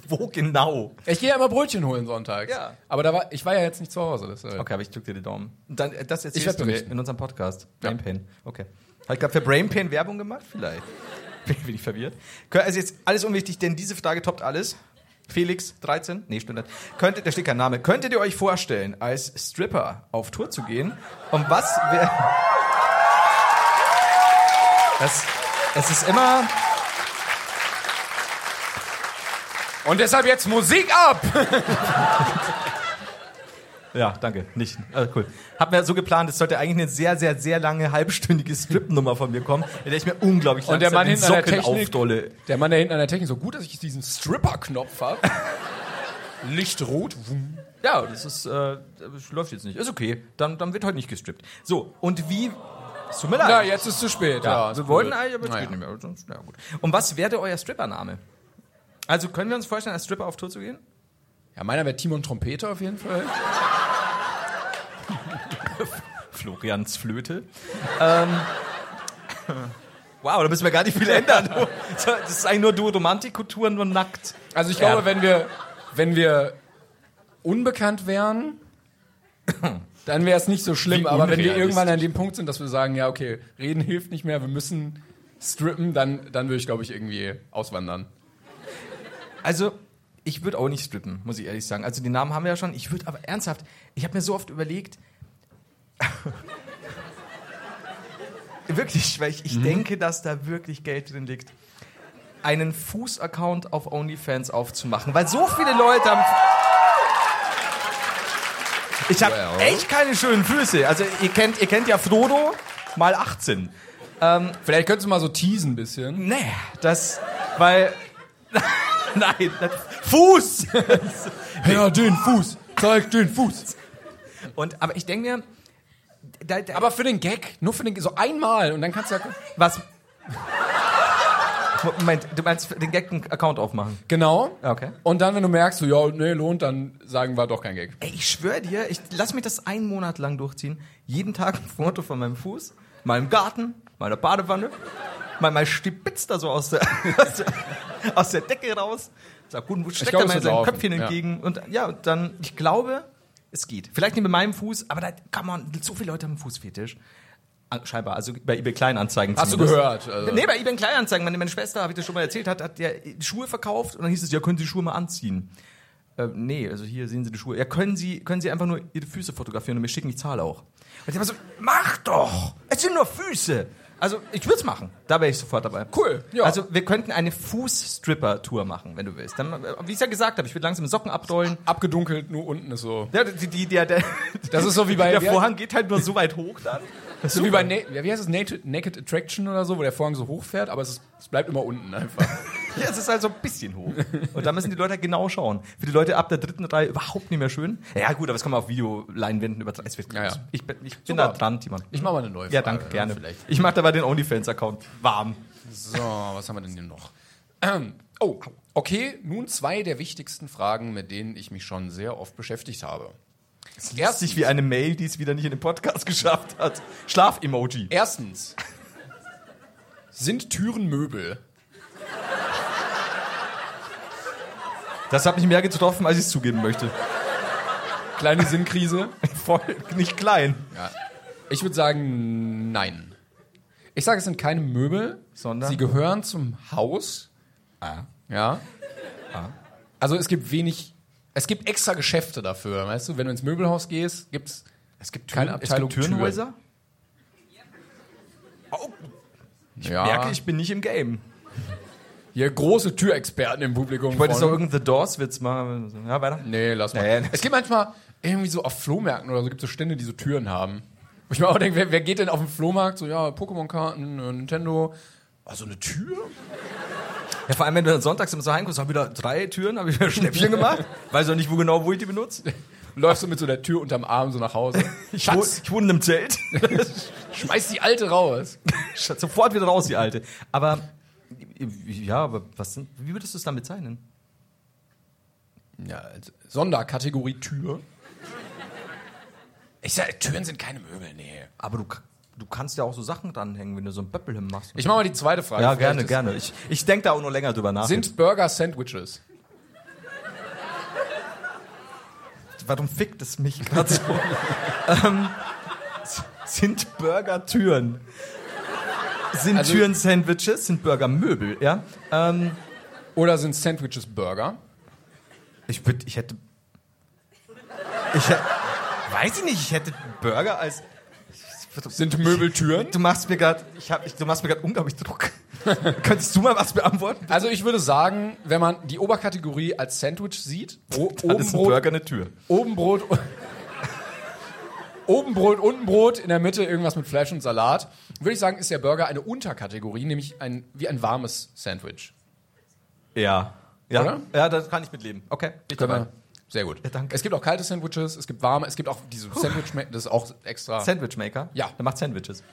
[SPEAKER 3] Wo genau?
[SPEAKER 2] Ich gehe ja immer Brötchen holen sonntags.
[SPEAKER 3] Ja.
[SPEAKER 2] Aber da war, ich war ja jetzt nicht zu Hause. Deshalb.
[SPEAKER 3] Okay, aber ich drück dir die Daumen. Dann, äh, das
[SPEAKER 2] Ich
[SPEAKER 3] erzählst
[SPEAKER 2] werd
[SPEAKER 3] du mir
[SPEAKER 2] berichten.
[SPEAKER 3] in unserem Podcast. Brain Pain. Okay. Hat gerade für Brain Pain Werbung gemacht? Vielleicht. Bin, bin ich verwirrt. Kö- Also jetzt alles unwichtig, denn diese Frage toppt alles. Felix, 13? Nee, stimmt nicht. Könntet, da steht kein Name. Könntet ihr euch vorstellen, als Stripper auf Tour zu gehen? Und was wär- Das, es ist immer...
[SPEAKER 2] Und deshalb jetzt Musik ab!
[SPEAKER 3] Ja, danke. Nicht. Ah, cool. Hab mir so geplant, es sollte eigentlich eine sehr, sehr, sehr lange halbstündige Strip-Nummer von mir kommen, in der ich mir unglaublich
[SPEAKER 2] Und der
[SPEAKER 3] langsam
[SPEAKER 2] Mann
[SPEAKER 3] den
[SPEAKER 2] hinten an der
[SPEAKER 3] Sockel
[SPEAKER 2] Technik-
[SPEAKER 3] aufdolle.
[SPEAKER 2] Der Mann da hinten an der Technik, so gut, dass ich diesen Stripper-Knopf habe. Licht rot. Wum.
[SPEAKER 3] Ja, das ist, äh, das läuft jetzt nicht. Ist okay. Dann, dann wird heute nicht gestrippt. So, und wie. es Tut mir leid.
[SPEAKER 2] Na, jetzt ist zu spät. Ja,
[SPEAKER 3] wir
[SPEAKER 2] ist
[SPEAKER 3] wollten
[SPEAKER 2] blöd.
[SPEAKER 3] eigentlich, aber es
[SPEAKER 2] Naja.
[SPEAKER 3] geht nicht mehr. Sonst- Na gut. Und was wäre euer Stripper-Name? Also können wir uns vorstellen, als Stripper auf Tour zu gehen?
[SPEAKER 2] Ja, meiner wäre Timon Trompeter auf jeden Fall.
[SPEAKER 3] Florians Flöte. ähm, wow, da müssen wir gar nicht viel ändern. Das ist eigentlich nur du, Romantikkultur, nur nackt.
[SPEAKER 2] Also ich glaube,
[SPEAKER 3] Ja.
[SPEAKER 2] wenn wir, wenn wir unbekannt wären, dann wäre es nicht so schlimm.
[SPEAKER 3] Wie
[SPEAKER 2] Aber wenn wir
[SPEAKER 3] unrealistisch.
[SPEAKER 2] irgendwann an dem Punkt sind, dass wir sagen, ja, okay, reden hilft nicht mehr, wir müssen strippen, dann, dann würde ich, glaube ich, irgendwie auswandern.
[SPEAKER 3] Also, ich würde auch nicht strippen, muss ich ehrlich sagen. Also, den Namen haben wir ja schon. Ich würde aber ernsthaft, ich habe mir so oft überlegt. wirklich, weil ich, ich denke, dass da wirklich Geld drin liegt, einen Fuß-Account auf OnlyFans aufzumachen. Weil so viele Leute haben. Ich habe
[SPEAKER 2] Well.
[SPEAKER 3] echt keine schönen Füße. Also ihr kennt, ihr kennt ja Frodo mal 18.
[SPEAKER 2] Vielleicht könntest du mal so teasen ein bisschen.
[SPEAKER 3] Nee, das, weil. Nein, das, Fuß!
[SPEAKER 2] Ja, den Fuß. Zeig den Fuß.
[SPEAKER 3] Und, aber ich denke mir, da, da,
[SPEAKER 2] Aber für den Gag, nur für den so einmal und dann kannst du ja
[SPEAKER 3] was. Moment, du meinst den Gag-Account aufmachen?
[SPEAKER 2] genau.
[SPEAKER 3] Okay.
[SPEAKER 2] Und dann wenn du merkst, so ja, nee, lohnt, dann sagen wir doch kein Gag.
[SPEAKER 3] Ey, ich schwöre dir, ich lass mich das einen Monat lang durchziehen. Jeden Tag ein Foto von meinem Fuß, meinem Garten, meiner Badewanne, mein, mein Stipitz da so aus der, aus der, aus der Decke raus. Sag, guten Wut, steckt
[SPEAKER 2] glaub,
[SPEAKER 3] er
[SPEAKER 2] es
[SPEAKER 3] mal
[SPEAKER 2] wird
[SPEAKER 3] sein
[SPEAKER 2] laufen,
[SPEAKER 3] Köpfchen
[SPEAKER 2] ja.
[SPEAKER 3] entgegen. Und ja, und dann, ich glaube, es geht. Vielleicht nicht mit meinem Fuß, aber da kann man, so viele Leute haben einen Fußfetisch. Ah, Scheinbar, also bei eBay Kleinanzeigen.
[SPEAKER 2] Hast du
[SPEAKER 3] zumindest.
[SPEAKER 2] gehört? Also.
[SPEAKER 3] Nee, bei eBay Kleinanzeigen. Meine, meine Schwester, habe ich das schon mal erzählt, hat, hat ja Schuhe verkauft und dann hieß es, ja, können Sie die Schuhe mal anziehen. Ähm, nee, also hier sehen Sie die Schuhe. Ja, können Sie, können Sie einfach nur Ihre Füße fotografieren und mir schicken, ich zahle auch. Und ich war so, mach doch! Es sind nur Füße! Also, ich würde es machen. Da wäre ich sofort dabei.
[SPEAKER 2] Cool, ja.
[SPEAKER 3] Also, wir könnten eine Fußstripper-Tour machen, wenn du willst. Dann, äh, wie ich ja gesagt habe, ich würde langsam Socken abrollen.
[SPEAKER 2] Abgedunkelt, nur unten ist so.
[SPEAKER 3] Ja, die, die, der, der,
[SPEAKER 2] Das ist so wie bei-
[SPEAKER 3] Der Vorhang geht halt nur so weit hoch dann.
[SPEAKER 2] So wie bei Na ja, wie heißt es Naked, Naked Attraction oder so, wo der Vorhang so hochfährt, aber es, ist, es bleibt immer unten einfach.
[SPEAKER 3] Ja, es ist halt so ein bisschen hoch. Und da müssen die Leute halt genau schauen. Für die Leute ab der dritten Reihe überhaupt nicht mehr schön. Ja gut, aber das kann man auf Videoleinwänden übertragen. Es wird groß.
[SPEAKER 2] Ja, ja.
[SPEAKER 3] Ich, bin, ich bin
[SPEAKER 2] Super.
[SPEAKER 3] da dran, Timon.
[SPEAKER 2] Ich mache mal eine neue Frage. ne?
[SPEAKER 3] Ja, danke, gerne.
[SPEAKER 2] Vielleicht.
[SPEAKER 3] Ich mache dabei den OnlyFans-Account warm.
[SPEAKER 2] So, was haben wir denn hier noch? Oh, okay, nun zwei der wichtigsten Fragen, mit denen ich mich schon sehr oft beschäftigt habe.
[SPEAKER 3] Erstlich wie eine Mail, die es wieder nicht in den Podcast geschafft hat. Schlaf-Emoji.
[SPEAKER 2] Erstens, sind Türen Möbel?
[SPEAKER 3] Das hat mich mehr getroffen, als ich es zugeben möchte.
[SPEAKER 2] Kleine Sinnkrise?
[SPEAKER 3] Voll, nicht klein.
[SPEAKER 2] Ich würde sagen, nein. Ich sage, es sind keine Möbel,
[SPEAKER 3] Sondern?
[SPEAKER 2] sie gehören zum Haus. Ah. Ja.
[SPEAKER 3] Ah.
[SPEAKER 2] Also es gibt wenig, es gibt extra Geschäfte dafür, weißt du? Wenn du ins Möbelhaus gehst, gibt's es gibt keine
[SPEAKER 3] Es gibt
[SPEAKER 2] Abteilung
[SPEAKER 3] Türenhäuser?
[SPEAKER 2] Türen. Ja.
[SPEAKER 3] Merke, ich bin nicht im Game.
[SPEAKER 2] Hier große Türexperten im Publikum.
[SPEAKER 3] Ich wollte jetzt
[SPEAKER 2] vorne.
[SPEAKER 3] noch irgendeinen The Doors-Witz machen. Ja, weiter.
[SPEAKER 2] Nee, lass mal.
[SPEAKER 3] Nee.
[SPEAKER 2] Es gibt manchmal irgendwie so auf Flohmärkten oder so gibt es so Stände, die so Türen haben. Wo ich mir auch denke, wer, wer geht denn auf den Flohmarkt? So, ja, Pokémon-Karten, äh, Nintendo. Also eine Tür?
[SPEAKER 3] Ja, vor allem, wenn du dann sonntags immer so heimkommst, hab ich wieder drei Türen, hab ich wieder Schnäppchen gemacht. Weiß auch nicht, wo genau, wo ich die benutze.
[SPEAKER 2] Läufst du mit so der Tür unterm Arm so nach Hause.
[SPEAKER 3] Ich, wohne,
[SPEAKER 2] Schatz,
[SPEAKER 3] ich wohne in einem Zelt.
[SPEAKER 2] schmeiß die alte raus.
[SPEAKER 3] Schatz, Sofort wieder raus, die alte. Aber, ja, aber was sind, wie würdest du es dann bezeichnen?
[SPEAKER 2] Ja, also Sonderkategorie Tür. Ich sag, Türen sind keine Möbel, nee.
[SPEAKER 3] Aber du, k- du kannst ja auch so Sachen dranhängen, wenn du so ein Böppel hinmachst.
[SPEAKER 2] Ich mach mal die zweite Frage.
[SPEAKER 3] ja,
[SPEAKER 2] Vielleicht ist-
[SPEAKER 3] gerne, gerne. Ich, ich denke da auch noch länger drüber nach.
[SPEAKER 2] Sind Burger Sandwiches?
[SPEAKER 3] warum fickt es mich gerade so? ähm, s- sind Burger Türen? Sind
[SPEAKER 2] Also-
[SPEAKER 3] Türen Sandwiches? Sind Burger Möbel, ja? Ähm,
[SPEAKER 2] Oder sind Sandwiches Burger?
[SPEAKER 3] Ich würde, ich hätte. Ich hätte. Weiß ich nicht, ich hätte Burger als.
[SPEAKER 2] Sind Möbel Türen?
[SPEAKER 3] Du machst mir gerade. Ich hab, ich, du machst mir gerade unglaublich Druck. Könntest du mal was beantworten?
[SPEAKER 2] Also ich würde sagen, wenn man die Oberkategorie als Sandwich sieht, o-
[SPEAKER 3] Dann
[SPEAKER 2] oben
[SPEAKER 3] ist ein
[SPEAKER 2] Brot,
[SPEAKER 3] Burger eine Tür.
[SPEAKER 2] oben Brot, oben Brot, unten Brot, in der Mitte irgendwas mit Fleisch und Salat, würde ich sagen, ist der Burger eine Unterkategorie, nämlich ein, wie ein warmes Sandwich.
[SPEAKER 3] Ja. Ja,
[SPEAKER 2] Oder?
[SPEAKER 3] ja da kann ich mitleben. Okay, bin ich dabei.
[SPEAKER 2] Sehr gut.
[SPEAKER 3] danke.
[SPEAKER 2] Es gibt auch kalte Sandwiches, es gibt warme, es gibt auch diese Sandwich, das ist auch extra.
[SPEAKER 3] Sandwich Maker?
[SPEAKER 2] Ja.
[SPEAKER 3] Der macht Sandwiches.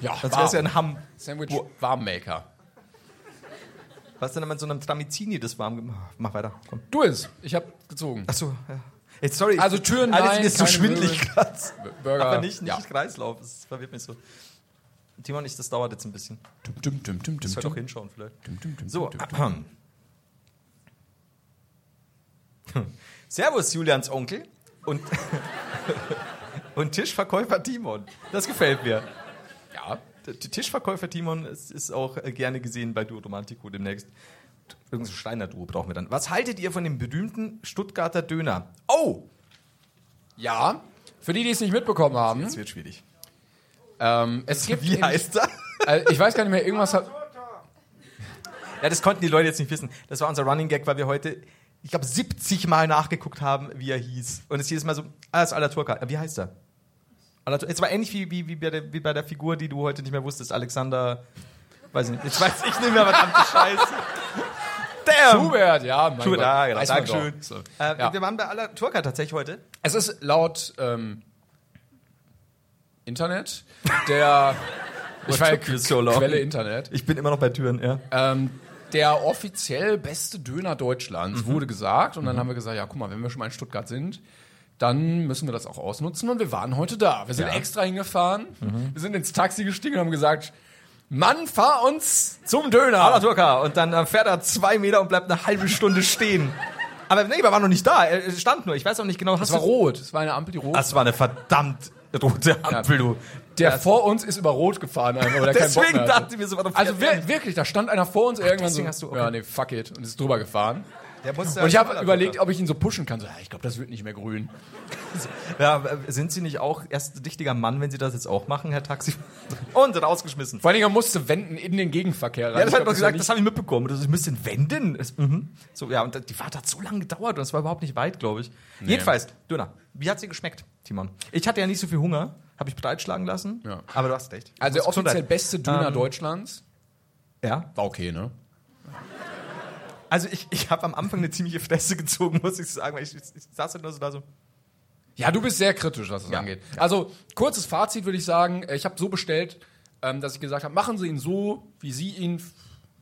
[SPEAKER 2] ja,
[SPEAKER 3] Sonst wär's ja
[SPEAKER 2] warm.
[SPEAKER 3] ein Ham.
[SPEAKER 2] Sandwich
[SPEAKER 3] Wo-
[SPEAKER 2] Warmmaker.
[SPEAKER 3] Was denn mit so einem Tramizini das warm gemacht? Mach weiter, komm.
[SPEAKER 2] Du es. Ich habe gezogen.
[SPEAKER 3] Achso, ja. Jetzt, sorry.
[SPEAKER 2] Also Türen,
[SPEAKER 3] Alles
[SPEAKER 2] nein,
[SPEAKER 3] ist so
[SPEAKER 2] keine
[SPEAKER 3] schwindelig
[SPEAKER 2] Möbel.
[SPEAKER 3] gerade.
[SPEAKER 2] B- Burger,
[SPEAKER 3] Aber nicht, nicht
[SPEAKER 2] ja.
[SPEAKER 3] Kreislauf. Es verwirrt mich so. Timon, ich, das dauert jetzt ein bisschen.
[SPEAKER 2] Dum, dum, dum, dum,
[SPEAKER 3] Ich sollte
[SPEAKER 2] dum.
[SPEAKER 3] auch hinschauen vielleicht.
[SPEAKER 2] dum,
[SPEAKER 3] so. Servus, Julians Onkel und, und Tischverkäufer Timon. Das gefällt mir.
[SPEAKER 2] Ja.
[SPEAKER 3] T- Tischverkäufer Timon ist, ist auch äh, gerne gesehen bei Duo Romantico demnächst. Irgendein Steiner-Duo brauchen wir dann. Was haltet ihr von dem berühmten Stuttgarter Döner? Oh,
[SPEAKER 2] Ja. Für die, die es nicht mitbekommen haben,
[SPEAKER 3] das wird schwierig.
[SPEAKER 2] Ähm, es gibt
[SPEAKER 3] Wie
[SPEAKER 2] in-
[SPEAKER 3] heißt er?
[SPEAKER 2] Äh, ich weiß gar nicht mehr, irgendwas hat.
[SPEAKER 3] Ja, das konnten die Leute jetzt nicht wissen. Das war unser Running Gag, weil wir heute, ich glaube, 70 Mal nachgeguckt haben, wie er hieß. Und es jedes Mal so, ah, das ist Alaturka. Wie heißt er? Alatur es war ähnlich wie, wie, wie, bei der, wie bei der Figur, die du heute nicht mehr wusstest, Alexander. Weiß ich nicht. Jetzt weiß ich nicht mehr, verdammte Scheiße. Damn!
[SPEAKER 2] Schubert, ja, mein
[SPEAKER 3] Schubert,
[SPEAKER 2] Gott,
[SPEAKER 3] ah, genau,
[SPEAKER 2] weiß man
[SPEAKER 3] Dankeschön.
[SPEAKER 2] doch. So.
[SPEAKER 3] Äh,
[SPEAKER 2] ja.
[SPEAKER 3] Wir waren bei Alaturka tatsächlich heute.
[SPEAKER 2] Es ist laut ähm, Internet der. ich war ja
[SPEAKER 3] took you so long?
[SPEAKER 2] Quelle Internet.
[SPEAKER 3] Ich bin immer noch bei Türen, ja.
[SPEAKER 2] Ähm, der offiziell beste Döner
[SPEAKER 3] Mhm.
[SPEAKER 2] Deutschlands wurde gesagt. Und dann haben wir gesagt, ja, guck mal, wenn wir schon mal in Stuttgart sind, dann müssen wir das auch ausnutzen. Und wir waren heute da. Wir sind extra hingefahren.
[SPEAKER 3] Mhm.
[SPEAKER 2] Wir sind ins Taxi gestiegen und haben gesagt, Mann, fahr uns zum Döner.
[SPEAKER 3] Alaturka. Und dann äh, fährt er zwei Meter und bleibt eine halbe Stunde stehen. Aber nee, wir waren noch nicht da. Er er stand nur. Ich weiß auch nicht genau.
[SPEAKER 2] Es war rot. Es war eine Ampel, die rot
[SPEAKER 3] Das war eine verdammt rote Ampel, du.
[SPEAKER 2] Der vor uns ist über Rot gefahren, einfach, weil er keinen Bock
[SPEAKER 3] Deswegen
[SPEAKER 2] mehr hatte.
[SPEAKER 3] dachte ich mir so, warte,
[SPEAKER 2] Also
[SPEAKER 3] fährt
[SPEAKER 2] wir, wirklich, da stand einer vor uns irgendwann so,
[SPEAKER 3] deswegen hast du- okay.
[SPEAKER 2] ja nee, fuck it, und ist drüber gefahren.
[SPEAKER 3] Der muss ja
[SPEAKER 2] und ich habe
[SPEAKER 3] schneller
[SPEAKER 2] überlegt, ob ich ihn so pushen kann. So, ja, ich glaube, das wird nicht mehr grün.
[SPEAKER 3] Ja, sind Sie nicht auch erst ein richtiger Mann, wenn Sie das jetzt auch machen, Herr Taxi? Und sind rausgeschmissen.
[SPEAKER 2] Vor allen Dingen, er musste wenden in den Gegenverkehr rein.
[SPEAKER 3] Ja, das
[SPEAKER 2] Ich
[SPEAKER 3] hat
[SPEAKER 2] glaub,
[SPEAKER 3] man
[SPEAKER 2] ist ja
[SPEAKER 3] gesagt, das habe ich mitbekommen. Das, ich müsste wenden. Das, mhm. So, ja, und die Fahrt hat so lange gedauert und es war überhaupt nicht weit, glaube ich. Jedenfalls, Döner, wie hat sie geschmeckt, Timon? Ich hatte ja nicht so viel Hunger, habe ich breitschlagen lassen.
[SPEAKER 2] Ja.
[SPEAKER 3] Aber du hast recht.
[SPEAKER 2] nicht- also der offiziell
[SPEAKER 3] Gesundheit.
[SPEAKER 2] beste Döner
[SPEAKER 3] Ähm,
[SPEAKER 2] Deutschlands.
[SPEAKER 3] halt. Ja.
[SPEAKER 2] War okay, ne?
[SPEAKER 3] Also ich, ich habe am Anfang eine ziemliche Fresse gezogen, muss ich sagen, weil ich, ich, ich saß halt nur so da so.
[SPEAKER 2] Ja, du bist sehr kritisch, was das angeht. Also, kurzes Fazit würde ich sagen, ich habe so bestellt, ähm, dass ich gesagt habe, machen Sie ihn so, wie Sie ihn f-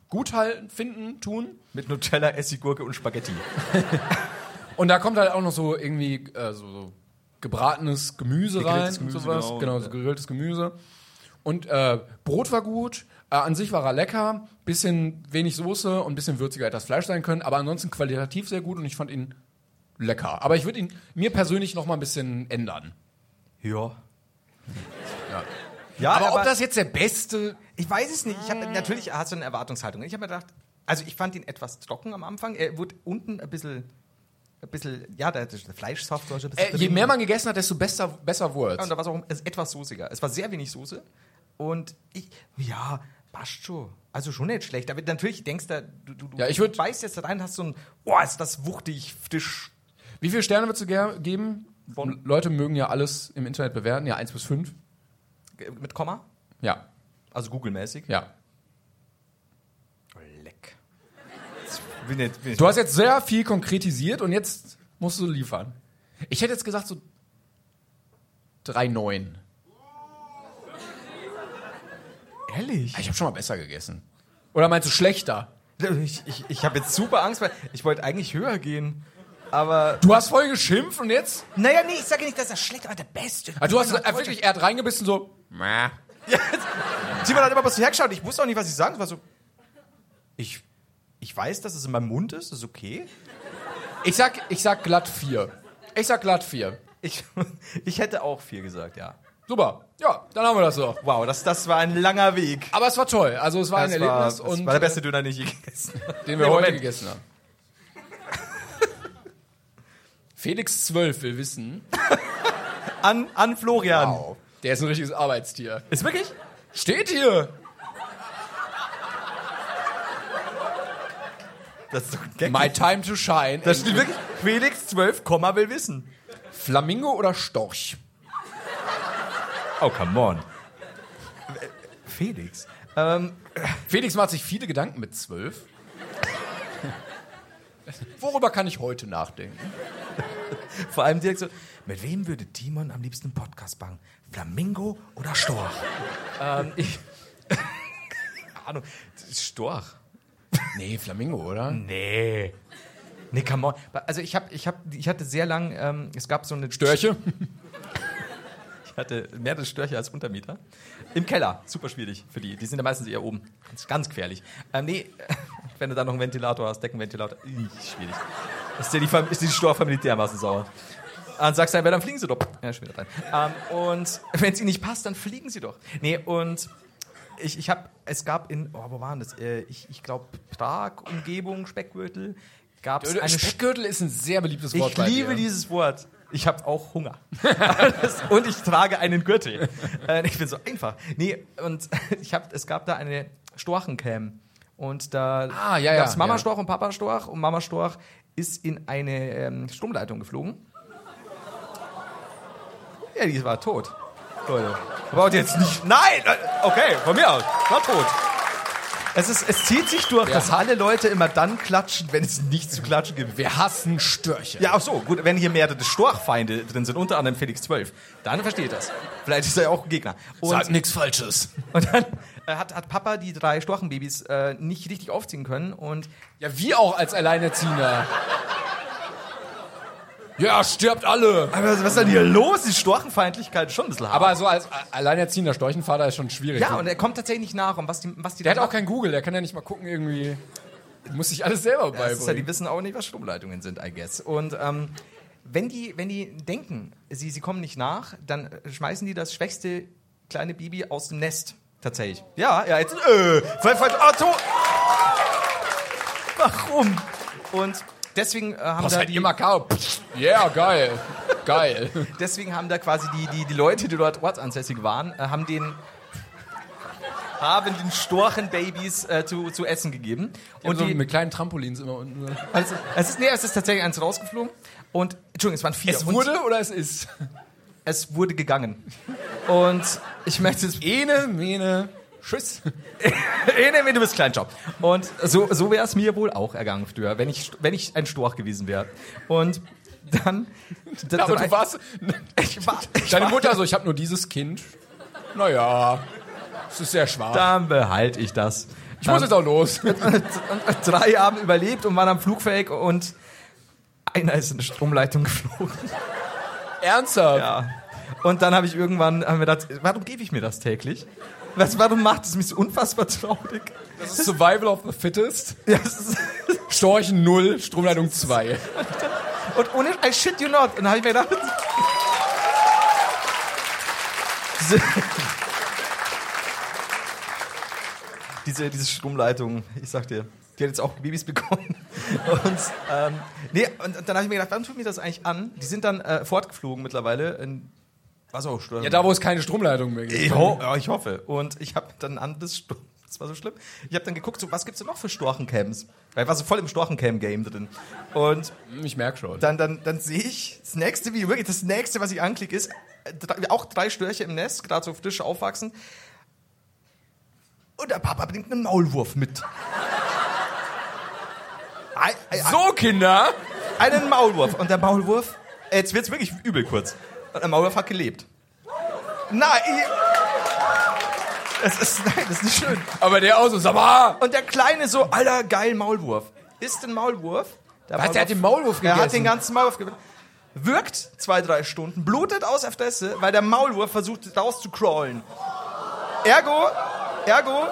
[SPEAKER 2] gut halten, finden, tun.
[SPEAKER 3] Mit Nutella, Essiggurke und Spaghetti.
[SPEAKER 2] Und da kommt halt auch noch so irgendwie äh, so, so gebratenes Gemüse rein
[SPEAKER 3] Gegrilltes Gemüse,
[SPEAKER 2] und sowas.
[SPEAKER 3] genau.
[SPEAKER 2] Genau, so gegrilltes Gemüse. Und äh, Brot war gut, äh, an sich war er lecker, bisschen wenig Soße und bisschen würziger hätte das Fleisch sein können, aber ansonsten qualitativ sehr gut und ich fand ihn lecker. Aber ich würde ihn mir persönlich noch mal ein bisschen ändern.
[SPEAKER 3] Ja. Ja,
[SPEAKER 2] Aber, ob das jetzt der beste...
[SPEAKER 3] Ich weiß es nicht. Ich hab, natürlich hast du eine Erwartungshaltung. Ich habe mir gedacht, also ich fand ihn etwas trocken am Anfang. Er wurde unten ein bisschen, ein bisschen ja, der, der Fleischsaft war schon ein bisschen.
[SPEAKER 2] Äh, je
[SPEAKER 3] drin.
[SPEAKER 2] mehr man gegessen hat, desto besser, besser wurde
[SPEAKER 3] Ja, und
[SPEAKER 2] es.
[SPEAKER 3] da war es auch um, es ist etwas soßiger. Es war sehr wenig Soße. Und ich, ja, passt schon. Also schon nicht schlecht. Aber natürlich denkst du, du, du, du
[SPEAKER 2] Ja, ich würd-
[SPEAKER 3] weißt jetzt da rein, hast so ein, boah, ist das wuchtig, frisch.
[SPEAKER 2] Wie viele Sterne würdest du ger- geben? Leute mögen ja alles im Internet bewerten, ja 1 bis 5.
[SPEAKER 3] äh, Mit Komma?
[SPEAKER 2] Ja,
[SPEAKER 3] Also Google-mäßig.
[SPEAKER 2] ja.
[SPEAKER 3] Leck. Ich Will nicht, will nicht.
[SPEAKER 2] Du hast jetzt sehr viel konkretisiert und jetzt musst du liefern. Ich hätte jetzt gesagt so 3,9.
[SPEAKER 3] Ehrlich?
[SPEAKER 2] Ah, Ich habe schon mal besser gegessen. Oder meinst du schlechter?
[SPEAKER 3] Ich, ich, ich habe jetzt super Angst, weil ich wollte eigentlich höher gehen. Aber.
[SPEAKER 2] Du hast voll geschimpft und jetzt?
[SPEAKER 3] Naja, nee, ich sage nicht, dass er schlecht, aber der Beste.
[SPEAKER 2] Also du hast äh, wirklich, er hat reingebissen so. "Mäh."
[SPEAKER 3] Simon hat immer was hergeschaut. Ich wusste auch nicht, was ich sagen. soll. war so. Ich, ich weiß, dass es in meinem Mund ist, ist okay.
[SPEAKER 2] Ich sag, ich sag glatt 4. Ich sag glatt 4.
[SPEAKER 3] Ich, ich hätte auch viel gesagt, ja.
[SPEAKER 2] Super. Ja, dann haben wir das so.
[SPEAKER 3] Wow, das, das war ein langer Weg.
[SPEAKER 2] Aber es war toll. Also es war ein Erlebnis
[SPEAKER 3] war,
[SPEAKER 2] und äh,
[SPEAKER 3] das war der beste Döner, den ich je gegessen habe.
[SPEAKER 2] den wir
[SPEAKER 3] Nee,
[SPEAKER 2] heute
[SPEAKER 3] Moment.
[SPEAKER 2] gegessen haben. Felix 12 will wissen.
[SPEAKER 3] An, an Florian.
[SPEAKER 2] Wow. Der ist ein richtiges Arbeitstier.
[SPEAKER 3] Ist wirklich?
[SPEAKER 2] Steht hier.
[SPEAKER 3] Das ist doch ein Gag.
[SPEAKER 2] My time to shine.
[SPEAKER 3] Das steht wirklich. Felix 12, Komma will wissen.
[SPEAKER 2] Flamingo oder Storch?
[SPEAKER 3] Oh, come on. Felix. Ähm,
[SPEAKER 2] Felix macht sich viele Gedanken mit zwölf. Worüber kann ich heute nachdenken?
[SPEAKER 3] Vor allem direkt so, mit wem würde Timon am liebsten einen Podcast machen? Flamingo oder Storch? ähm, ich... Keine Ahnung. Storch?
[SPEAKER 2] Nee, Flamingo, oder?
[SPEAKER 3] Nee. Nee, come on. Also ich, hab, ich, hab, ich hatte sehr lang, ähm, es gab so eine...
[SPEAKER 2] Störche?
[SPEAKER 3] Ich hatte mehrere Störche als Untermieter. Im Keller, super schwierig für die. Die sind ja meistens eher oben. Ganz, ganz gefährlich. Ähm, nee, wenn du da noch einen Ventilator hast, Deckenventilator, ih, schwierig. Ist dir die, Fam- ist die Storchfamilie dermaßen sauer. Dann sagst du, ja, dann fliegen sie doch. Ja, schon wieder rein. Ähm, und wenn es ihnen nicht passt, dann fliegen sie doch. Nee, und ich, ich habe, es gab in, oh, wo waren das? Äh, ich ich glaube, Prag, Umgebung, Speckgürtel, gab es eine
[SPEAKER 2] Äh, Speckgürtel ist ein sehr beliebtes Wort
[SPEAKER 3] ich
[SPEAKER 2] bei
[SPEAKER 3] liebe
[SPEAKER 2] dir.
[SPEAKER 3] dieses Wort. ich habe auch Hunger. und ich trage einen Gürtel. Äh, ich bin so einfach. Nee, und ich hab, es gab da eine Storchencam. Und da
[SPEAKER 2] Ah, ja, ja,
[SPEAKER 3] gab's Mama
[SPEAKER 2] ja.
[SPEAKER 3] Storch und Papa Storch. Und Mama Storch ist in eine ähm, Stromleitung geflogen. Ja, die war tot. Leute. Braucht ihr jetzt nicht. Nein! äh, Okay, von mir aus. War tot. Es, ist, es zieht sich durch, dass alle Leute immer dann klatschen, wenn es nicht zu klatschen gibt.
[SPEAKER 2] Wir hassen Störche.
[SPEAKER 3] Ja, ach so, gut, wenn hier mehrere Storchfeinde drin sind, unter anderem Felix 12, dann versteht das. Vielleicht ist er ja auch ein Gegner. Und,
[SPEAKER 2] nichts Falsches.
[SPEAKER 3] und dann äh, hat, hat Papa die drei Storchenbabys äh, nicht richtig aufziehen können und
[SPEAKER 2] Ja, wie auch als Alleinerziehender. ja, stirbt alle.
[SPEAKER 3] aber was ist denn hier los? Die Storchenfeindlichkeit ist schon ein bisschen hart.
[SPEAKER 2] Aber so als A- alleinerziehender Storchenvater ist schon schwierig.
[SPEAKER 3] ja, und er kommt tatsächlich nicht nach, um was die, was die
[SPEAKER 2] der hat
[SPEAKER 3] da
[SPEAKER 2] auch
[SPEAKER 3] machen.
[SPEAKER 2] kein Google, der kann ja nicht mal gucken irgendwie. Muss sich alles selber
[SPEAKER 3] Das ist ja, die
[SPEAKER 2] beibringen.
[SPEAKER 3] wissen auch nicht, was Stromleitungen sind, I guess. Und ähm, wenn, die, wenn die denken, sie, sie kommen nicht nach, dann äh, schmeißen die das schwächste kleine Baby aus dem Nest. Tatsächlich. Ja, ja, jetzt. Äh, voll, voll, oh, to Warum? Und deswegen äh, haben
[SPEAKER 2] Was halt
[SPEAKER 3] da
[SPEAKER 2] seid
[SPEAKER 3] die,
[SPEAKER 2] ihr Macau? Ja, yeah, geil. geil.
[SPEAKER 3] deswegen haben da quasi die, die, die Leute, die dort ortsansässig waren, äh, haben den haben den Storchenbabys äh, zu, zu essen gegeben.
[SPEAKER 2] Und so mit kleinen Trampolins immer unten. so.
[SPEAKER 3] Also, es ist, nee, es ist tatsächlich eins rausgeflogen. Und, Entschuldigung, es waren vier.
[SPEAKER 2] Es
[SPEAKER 3] Und
[SPEAKER 2] wurde oder es ist?
[SPEAKER 3] es wurde gegangen. Und ich möchte es.
[SPEAKER 2] Ene, mene, Eh, tschüss.
[SPEAKER 3] Ene, wenn du bist Kleinjob. Und so, so wäre es mir wohl auch ergangen früher, wenn ich, wenn ich ein Storch gewesen wäre. Und dann. dann
[SPEAKER 2] Aber du warst,
[SPEAKER 3] Ich war, ich
[SPEAKER 2] deine
[SPEAKER 3] war-
[SPEAKER 2] Mutter so, ich habe nur dieses Kind. Naja, es ist sehr schwach.
[SPEAKER 3] Dann behalte ich das.
[SPEAKER 2] ich muss jetzt auch los.
[SPEAKER 3] drei haben überlebt und waren am Flugfake und einer ist in eine Stromleitung geflogen.
[SPEAKER 2] Ernsthaft?
[SPEAKER 3] Ja. Und dann habe ich irgendwann haben wir gedacht, warum gebe ich mir das täglich? Was, warum macht es mich so unfassbar traurig?
[SPEAKER 2] Das ist Survival of the Fittest.
[SPEAKER 3] Ja, es ist,
[SPEAKER 2] Storchen 0, Stromleitung 2.
[SPEAKER 3] Und ohne, I shit you not. Und dann habe ich mir gedacht. diese, diese, diese Stromleitung, ich sag dir, die hat jetzt auch Babys bekommen. Und, ähm, nee, und, und dann habe ich mir gedacht, warum tut mir das eigentlich an? Die sind dann äh, fortgeflogen mittlerweile. In, was auch,
[SPEAKER 2] Ja, da wo es keine Stromleitung mehr gibt.
[SPEAKER 3] ich, ho ja, ich hoffe. Und ich habe dann an das Sto- das war so schlimm. Ich habe dann geguckt, so, was gibt's denn noch für Storchencams? Weil ich war so voll im Storchencam-Game drin. Und
[SPEAKER 2] Ich merk schon.
[SPEAKER 3] dann, dann, dann sehe ich das nächste Video, wirklich das nächste, was ich anklicke, ist äh, drei, auch drei Störche im Nest, gerade so frisch aufwachsen. Und der Papa bringt einen Maulwurf mit. Ei- ei- ei-
[SPEAKER 2] So, Kinder!
[SPEAKER 3] einen Maulwurf. Und der Maulwurf, äh, jetzt wird's wirklich übel kurz. Und der Maulwurf hat gelebt. Nein! Das ist, nein, das ist nicht schön.
[SPEAKER 2] Aber der auch so, sag mal!
[SPEAKER 3] Und der Kleine so, alter, geil, Maulwurf. Ist ein Maulwurf. Der
[SPEAKER 2] Was, der hat den Maulwurf
[SPEAKER 3] Er hat
[SPEAKER 2] gegessen?
[SPEAKER 3] den ganzen Maulwurf gegessen. Wirkt zwei, drei Stunden, blutet aus auf Fresse, weil der Maulwurf versucht, raus zu crawlen. Ergo, ergo,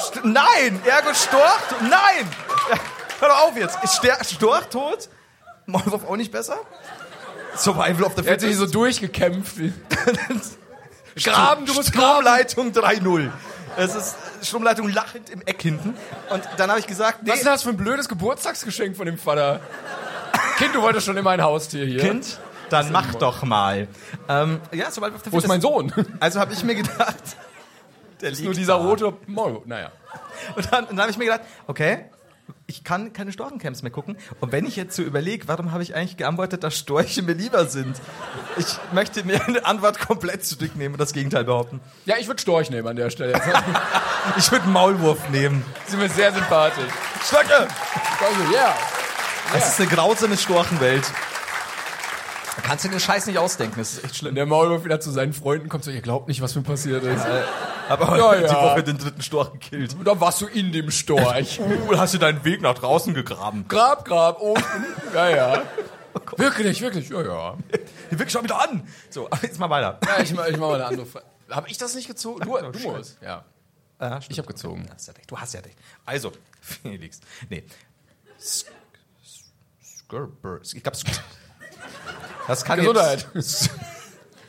[SPEAKER 3] st nein, ergo Storch, nein! Ja, hör doch auf jetzt. Ist Ster- Storch tot? Maulwurf auch nicht besser? Survival of the
[SPEAKER 2] Der hat sich
[SPEAKER 3] Fittest.
[SPEAKER 2] so durchgekämpft. graben, du musst graben!
[SPEAKER 3] Stromleitung 3-0. Es ist Stromleitung lachend im Eck hinten. Und dann habe ich gesagt, nee.
[SPEAKER 2] Was ist das für ein blödes Geburtstagsgeschenk von dem Vater? Kind, du wolltest schon immer ein Haustier hier.
[SPEAKER 3] Kind, dann mach doch mal. Ähm, ja, sobald wir auf der
[SPEAKER 2] Wo ist mein
[SPEAKER 3] Fitness-
[SPEAKER 2] Sohn?
[SPEAKER 3] Also habe ich mir gedacht, der liegt
[SPEAKER 2] Nur dieser
[SPEAKER 3] da.
[SPEAKER 2] rote Maul. Naja.
[SPEAKER 3] Und dann, und dann habe ich mir gedacht, okay, ich kann keine Storchencamps mehr gucken. Und wenn ich jetzt so überlege, warum habe ich eigentlich geantwortet, dass Storche mir lieber sind? Ich möchte mir eine Antwort komplett zurücknehmen und das Gegenteil behaupten.
[SPEAKER 2] Ja, ich würde Storch nehmen an der Stelle.
[SPEAKER 3] Ich würde einen Maulwurf nehmen.
[SPEAKER 2] sind mir sehr sympathisch.
[SPEAKER 3] Storche!
[SPEAKER 2] Also, yeah.
[SPEAKER 3] Es ist eine grausame Storchenwelt. Da kannst du den Scheiß nicht ausdenken, das ist echt schlimm.
[SPEAKER 2] Wenn der Maulwurf wieder zu seinen Freunden kommt, so, ihr glaubt nicht, was mir passiert ist.
[SPEAKER 3] Äh, Aber
[SPEAKER 2] Ja,
[SPEAKER 3] die
[SPEAKER 2] ja.
[SPEAKER 3] Woche den dritten Storch gekillt.
[SPEAKER 2] Und dann warst du in dem Storch.
[SPEAKER 3] Uh, hast du deinen Weg nach draußen gegraben?
[SPEAKER 2] Grab, Grab, oben. Ja, ja. Wirklich, wirklich, ja, ja.
[SPEAKER 3] Die wirkt schon wieder an. So, aber jetzt mal weiter.
[SPEAKER 2] ja ich, mach, ich mach mal eine andere Frage. Hab ich das nicht gezogen? Du, du musst. Ja.
[SPEAKER 3] Ah,
[SPEAKER 2] Ich hab gezogen.
[SPEAKER 3] hast ja recht. Du hast ja recht. Also, Felix. Nee. S- S- Skurber. Ich glaube, das kann
[SPEAKER 2] Gesundheit.
[SPEAKER 3] Jetzt,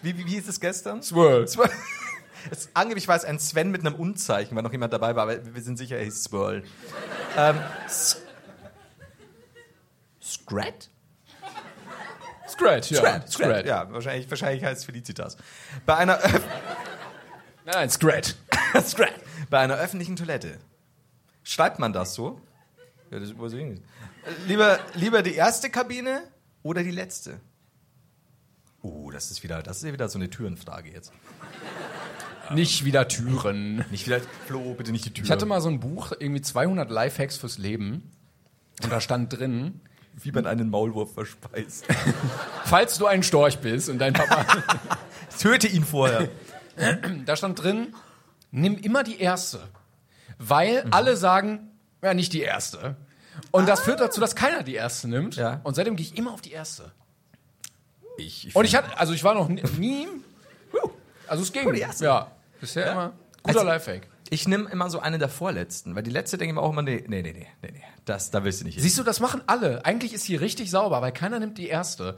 [SPEAKER 3] wie, wie, wie hieß es gestern?
[SPEAKER 2] Swirl.
[SPEAKER 3] Swirl. Es, angeblich war es ein Sven mit einem Unzeichen, weil noch jemand dabei war, aber wir sind sicher, er hieß Swirl. Ähm, S- Scrat?
[SPEAKER 2] Scrat, ja.
[SPEAKER 3] Scrat, Scrat. Ja, wahrscheinlich, wahrscheinlich heißt es Felicitas. Bei einer,
[SPEAKER 2] Nein, Scrat.
[SPEAKER 3] Scrat. Bei einer öffentlichen Toilette. Schreibt man das so? Ja, das übersehen. Lieber, lieber die erste Kabine oder die letzte? Oh, das ist wieder, das ist wieder so eine Türenfrage jetzt.
[SPEAKER 2] Nicht wieder Türen.
[SPEAKER 3] Nicht wieder, Flo, bitte nicht die Tür.
[SPEAKER 2] Ich hatte mal so ein Buch, irgendwie 200 Lifehacks fürs Leben. Und da stand drin,
[SPEAKER 3] wie man einen Maulwurf verspeist.
[SPEAKER 2] falls du ein Storch bist und dein Papa,
[SPEAKER 3] Töte ihn vorher.
[SPEAKER 2] da stand drin, nimm immer die erste. Weil alle sagen, ja, nicht die erste. Und das führt dazu, dass keiner die erste nimmt.
[SPEAKER 3] Ja.
[SPEAKER 2] Und seitdem gehe ich immer auf die erste.
[SPEAKER 3] Ich,
[SPEAKER 2] Und ich hatte, also ich war noch ni- nie, also es ging.
[SPEAKER 3] die erste.
[SPEAKER 2] Ja, bisher immer. Guter
[SPEAKER 3] Also-
[SPEAKER 2] Lifehack.
[SPEAKER 3] ich nehme immer so eine der vorletzten, weil die letzte denke ich mir auch immer, nee, nee, nee, nee, nee, nee. Das, da willst du nicht hin.
[SPEAKER 2] Siehst du, das machen alle. Eigentlich ist hier richtig sauber, weil keiner nimmt die erste.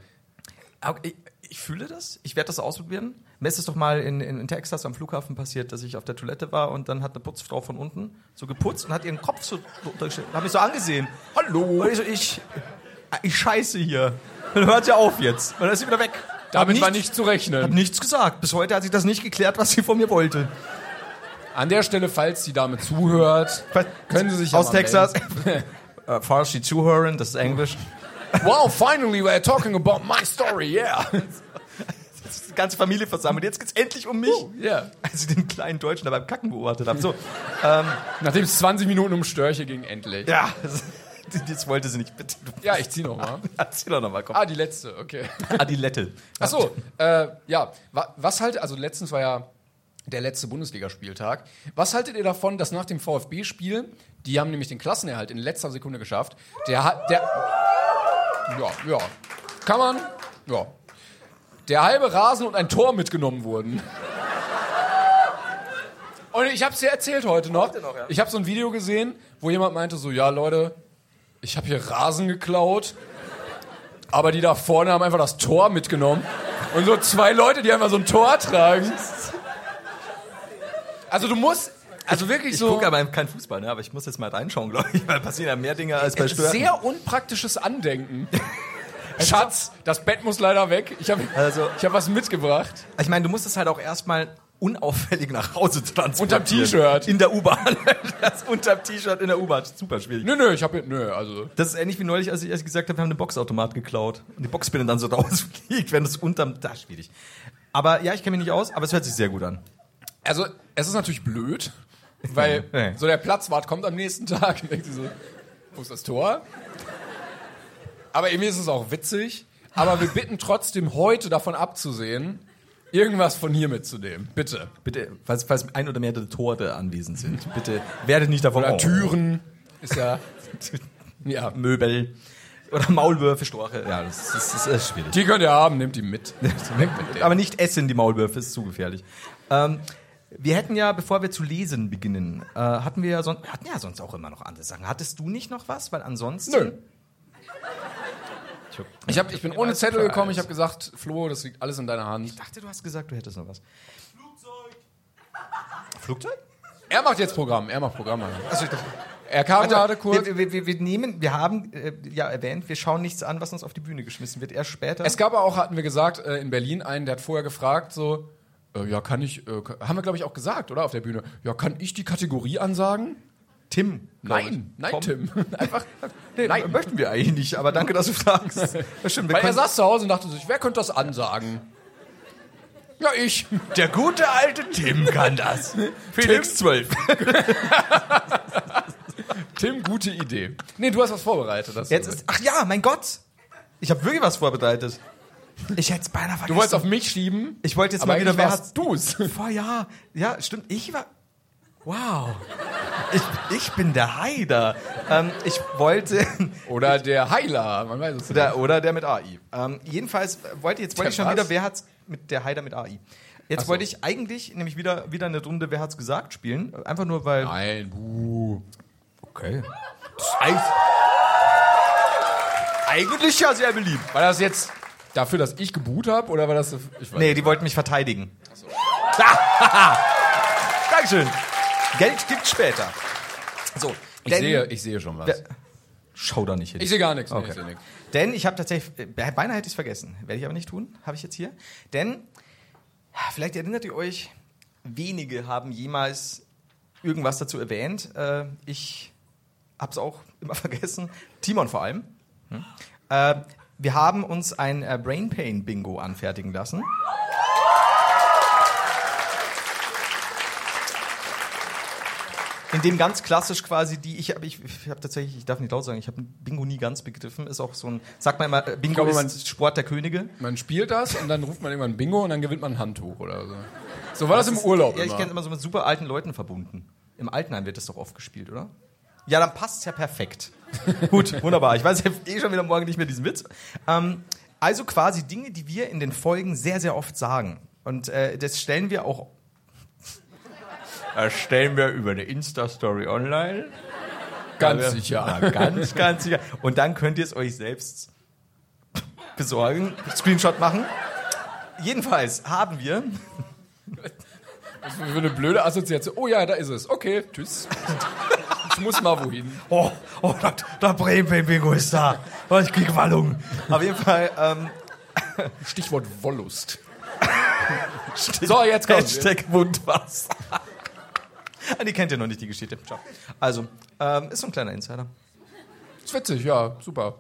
[SPEAKER 3] Aber Ich, ich fühle das. Ich werde das ausprobieren. Mir ist es doch mal in, in, in Texas am Flughafen passiert, dass ich auf der Toilette war und dann hat eine Putzfrau von unten so geputzt und hat ihren Kopf so durchgestellt. Hat mich so angesehen. Hallo. Und ich so, ich, ich scheiße hier. Dann hört ja auf jetzt. Und dann ist sie wieder weg.
[SPEAKER 2] Damit
[SPEAKER 3] Hab
[SPEAKER 2] war nicht zu
[SPEAKER 3] Hab
[SPEAKER 2] rechnen.
[SPEAKER 3] nichts gesagt. Bis heute hat sich das nicht geklärt, was sie von mir wollte.
[SPEAKER 2] An der Stelle, falls die Dame zuhört, können Sie sich ja
[SPEAKER 3] aus
[SPEAKER 2] mal
[SPEAKER 3] Texas.
[SPEAKER 2] melden.
[SPEAKER 3] Äh, Falls sie zuhören, das ist Englisch.
[SPEAKER 2] Wow, finally we're talking about my story, yeah.
[SPEAKER 3] Das ist die ganze Familie versammelt. Jetzt geht's endlich um mich.
[SPEAKER 2] Oh, yeah.
[SPEAKER 3] Als ich den kleinen Deutschen da beim Kacken beobachtet habe. So,
[SPEAKER 2] Nachdem es 20 Minuten um Störche ging, endlich.
[SPEAKER 3] ja. Jetzt wollte sie nicht. Bitte, du
[SPEAKER 2] Ja, ich zieh nochmal.
[SPEAKER 3] Erzähl doch nochmal, komm.
[SPEAKER 2] Ah, die letzte, okay.
[SPEAKER 3] Adilette.
[SPEAKER 2] Ach so, äh, ja, wa- was halt, also letztens war ja der letzte Bundesligaspieltag. Was haltet ihr davon, dass nach dem VfB-Spiel, die haben nämlich den Klassenerhalt in letzter Sekunde geschafft, der hat, der, ja, ja, kann man, ja, der halbe Rasen und ein Tor mitgenommen wurden. Und ich hab's dir erzählt heute noch. Ich habe so ein Video gesehen, wo jemand meinte so, ja Leute, ich habe hier Rasen geklaut. Aber die da vorne haben einfach das Tor mitgenommen. Und so zwei Leute, die einfach so ein Tor tragen. Also du musst, also wirklich
[SPEAKER 3] Ich
[SPEAKER 2] so
[SPEAKER 3] gucke aber kein Fußball, ne? aber ich muss jetzt mal reinschauen, glaube ich, weil passieren ja mehr Dinge als bei Stören.
[SPEAKER 2] Äh, sehr unpraktisches Andenken. Schatz, das Bett muss leider weg. Ich habe
[SPEAKER 3] Also-
[SPEAKER 2] ich hab was mitgebracht.
[SPEAKER 3] ich meine, du musst es halt auch erstmal unauffällig nach Hause transportieren.
[SPEAKER 2] Unterm T-Shirt.
[SPEAKER 3] In der U-Bahn. Das unterm T-Shirt in der U-Bahn. Super schwierig.
[SPEAKER 2] Nö, nö, ich habe nö, also
[SPEAKER 3] Das ist ähnlich wie neulich, als ich erst gesagt habe, wir haben einen Boxautomat geklaut. Und die Box bin dann so rausfliegt, wenn das unterm... Da schwierig. Aber ja, ich kenne mich nicht aus, aber es hört sich sehr gut an.
[SPEAKER 2] also es ist natürlich blöd, weil
[SPEAKER 3] Nee.
[SPEAKER 2] so der Platzwart kommt am nächsten Tag und denkt sich so, wo ist das Tor? Aber irgendwie ist es auch witzig, aber wir bitten trotzdem heute davon abzusehen, irgendwas von hier mitzunehmen, bitte.
[SPEAKER 3] Bitte, falls, falls ein oder mehrere Tore anwesend sind, bitte werdet nicht davon...
[SPEAKER 2] Oder
[SPEAKER 3] Oh.
[SPEAKER 2] Türen ist ja ja,
[SPEAKER 3] Möbel oder Maulwürfe, Storche. Ja, das ist, das ist schwierig.
[SPEAKER 2] die könnt ihr haben, nehmt die mit. Weg mit denen.
[SPEAKER 3] Aber nicht essen, die Maulwürfe, ist zu gefährlich. Ähm, wir hätten ja, bevor wir zu lesen beginnen, äh, hatten wir ja sonst, hatten ja sonst auch immer noch andere Sachen. Hattest du nicht noch was? Weil ansonsten.
[SPEAKER 2] Nö. Ich, hab, ich bin ohne Zettel gekommen, ich habe gesagt, Flo, das liegt alles in deiner Hand.
[SPEAKER 3] Ich dachte, du hast gesagt, du hättest noch was. Flugzeug. Flugzeug?
[SPEAKER 2] Er macht jetzt Programm, er macht Programm.
[SPEAKER 3] Also, ich dachte,
[SPEAKER 2] Er kam gerade kurz.
[SPEAKER 3] wir, wir, wir, wir nehmen, wir haben äh, ja erwähnt, wir schauen nichts an, was uns auf die Bühne geschmissen wird. Erst später.
[SPEAKER 2] Es gab auch, hatten wir gesagt, äh, in Berlin einen, der hat vorher gefragt, so, äh, ja, kann ich, äh, kann- haben wir, glaube ich, auch gesagt, oder, auf der Bühne, ja, kann ich die Kategorie ansagen?
[SPEAKER 3] Tim. glaub ich.
[SPEAKER 2] Nein, nein,
[SPEAKER 3] Tom.
[SPEAKER 2] Tim. Einfach,
[SPEAKER 3] Nee,
[SPEAKER 2] nein.
[SPEAKER 3] möchten wir eigentlich nicht, aber danke, dass du fragst. Ja, stimmt, wir
[SPEAKER 2] Weil er
[SPEAKER 3] können-
[SPEAKER 2] saß zu Hause und dachte sich, wer könnte das ansagen? Ja, ich.
[SPEAKER 3] Der gute alte Tim kann das. Felix 12.
[SPEAKER 2] Tim, gute Idee. Nee, du hast was vorbereitet. Das
[SPEAKER 3] Jetzt ist, ach ja, mein Gott. Ich habe wirklich was vorbereitet. Ich hätte es beinahe vergessen.
[SPEAKER 2] du wolltest auf mich schieben.
[SPEAKER 3] ich wollte jetzt
[SPEAKER 2] aber
[SPEAKER 3] mal wieder,
[SPEAKER 2] eigentlich
[SPEAKER 3] wer
[SPEAKER 2] warst
[SPEAKER 3] hat
[SPEAKER 2] du's?
[SPEAKER 3] Vor ja, ja, stimmt. Ich war, wow. Ich, ich bin der Haider. Ähm, ich wollte,
[SPEAKER 2] Oder der Heiler, man weiß es nicht.
[SPEAKER 3] der, oder der mit AI. Ähm, jedenfalls wollte jetzt wollte
[SPEAKER 2] Der
[SPEAKER 3] ich schon
[SPEAKER 2] was?
[SPEAKER 3] wieder, wer hat's mit der Haider mit AI. Jetzt wollte ich eigentlich nämlich wieder, wieder eine Runde, wer hat's gesagt, spielen. Einfach nur, weil
[SPEAKER 2] Nein, buh.
[SPEAKER 3] Okay. Eigentlich ja sehr beliebt.
[SPEAKER 2] War das jetzt dafür, dass ich geboot habe, oder war das, ich weiß
[SPEAKER 3] Nee, die wollten mich verteidigen. Dankeschön. Geld gibt's später. So.
[SPEAKER 2] Ich sehe, ich sehe schon was.
[SPEAKER 3] schau da nicht hin.
[SPEAKER 2] Ich sehe gar nichts. Nee,
[SPEAKER 3] Okay.
[SPEAKER 2] ich seh nichts.
[SPEAKER 3] Denn ich habe tatsächlich, äh, beinahe hätte ich es vergessen, werde ich aber nicht tun, habe ich jetzt hier. Denn, vielleicht erinnert ihr euch, wenige haben jemals irgendwas dazu erwähnt. Äh, ich habe es auch immer vergessen, Timon vor allem. Hm? Äh, wir haben uns ein äh, Brain Pain Bingo anfertigen lassen. In dem ganz klassisch quasi die, ich habe ich, ich hab tatsächlich, ich darf nicht laut sagen, ich habe Bingo nie ganz begriffen, ist auch so ein, sagt man immer, äh, Bingo
[SPEAKER 2] glaube, man-
[SPEAKER 3] ist Sport der Könige.
[SPEAKER 2] Man spielt das und dann ruft man irgendwann Bingo und dann gewinnt man ein Handtuch oder so. So war das im Urlaub
[SPEAKER 3] Ja, ich
[SPEAKER 2] immer.
[SPEAKER 3] kenne immer so mit super alten Leuten verbunden. Im Altenheim wird das doch oft gespielt, oder? Ja, dann passt es ja perfekt. Gut, wunderbar. Ich weiß ja eh schon wieder morgen nicht mehr diesen Witz. Ähm, also quasi Dinge, die wir in den Folgen sehr, sehr oft sagen. Und äh, das stellen wir auch. Das stellen wir über eine Insta-Story online.
[SPEAKER 2] Ganz sicher.
[SPEAKER 3] Na, ganz, ganz sicher. Und dann könnt ihr es euch selbst besorgen, Screenshot machen. Jedenfalls haben wir
[SPEAKER 2] Das wäre eine blöde Assoziation. Oh ja, da ist es. Okay, tschüss. Ich muss mal wohin.
[SPEAKER 3] Oh, oh da, da Bremen-Bingo ist da. Oh, ich krieg Wallung. Auf jeden Fall, ähm,
[SPEAKER 2] Stichwort Wollust. So, jetzt kommt's.
[SPEAKER 3] Hashtag Mundwasser. Ah, die kennt ihr noch nicht, die Geschichte. Ciao. Also, ähm, ist so ein kleiner Insider.
[SPEAKER 2] Ist witzig, ja, super.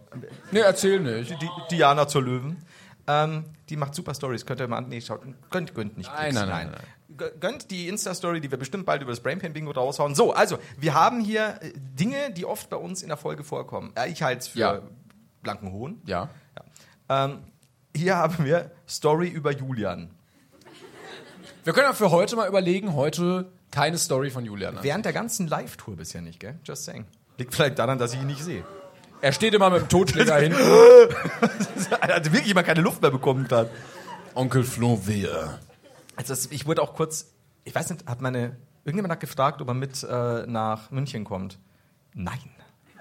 [SPEAKER 2] Nee, erzähl nicht.
[SPEAKER 3] Die, Diana zur Löwen. Ähm, die macht super Stories. Könnt ihr mal an. Nee, schaut. Gönnt, gönnt nicht.
[SPEAKER 2] Nein,
[SPEAKER 3] Klicks,
[SPEAKER 2] nein, nein,
[SPEAKER 3] Gö- Gönnt die Insta-Story, die wir bestimmt bald über das Brainpain-Bingo raushauen. So, also, wir haben hier äh, Dinge, die oft bei uns in der Folge vorkommen. Äh, ich halte es für
[SPEAKER 2] Ja.
[SPEAKER 3] blanken Hohn.
[SPEAKER 2] Ja.
[SPEAKER 3] Ähm, hier haben wir Story über Julian.
[SPEAKER 2] Wir können ja für heute mal überlegen, heute keine Story von Julian.
[SPEAKER 3] Während der ganzen Live-Tour bisher nicht, gell? Just saying. Liegt vielleicht daran, dass ich ihn nicht sehe.
[SPEAKER 2] Er steht immer mit dem Totschläger hin.
[SPEAKER 3] Er hat wirklich mal keine Luft mehr bekommen gerade.
[SPEAKER 2] Onkel Flo wehe.
[SPEAKER 3] Also das, ich wurde auch kurz, ich weiß nicht, hat meine, irgendjemand hat gefragt, ob er mit äh, nach München kommt. Nein.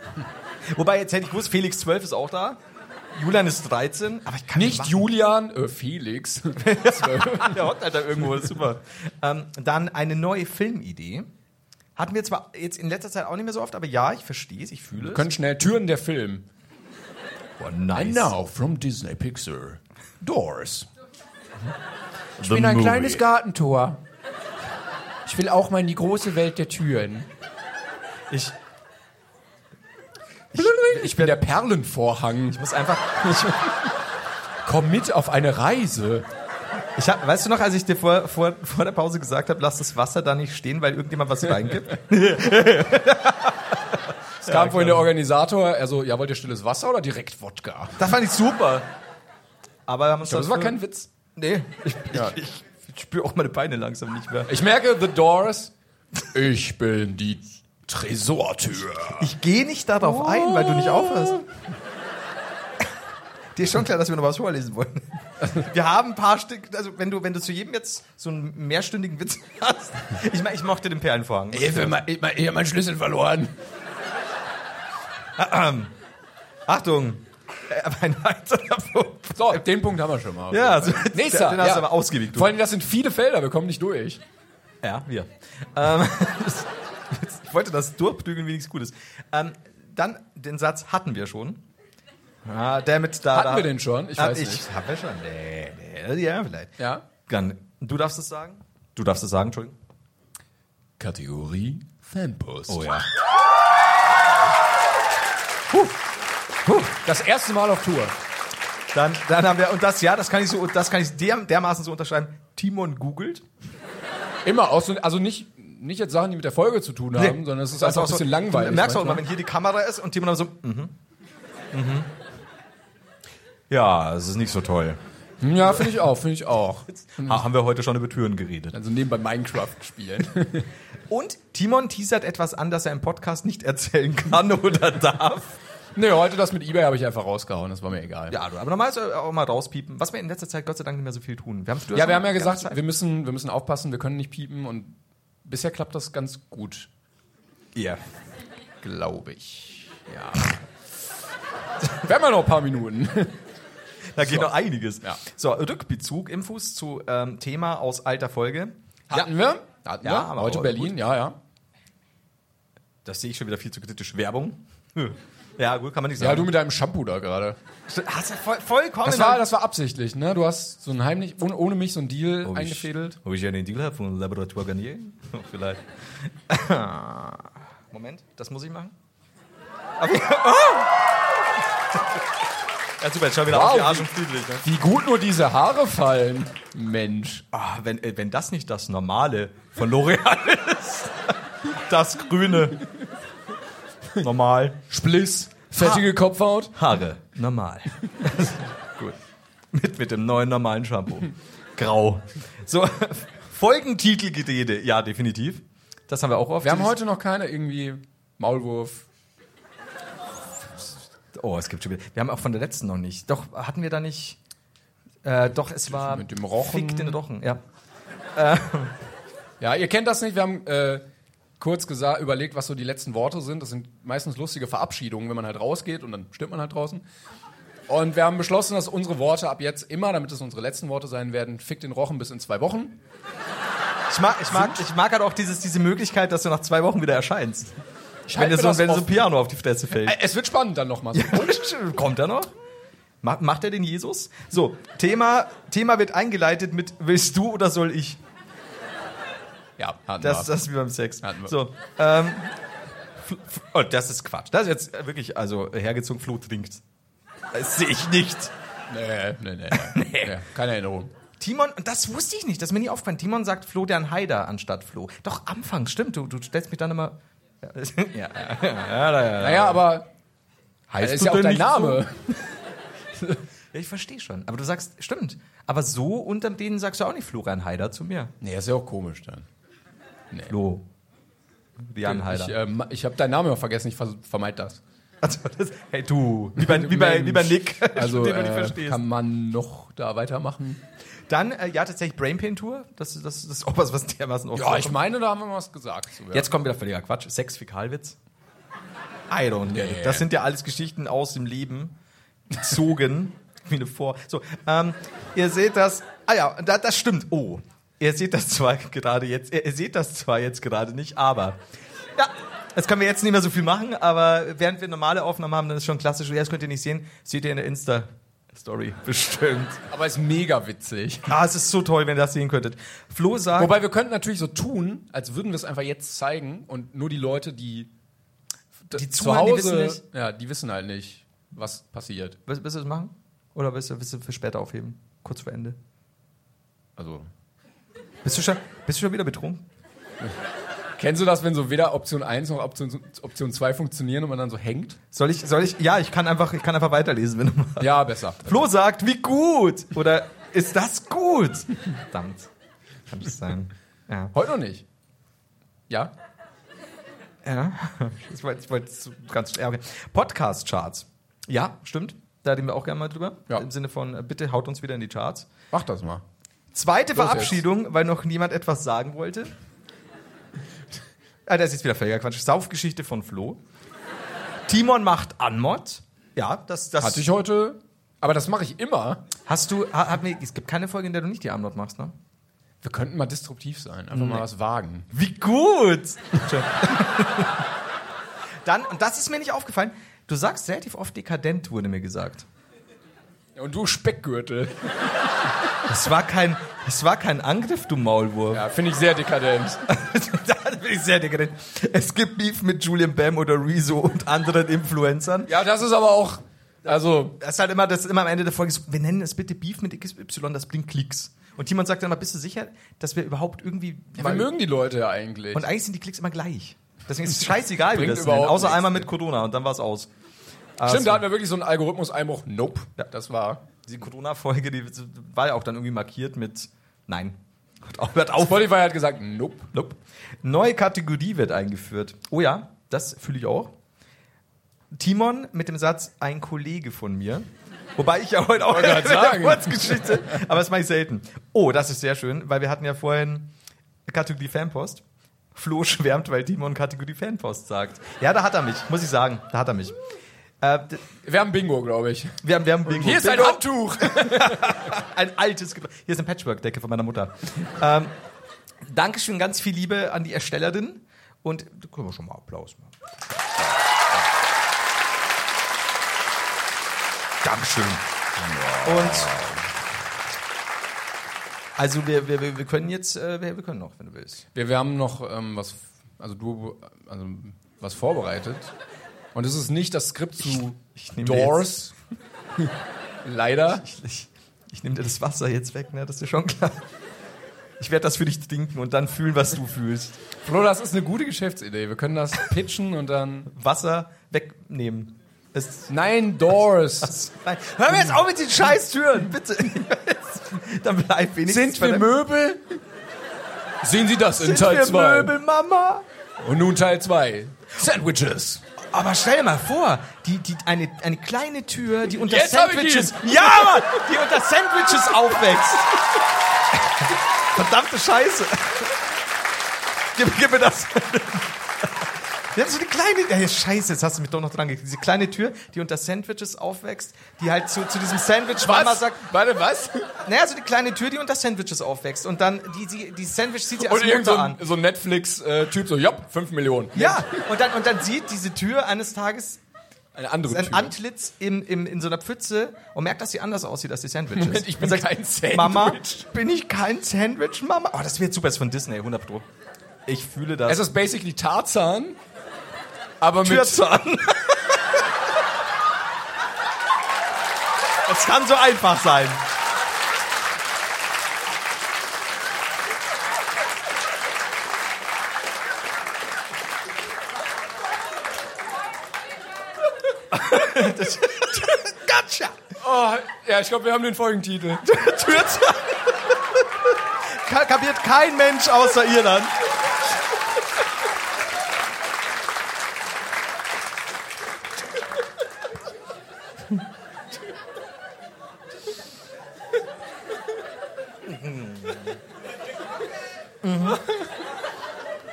[SPEAKER 3] Wobei, jetzt hätte ich gewusst, Felix 12 ist auch da. Julian ist 13, aber ich kann
[SPEAKER 2] Nicht
[SPEAKER 3] machen.
[SPEAKER 2] Julian, äh, Felix.
[SPEAKER 3] Der hockt halt da irgendwo, ist super. ähm, dann eine neue Filmidee. Hatten wir zwar jetzt in letzter Zeit auch nicht mehr so oft, aber ja, ich verstehe es, ich fühle
[SPEAKER 2] Wir
[SPEAKER 3] es.
[SPEAKER 2] können schnell Türen der Film.
[SPEAKER 3] Boah, nice.
[SPEAKER 2] from Disney Pixar. Doors.
[SPEAKER 4] Ich
[SPEAKER 2] Gartentor. Ich will auch mal in die große Welt der Türen.
[SPEAKER 3] Ich,
[SPEAKER 2] Ich, ich bin der Perlenvorhang.
[SPEAKER 3] Ich muss einfach. Ich,
[SPEAKER 2] Komm mit auf eine Reise.
[SPEAKER 3] ich hab, weißt du noch, als ich dir vor, vor, vor der Pause gesagt habe, lass das Wasser da nicht stehen, weil irgendjemand was reingibt?
[SPEAKER 2] Es kam vorhin der Organisator, er so, ja, wollt ihr stilles Wasser oder direkt Wodka?
[SPEAKER 3] Das fand ich super. Aber wir haben uns
[SPEAKER 2] Das war
[SPEAKER 3] dafür-
[SPEAKER 2] kein Witz.
[SPEAKER 3] Nee, ich,
[SPEAKER 2] Ja.
[SPEAKER 3] ich, ich, ich spüre auch meine Beine langsam nicht mehr.
[SPEAKER 2] Ich merke, The Doors. Ich bin die Tresortür.
[SPEAKER 3] Ich gehe nicht darauf ein, weil du nicht aufhörst. Dir ist schon klar, dass wir noch was vorlesen wollen. Wir haben ein paar Stück, also wenn du, wenn du zu jedem jetzt so einen mehrstündigen Witz hast. Ich meine, ich mochte den Perlenvorhang.
[SPEAKER 2] Hilfe, mein- ich mein- ich hab meinen Schlüssel verloren.
[SPEAKER 3] Achtung! Äh, Aber ein weiterer Punkt.
[SPEAKER 2] So, den Punkt haben wir schon mal.
[SPEAKER 3] Ja, so,
[SPEAKER 2] also- Nächster.
[SPEAKER 3] Den hast
[SPEAKER 2] ja.
[SPEAKER 3] du aber ausgiebig. Du.
[SPEAKER 2] Vor allem, das sind viele Felder, wir kommen nicht durch.
[SPEAKER 3] Ja, wir. Ähm, ich wollte das durchprügeln, wie nichts Gutes. Ähm, dann, den Satz hatten wir schon. Ah, damit da.
[SPEAKER 2] Hatten
[SPEAKER 3] da,
[SPEAKER 2] wir den schon? Ich
[SPEAKER 3] Ah,
[SPEAKER 2] weiß
[SPEAKER 3] ich
[SPEAKER 2] nicht.
[SPEAKER 3] Haben wir schon? Nee, nee, ja, vielleicht.
[SPEAKER 2] Ja.
[SPEAKER 3] Dann, du darfst es sagen? Du darfst es sagen, Entschuldigung.
[SPEAKER 2] Kategorie Fanpost.
[SPEAKER 3] Oh ja.
[SPEAKER 2] Das erste Mal auf Tour.
[SPEAKER 3] Dann, dann haben wir, und das, ja, das kann ich so, das kann ich der, dermaßen so unterschreiben. Timon googelt.
[SPEAKER 2] Immer aus, also nicht, nicht jetzt Sachen, die mit der Folge zu tun haben, sondern es ist
[SPEAKER 3] Also
[SPEAKER 2] einfach ein bisschen
[SPEAKER 3] so,
[SPEAKER 2] langweilig.
[SPEAKER 3] Du merkst auch immer,
[SPEAKER 2] manchmal.
[SPEAKER 3] wenn hier die Kamera ist und Timon dann so, mhm.
[SPEAKER 4] Ja, es ist nicht so toll.
[SPEAKER 2] Ja, finde ich auch, finde ich auch.
[SPEAKER 3] Genau.
[SPEAKER 4] Ha, haben wir heute schon über Türen geredet.
[SPEAKER 2] Also nebenbei Minecraft spielen.
[SPEAKER 3] Und Timon teasert etwas an, das er im Podcast nicht erzählen kann oder darf.
[SPEAKER 2] nee, heute das mit Ebay habe ich einfach rausgehauen, das war mir egal.
[SPEAKER 3] Ja, du, aber normalerweise auch mal rauspiepen, was wir in letzter Zeit Gott sei Dank nicht mehr so viel tun. Wir, haben's- du
[SPEAKER 2] Ja,
[SPEAKER 3] hast
[SPEAKER 2] wir haben ja
[SPEAKER 3] die ganze
[SPEAKER 2] gesagt,
[SPEAKER 3] Zeit-
[SPEAKER 2] wir müssen, wir müssen aufpassen, wir können nicht piepen und bisher klappt das ganz gut,
[SPEAKER 4] Ja.
[SPEAKER 2] glaube ich. Ja. wir haben ja noch ein paar Minuten.
[SPEAKER 3] da geht noch einiges.
[SPEAKER 2] Ja.
[SPEAKER 3] So, Rückbezug, Infos zu ähm, Thema aus alter Folge.
[SPEAKER 2] Hatten wir? Hatten
[SPEAKER 3] Ja,
[SPEAKER 2] wir?
[SPEAKER 3] aber
[SPEAKER 2] Heute
[SPEAKER 3] gut.
[SPEAKER 2] Berlin, ja, ja.
[SPEAKER 3] Das sehe ich schon wieder viel zu kritisch. Werbung? Hm. Ja, gut, kann man nicht
[SPEAKER 2] Ja,
[SPEAKER 3] sagen.
[SPEAKER 2] du mit deinem Shampoo da gerade.
[SPEAKER 3] hast ja voll, vollkommen.
[SPEAKER 2] Das war, das war absichtlich, ne? Du hast so ein heimlich, ohne, ohne mich so ein Deal
[SPEAKER 3] Ob Oh, ich-
[SPEAKER 2] eingefädelt.
[SPEAKER 3] Ob ich einen Deal habe von Laboratoire Garnier? Oh, Vielleicht. Moment, das muss ich machen. Aber- oh! Ja, super, jetzt schau wieder
[SPEAKER 2] Wow,
[SPEAKER 3] auf die Arsch
[SPEAKER 2] wie-
[SPEAKER 3] und friedlich. Ne?
[SPEAKER 2] Wie gut nur diese Haare fallen. Mensch.
[SPEAKER 3] Ah, wenn, äh, wenn das nicht das Normale von L'Oreal ist, das Grüne. Normal.
[SPEAKER 2] Spliss, fettige Kopfhaut.
[SPEAKER 3] Haare. Normal. Gut. Mit, mit dem neuen normalen Shampoo. Grau. So, Folgentitelgerede. Ja, definitiv. Das haben wir auch oft.
[SPEAKER 2] Wir haben
[SPEAKER 3] Dieses-
[SPEAKER 2] heute noch keine irgendwie Maulwurf.
[SPEAKER 3] Oh, es gibt schon wieder. Wir haben auch von der letzten noch nicht. Doch, hatten wir da nicht. Äh, doch, es war.
[SPEAKER 2] Mit dem Rochen.
[SPEAKER 3] Fick den Rochen, ja.
[SPEAKER 2] Ja, ihr kennt das nicht. Wir haben äh, kurz gesagt, überlegt, was so die letzten Worte sind. Das sind meistens lustige Verabschiedungen, wenn man halt rausgeht und dann stirbt man halt draußen. Und wir haben beschlossen, dass unsere Worte ab jetzt immer, damit es unsere letzten Worte sein werden, fick den Rochen bis in zwei Wochen.
[SPEAKER 3] Ich mag, ich mag, ich mag halt auch dieses, diese Möglichkeit, dass du nach zwei Wochen wieder erscheinst.
[SPEAKER 2] Ich
[SPEAKER 3] Wenn,
[SPEAKER 2] halte
[SPEAKER 3] dir
[SPEAKER 2] mir
[SPEAKER 3] so,
[SPEAKER 2] das
[SPEAKER 3] wenn so ein
[SPEAKER 2] offen.
[SPEAKER 3] Piano auf die Fresse fällt.
[SPEAKER 2] Äh, es wird spannend dann nochmal.
[SPEAKER 3] Kommt er noch? Ma- Macht er den Jesus? So, Thema, Thema wird eingeleitet mit Willst du oder soll ich?
[SPEAKER 2] Ja, hatten
[SPEAKER 3] Das,
[SPEAKER 2] wir.
[SPEAKER 3] das ist wie beim Sex.
[SPEAKER 2] Hatten wir.
[SPEAKER 3] So, ähm, Fl- Fl- oh, das ist Quatsch. Das ist jetzt wirklich, also hergezogen, Flo trinkt. Das sehe ich nicht.
[SPEAKER 2] Nee, nee, nee. nee. nee. Keine Erinnerung.
[SPEAKER 3] Timon, und das wusste ich nicht, das ist mir nie aufgefallen. Timon sagt Flo der Heider anstatt Flo. Doch, anfangs, stimmt, du, du stellst mich dann immer. Ja, ja, ja, ja, ja.
[SPEAKER 2] Naja, aber das
[SPEAKER 3] Äh, Heißt
[SPEAKER 2] ist ja auch dein
[SPEAKER 3] nicht so?
[SPEAKER 2] Name.
[SPEAKER 3] Ja, ich verstehe schon. Aber du sagst, stimmt. Aber so unter denen sagst du auch nicht Florian Heider zu mir.
[SPEAKER 2] Nee, das ist ja auch komisch dann.
[SPEAKER 3] Flo. Jan
[SPEAKER 2] Ich,
[SPEAKER 3] Heider.
[SPEAKER 2] ähm, ich habe deinen Namen immer vergessen, ich vers vermeid das.
[SPEAKER 3] Also, das, hey du, wie bei, wie bei, wie bei Nick,
[SPEAKER 2] Also
[SPEAKER 3] den du nicht
[SPEAKER 2] äh,
[SPEAKER 3] verstehst.
[SPEAKER 2] kann man noch da weitermachen?
[SPEAKER 3] Dann, äh, ja, tatsächlich Brain Pain Tour. Das, das, das ist auch was, was dermaßen oft
[SPEAKER 2] Ja, ich
[SPEAKER 3] vorkommt.
[SPEAKER 2] meine, da haben wir was gesagt. zu.
[SPEAKER 3] Jetzt kommt wieder völliger Quatsch. Sex, Fäkalwitz. I don't know. Das sind ja alles Geschichten aus dem Leben. Gezogen. wie eine Vor. So, ähm, ihr seht das. Ah ja, da, das stimmt. Oh. Ihr seht das zwar gerade jetzt. Ihr, ihr seht das zwar jetzt gerade nicht, aber. Ja. Das können wir jetzt nicht mehr so viel machen, aber während wir normale Aufnahmen haben, dann ist schon klassisch. Ja, Das könnt ihr nicht sehen. Seht ihr in der Insta-Story. Bestimmt.
[SPEAKER 2] aber ist mega witzig.
[SPEAKER 3] Ah, es ist so toll, wenn ihr das sehen könntet. Flo sagt.
[SPEAKER 2] Wobei wir könnten natürlich so tun, als würden wir es einfach jetzt zeigen und nur die Leute, die,
[SPEAKER 3] Die
[SPEAKER 2] zu
[SPEAKER 3] zuhören, die
[SPEAKER 2] Hause,
[SPEAKER 3] wissen nicht.
[SPEAKER 2] ja, die wissen halt nicht, was passiert.
[SPEAKER 3] Willst, willst du das machen? Oder willst du, willst du für später aufheben? Kurz vor Ende.
[SPEAKER 2] Also
[SPEAKER 3] Bist du schon, bist du schon wieder betrunken?
[SPEAKER 2] kennst du das, wenn so weder Option 1 noch Option, Option 2 funktionieren und man dann so hängt?
[SPEAKER 3] Soll ich, soll ich, ja, ich kann einfach, ich kann einfach weiterlesen, wenn du mal.
[SPEAKER 2] Ja, besser.
[SPEAKER 3] Flo sagt, wie gut! Oder ist das gut? Verdammt. Kann das sein? Ja.
[SPEAKER 2] Heute noch nicht. Ja?
[SPEAKER 3] ja. Ich wollte, ich wollte zu- ganz, ja, okay. Podcast-Charts. Ja, stimmt. Da reden wir auch gerne mal drüber.
[SPEAKER 2] Ja.
[SPEAKER 3] Im Sinne von, äh, bitte haut uns wieder in die Charts.
[SPEAKER 2] Mach das mal.
[SPEAKER 3] Zweite
[SPEAKER 2] Los
[SPEAKER 3] Verabschiedung, weil noch niemand etwas sagen wollte. ah, das ist jetzt wieder völliger Quatsch. Saufgeschichte von Flo. Timon macht Anmod. Ja, das, das
[SPEAKER 2] Hatte ich heute, aber das mache ich immer.
[SPEAKER 3] Hast du, ha, hat mir, es gibt keine Folge, in der du nicht die Armlot machst, ne?
[SPEAKER 2] Wir könnten mal disruptiv sein, einfach mal was wagen.
[SPEAKER 3] Wie gut! Dann, und das ist mir nicht aufgefallen, du sagst relativ oft dekadent, wurde mir gesagt.
[SPEAKER 2] Und du Speckgürtel.
[SPEAKER 3] Das war kein, das war kein Angriff, du Maulwurf.
[SPEAKER 2] Ja, finde ich sehr dekadent.
[SPEAKER 3] das bin ich sehr dekadent. Es gibt Beef mit Julian Bam oder Rezo und anderen Influencern.
[SPEAKER 2] Ja, das ist aber auch, also,
[SPEAKER 3] Das ist halt immer, das ist immer am Ende der Folge so, wir nennen es bitte Beef mit XY, das bringt Klicks. Und jemand sagt dann mal, bist du sicher, dass wir überhaupt irgendwie...
[SPEAKER 2] wir mögen die Leute ja eigentlich.
[SPEAKER 3] Und eigentlich sind die Klicks immer gleich. Deswegen ist es scheißegal, wie wir
[SPEAKER 2] Bringt
[SPEAKER 3] das nennen.
[SPEAKER 2] überhaupt
[SPEAKER 3] Außer
[SPEAKER 2] nichts.
[SPEAKER 3] einmal mit Corona und dann war es aus.
[SPEAKER 2] Stimmt, da hatten wir wirklich so einen Algorithmus-Einbruch. Nope.
[SPEAKER 3] Ja.
[SPEAKER 2] Das war.
[SPEAKER 3] Die Corona-Folge, die war ja auch dann irgendwie markiert mit Nein. Hört auf, hört auf.
[SPEAKER 2] Spotify hat gesagt, nope.
[SPEAKER 3] Nope. Neue Kategorie wird eingeführt. Oh ja, das fühle ich auch. Timon mit dem Satz, ein Kollege von mir. Wobei ich ja heute auch
[SPEAKER 2] Wollte grad
[SPEAKER 3] mit der
[SPEAKER 2] sagen.
[SPEAKER 3] Kurzgeschichte, aber das mache ich selten. Oh, das ist sehr schön, weil wir hatten ja vorhin Kategorie Fanpost. Flo schwärmt, weil Timon Kategorie Fanpost sagt. Ja, da hat er mich, muss ich sagen, da hat er mich. Äh, d-
[SPEAKER 2] Wir haben Bingo, glaube ich.
[SPEAKER 3] wir haben, wir haben Bingo.
[SPEAKER 2] Hier ist ein
[SPEAKER 3] Bingo.
[SPEAKER 2] Handtuch.
[SPEAKER 3] Ein altes Gebra Hier ist eine Patchwork-Decke von meiner Mutter. ähm, Dankeschön, ganz viel Liebe an die Erstellerin. Und da können wir schon mal Applaus machen. Dankeschön. Und also wir, wir, wir wir können jetzt, äh, wir, wir können noch, wenn du willst.
[SPEAKER 2] Wir, wir haben noch ähm, was, also du, also was vorbereitet. Und es ist nicht das Skript zu
[SPEAKER 3] nehme
[SPEAKER 2] Doors. Leider.
[SPEAKER 3] Ich, ich nehme dir das Wasser jetzt weg, ne? Das ist dir schon klar. Ich werde das für dich trinken und dann fühlen, was du fühlst.
[SPEAKER 2] Flo, das ist eine gute Geschäftsidee. Wir können das pitchen und dann.
[SPEAKER 3] Wasser wegnehmen. Es,
[SPEAKER 2] Nein, Doors.
[SPEAKER 3] das, nein. Hör mir jetzt auf mit den scheiß Türen, bitte. dann bleib wenigstens.
[SPEAKER 2] Sind wir
[SPEAKER 3] bei der-
[SPEAKER 2] Möbel? Sehen Sie das in
[SPEAKER 3] Sind
[SPEAKER 2] Teil
[SPEAKER 3] wir
[SPEAKER 2] 2.
[SPEAKER 3] Möbel, Mama?
[SPEAKER 2] Und nun Teil 2. Sandwiches.
[SPEAKER 3] Aber stell dir mal vor, die, die, eine, eine kleine Tür, die unter
[SPEAKER 2] Jetzt hab ich
[SPEAKER 3] Sandwiches. Ja, Mann! Die unter Sandwiches aufwächst. Verdammte Scheiße. Gib, gib mir das. Wir haben so eine kleine. Ey, Scheiße, jetzt hast du mich doch noch dran gekriegt. Diese kleine Tür, die unter Sandwiches aufwächst, die halt zu, zu diesem Sandwich Mama
[SPEAKER 2] Was?
[SPEAKER 3] sagt.
[SPEAKER 2] Warte, was?
[SPEAKER 3] Naja, so eine kleine Tür, die unter Sandwiches aufwächst. Und dann, die, die, die Sandwich sieht sie als
[SPEAKER 2] Und irgend so
[SPEAKER 3] Mutter an.
[SPEAKER 2] ein, so ein Netflix-Typ so, jopp, 5 Millionen.
[SPEAKER 3] Ja, und dann, und dann sieht diese Tür eines Tages
[SPEAKER 2] Eine andere
[SPEAKER 3] sein
[SPEAKER 2] Tür.
[SPEAKER 3] Antlitz in, in, in so einer Pfütze und merkt, dass sie anders aussieht als die Sandwiches.
[SPEAKER 2] Moment, ich bin
[SPEAKER 3] Und
[SPEAKER 2] kein Sandwich.
[SPEAKER 3] Mama, bin ich kein Sandwich, Mama? Oh, das wird super, ist von Disney, 100 Pro. Ich fühle das.
[SPEAKER 2] Es ist basically Tarzan, aber mit...
[SPEAKER 3] Türzahn. Es kann so einfach sein. Gotcha!
[SPEAKER 2] Oh, ja, ich glaube, wir haben den Folgentitel.
[SPEAKER 3] Türzahn. Ka- Kapiert kein Mensch außer ihr dann.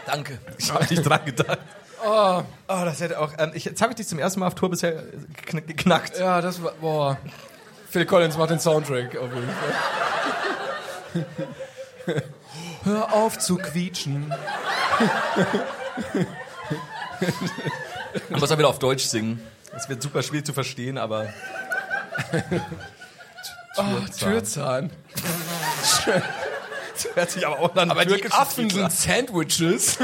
[SPEAKER 3] Danke. Ich habe nicht dran gedacht. Oh. das hätte auch. Ähm, ich, jetzt habe ich dich zum ersten Mal auf Tour bisher äh, gekn- geknackt.
[SPEAKER 2] Ja, das war... Boah. Phil Collins macht den Soundtrack auf jeden Fall. Hör auf zu quietschen.
[SPEAKER 3] Man muss dann wieder auf Deutsch singen. Es wird super schwierig zu verstehen, aber.
[SPEAKER 2] Oh, Türzahn.
[SPEAKER 3] Hört sich aber auch dann
[SPEAKER 2] Aber die Affen sind Sandwiches.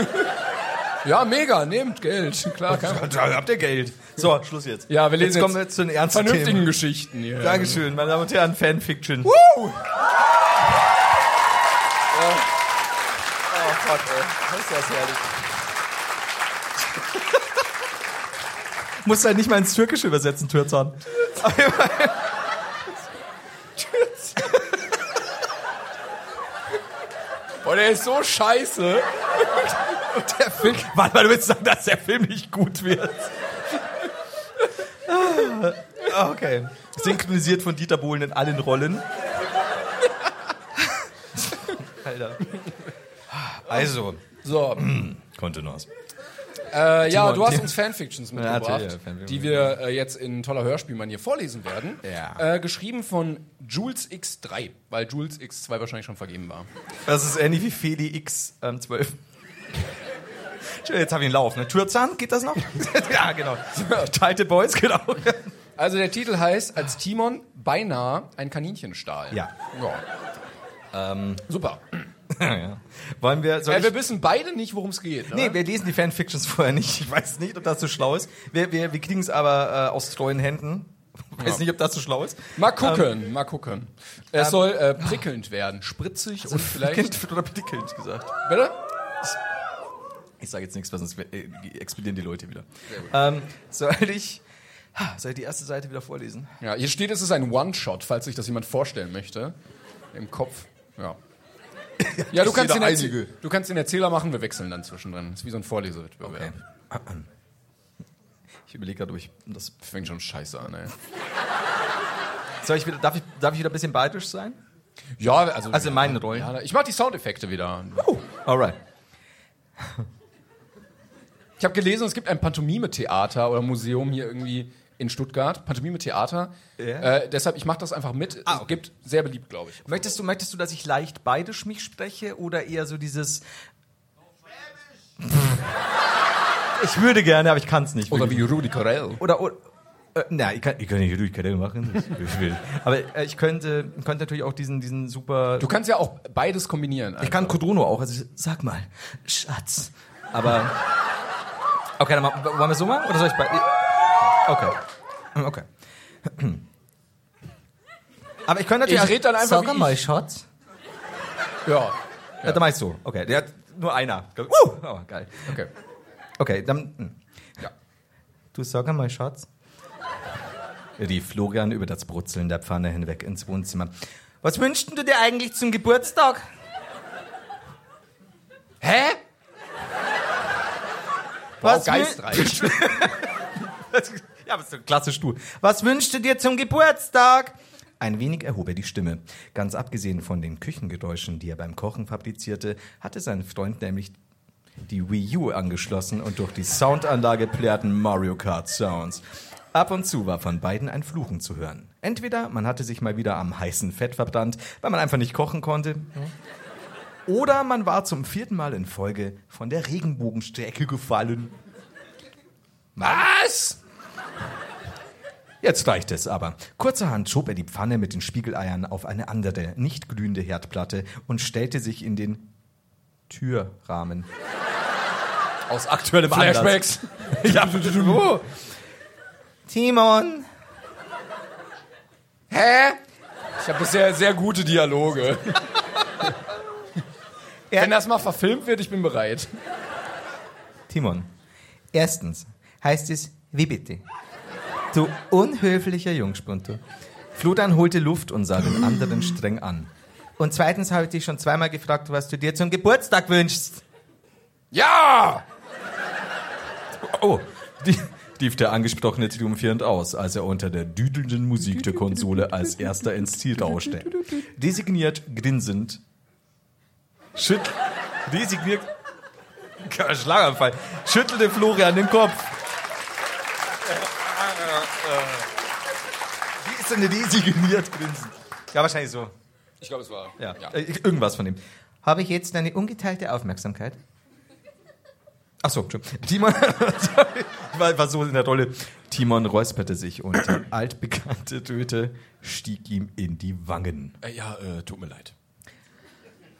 [SPEAKER 2] ja, mega, nehmt Geld. Klar, kein
[SPEAKER 3] Da habt ihr Geld. So, Schluss jetzt.
[SPEAKER 2] Ja, wir lesen
[SPEAKER 3] jetzt kommen
[SPEAKER 2] jetzt
[SPEAKER 3] wir zu den ernsten
[SPEAKER 2] Vernünftigen
[SPEAKER 3] Themen.
[SPEAKER 2] Geschichten hier.
[SPEAKER 3] Dankeschön, meine Damen und Herren, Fanfiction.
[SPEAKER 2] Woo!
[SPEAKER 3] Oh Gott, ey. Das ist das herrlich. Muss halt nicht mal ins Türkische übersetzen, Türzahn.
[SPEAKER 2] Boah, der ist so scheiße.
[SPEAKER 3] Der Film. Warte mal, du willst sagen, dass der Film nicht gut wird. Ah, okay. Synchronisiert von Dieter Bohlen in allen Rollen. Alter. Also,
[SPEAKER 2] So,
[SPEAKER 4] Kontinuos.
[SPEAKER 2] äh, ja,
[SPEAKER 3] Timon,
[SPEAKER 2] du hast
[SPEAKER 3] Tim-
[SPEAKER 2] uns Fanfictions
[SPEAKER 3] Ja,
[SPEAKER 2] mitgebracht,
[SPEAKER 3] ja, Fanfiction.
[SPEAKER 2] die wir äh, jetzt in toller Hörspielmanier vorlesen werden.
[SPEAKER 3] Ja.
[SPEAKER 2] Äh, geschrieben von Jules X3, weil Jules X2 wahrscheinlich schon vergeben war.
[SPEAKER 3] das ist ähnlich wie Feli X12. Jetzt habe ich einen Lauf. Ne? Türzahn, geht das noch? ja, genau. Teilte Boys, genau.
[SPEAKER 2] Also der Titel heißt, als Timon beinahe ein Kaninchen stahl.
[SPEAKER 3] Ja.
[SPEAKER 2] Ja. Super.
[SPEAKER 3] Wollen wir, soll
[SPEAKER 2] Äh,
[SPEAKER 3] ich-
[SPEAKER 2] wir wissen beide nicht, worum es geht.
[SPEAKER 3] Nee,
[SPEAKER 2] Ne?
[SPEAKER 3] wir lesen die Fanfictions vorher nicht. Ich weiß nicht, ob das so schlau ist. Wir, wir, wir kriegen es aber äh, aus treuen Händen. Weiß nicht, ob das so schlau ist.
[SPEAKER 2] Mal gucken, mal gucken. Es soll äh, prickelnd werden, spritzig und vielleicht.
[SPEAKER 3] Kind oder prickelnd gesagt.
[SPEAKER 2] Bitte?
[SPEAKER 3] Ich sage jetzt nichts, weil sonst äh, explodieren die Leute wieder. Ähm, soll ich. Ha, Soll ich die erste Seite wieder vorlesen?
[SPEAKER 2] Ja, hier steht, es ist ein One-Shot, falls sich das jemand vorstellen möchte. Im Kopf. Ja. Ja, du kannst, den
[SPEAKER 3] jeder
[SPEAKER 2] Erzäh- du kannst den Erzähler machen, wir wechseln dann zwischendrin. Ist wie so ein Vorlesewettbewerb.
[SPEAKER 3] Okay. Ich überlege gerade, ob ich das.
[SPEAKER 2] Fängt schon scheiße an, ey.
[SPEAKER 3] Soll ich wieder, darf, ich, darf ich wieder ein bisschen bayerisch sein?
[SPEAKER 2] Ja, also.
[SPEAKER 3] Also in meinen Rollen.
[SPEAKER 2] ja, ich mach die Soundeffekte wieder.
[SPEAKER 3] Oh, alright.
[SPEAKER 2] Ich habe gelesen, es gibt ein Pantomime-Theater oder Museum hier irgendwie in Stuttgart. Pantomime-Theater.
[SPEAKER 3] Ja.
[SPEAKER 2] Äh, deshalb, ich mache das einfach mit.
[SPEAKER 3] Ah,
[SPEAKER 2] Es
[SPEAKER 3] okay.
[SPEAKER 2] gibt sehr beliebt, glaube ich.
[SPEAKER 3] Möchtest du, möchtest du, dass ich leicht bayerisch mich spreche oder eher so dieses. Ich würde gerne, aber ich kann es nicht.
[SPEAKER 2] Oder wie Rudi Corell.
[SPEAKER 3] Oder, oder äh, na, ich kann, ich kann nicht Rudi Carell machen. Das, ich will. Aber äh, ich könnte, könnte natürlich auch diesen, diesen super.
[SPEAKER 2] Du kannst ja auch beides kombinieren.
[SPEAKER 3] ich kann Codrono auch. Also sag mal, Schatz. Aber okay, dann ma- wollen wir so machen oder soll ich bei? Okay, Hm, okay. Aber ich könnte natürlich.
[SPEAKER 2] Ich red dann einfach
[SPEAKER 3] Sag
[SPEAKER 2] wie
[SPEAKER 3] mal,
[SPEAKER 2] ich.
[SPEAKER 3] Schatz. Äh,
[SPEAKER 2] Ja.
[SPEAKER 3] Ja. Dann mach ich so. Okay, der hat nur einer. Uh, oh, geil.
[SPEAKER 2] Okay.
[SPEAKER 3] Okay, dann. hm. Ja. Du sag einmal, Schatz. Rief Florian über das Brutzeln der Pfanne hinweg ins Wohnzimmer. Was wünschst du dir eigentlich zum Geburtstag?
[SPEAKER 2] Hä?
[SPEAKER 3] Was
[SPEAKER 2] wow, geistreich.
[SPEAKER 3] wün- ja, aber so klassisch du. Was wünschst du dir zum Geburtstag? Ein wenig erhob er die Stimme. Ganz abgesehen von den Küchengeräuschen, die er beim Kochen fabrizierte, hatte sein Freund nämlich die Wii U angeschlossen und durch die Soundanlage plärrten Mario Kart Sounds. Ab und zu war von beiden ein Fluchen zu hören. Entweder man hatte sich mal wieder am heißen Fett verbrannt, weil man einfach nicht kochen konnte, oder man war zum vierten Mal in Folge von der Regenbogenstrecke gefallen.
[SPEAKER 2] Was?
[SPEAKER 3] Jetzt reicht es aber. Kurzerhand schob er die Pfanne mit den Spiegeleiern auf eine andere, nicht glühende Herdplatte und stellte sich in den Türrahmen.
[SPEAKER 2] Aus aktuellem
[SPEAKER 3] Flashbacks.
[SPEAKER 2] Flashbacks.
[SPEAKER 3] ja. Timon!
[SPEAKER 2] Hä? Ich habe bisher sehr gute Dialoge. Wenn das mal verfilmt wird, ich bin bereit.
[SPEAKER 3] Timon, erstens heißt es wie bitte. Du unhöflicher Jungspunto. Florian holte Luft und sah den anderen streng an. Und zweitens habe ich dich schon zweimal gefragt, was du dir zum Geburtstag wünschst.
[SPEAKER 2] Ja!
[SPEAKER 3] Oh, die, rief der angesprochene triumphierend aus, als er unter der düdelnden Musik der Konsole als erster ins Ziel rauschte. Resigniert grinsend. Schütt, resigniert. Schlaganfall. Schüttelte Florian den Kopf. Äh, Wie äh, ist denn resigniert grinsend? Ja, wahrscheinlich so.
[SPEAKER 2] Ich glaube, es war.
[SPEAKER 3] Ja. Äh, Irgendwas von dem. Habe ich jetzt deine ungeteilte Aufmerksamkeit? Ach so, Entschuldigung. Timon, sorry, ich war, war so in der Rolle. Timon räusperte sich und die altbekannte Töte stieg ihm in die Wangen.
[SPEAKER 2] Äh, ja, äh, tut mir leid.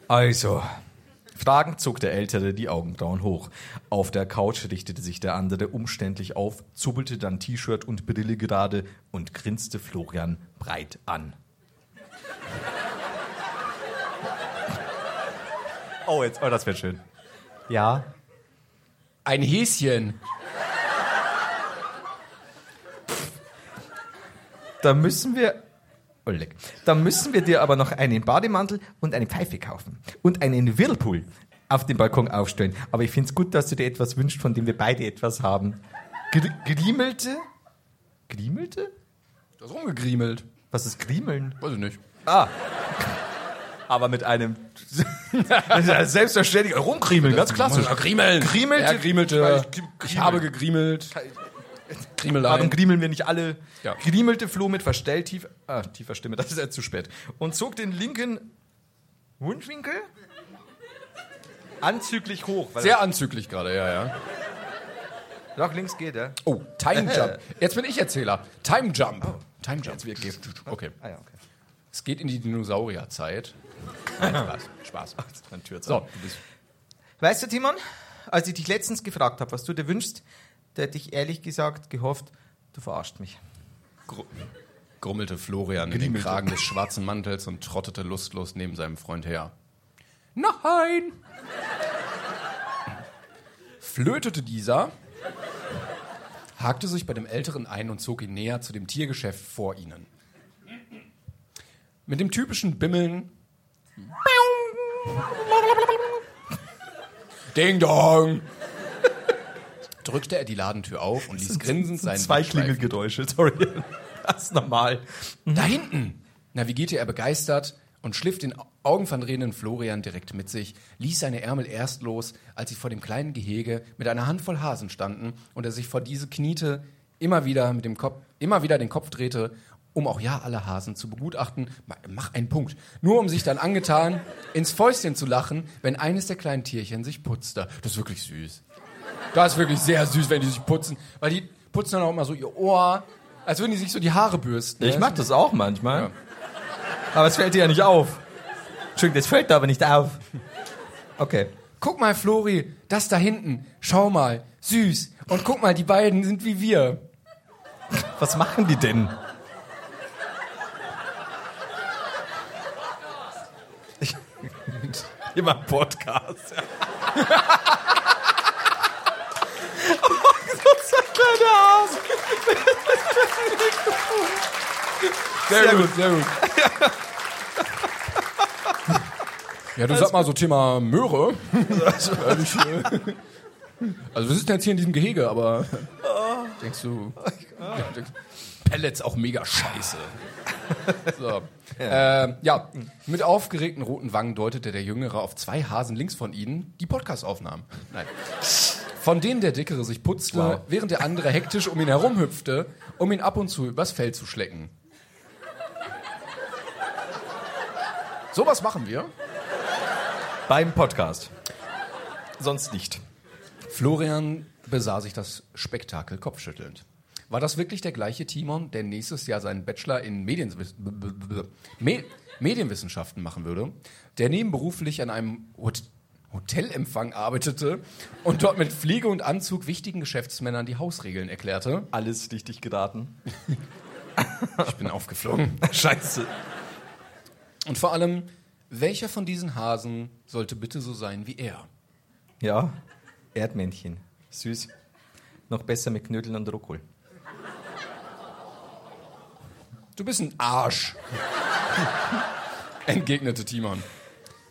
[SPEAKER 3] Also. Fragend zog der Ältere die Augenbrauen hoch. Auf der Couch richtete sich der andere umständlich auf, zuppelte dann T-Shirt und Brille gerade und grinste Florian breit an. Oh, jetzt, oh, das wäre schön. Ja.
[SPEAKER 2] Ein Häschen.
[SPEAKER 3] Da müssen wir. Oh, leck. Da müssen wir dir aber noch einen Bademantel und eine Pfeife kaufen. Und einen Whirlpool auf dem Balkon aufstellen. Aber ich finde es gut, dass du dir etwas wünschst, von dem wir beide etwas haben. Gr griemelte? Griemelte?
[SPEAKER 2] Da ist rumgegriemelt.
[SPEAKER 3] Was ist Griemeln?
[SPEAKER 2] Weiß ich nicht.
[SPEAKER 3] Aber mit einem. Selbstverständlich rumgriemeln, ganz klassisch.
[SPEAKER 2] Griemeln.
[SPEAKER 3] Griemelte-
[SPEAKER 2] Ja, griemelte.
[SPEAKER 3] Ich- ich-
[SPEAKER 2] Ich habe gegriemelt.
[SPEAKER 3] Warum
[SPEAKER 2] Griemelei.
[SPEAKER 3] griemeln wir nicht alle?
[SPEAKER 2] Ja.
[SPEAKER 3] Griemelte Flo mit verstellt tief, ah, tiefer Stimme, das ist ja zu spät. Und zog den linken Mundwinkel anzüglich hoch. Weil
[SPEAKER 2] Sehr anzüglich gerade, ja, ja.
[SPEAKER 3] nach links geht er.
[SPEAKER 2] Oh, Time Jump. Jetzt bin ich Erzähler. Time Jump. Oh, Time Jump. Okay.
[SPEAKER 3] Ah ja, okay.
[SPEAKER 2] Es geht in die Dinosaurierzeit. Spaß. Spaß.
[SPEAKER 3] Dann Tür zu.
[SPEAKER 2] So, du bist
[SPEAKER 3] Weißt du, Timon, als ich dich letztens gefragt habe, was du dir wünschst, da hätte ich ehrlich gesagt gehofft, du verarscht mich.
[SPEAKER 2] grummelte Florian in den Kragen des schwarzen Mantels und trottete lustlos neben seinem Freund her. Nein! Flötete dieser, hakte sich bei dem Älteren ein und zog ihn näher zu dem Tiergeschäft vor ihnen. Mit dem typischen Bimmeln. Ding Dong! drückte er die Ladentür auf und ließ grinsend seinen
[SPEAKER 3] Zwei
[SPEAKER 2] Blick schweifen.
[SPEAKER 3] Klingelgeräusche, sorry. Das ist normal.
[SPEAKER 2] Da hinten! navigierte er begeistert und schliff den augenverdrehenden Florian direkt mit sich, ließ seine Ärmel erst los, als sie vor dem kleinen Gehege mit einer Handvoll Hasen standen und er sich vor diese kniete, immer wieder mit dem Kopf, immer wieder den Kopf drehte, um auch ja alle Hasen zu begutachten, Ma- mach einen Punkt, nur um sich dann angetan ins Fäustchen zu lachen, wenn eines der kleinen Tierchen sich putzte. Das ist wirklich süß. Das ist wirklich sehr süß, wenn die sich putzen. Weil die putzen dann auch immer so ihr Ohr, als würden die sich so die Haare bürsten.
[SPEAKER 3] Ich
[SPEAKER 2] ne?
[SPEAKER 3] mach das auch manchmal. Aber es fällt dir ja nicht auf. Entschuldigung, das fällt dir aber nicht auf. Okay.
[SPEAKER 2] Guck mal, Flori, das da hinten. Schau mal, süß. Und guck mal, die beiden sind wie wir.
[SPEAKER 3] Was machen die denn?
[SPEAKER 4] Immer Podcast.
[SPEAKER 2] Sehr, gut, sehr gut. Ja, du sag mal so Thema Möhre. Also, ich, äh, also wir sitzen jetzt hier in diesem Gehege, aber denkst du, denkst, Pellets auch mega scheiße. So. Äh, ja, mit aufgeregten roten Wangen deutete der Jüngere auf zwei Hasen links von ihnen die Podcast-Aufnahmen. Nein. Von denen der Dickere sich putzte, während der andere hektisch um ihn herumhüpfte, um ihn ab und zu übers Fell zu schlecken. Sowas machen wir.
[SPEAKER 3] Beim Podcast. Sonst nicht.
[SPEAKER 2] Florian besah sich das Spektakel kopfschüttelnd. War das wirklich der gleiche Timon, der nächstes Jahr seinen Bachelor in Medienwis b- b- b- Me Medienwissenschaften machen würde, der nebenberuflich an einem Hot Hotelempfang arbeitete und dort mit Fliege und Anzug wichtigen Geschäftsmännern die Hausregeln erklärte?
[SPEAKER 3] Alles richtig geraten.
[SPEAKER 2] Ich bin aufgeflogen.
[SPEAKER 3] Scheiße.
[SPEAKER 2] Und vor allem, welcher von diesen Hasen sollte bitte so sein wie er?
[SPEAKER 3] Ja. Erdmännchen. Süß. Noch besser mit Knödeln und Rucool.
[SPEAKER 2] Du bist ein Arsch, entgegnete Timon.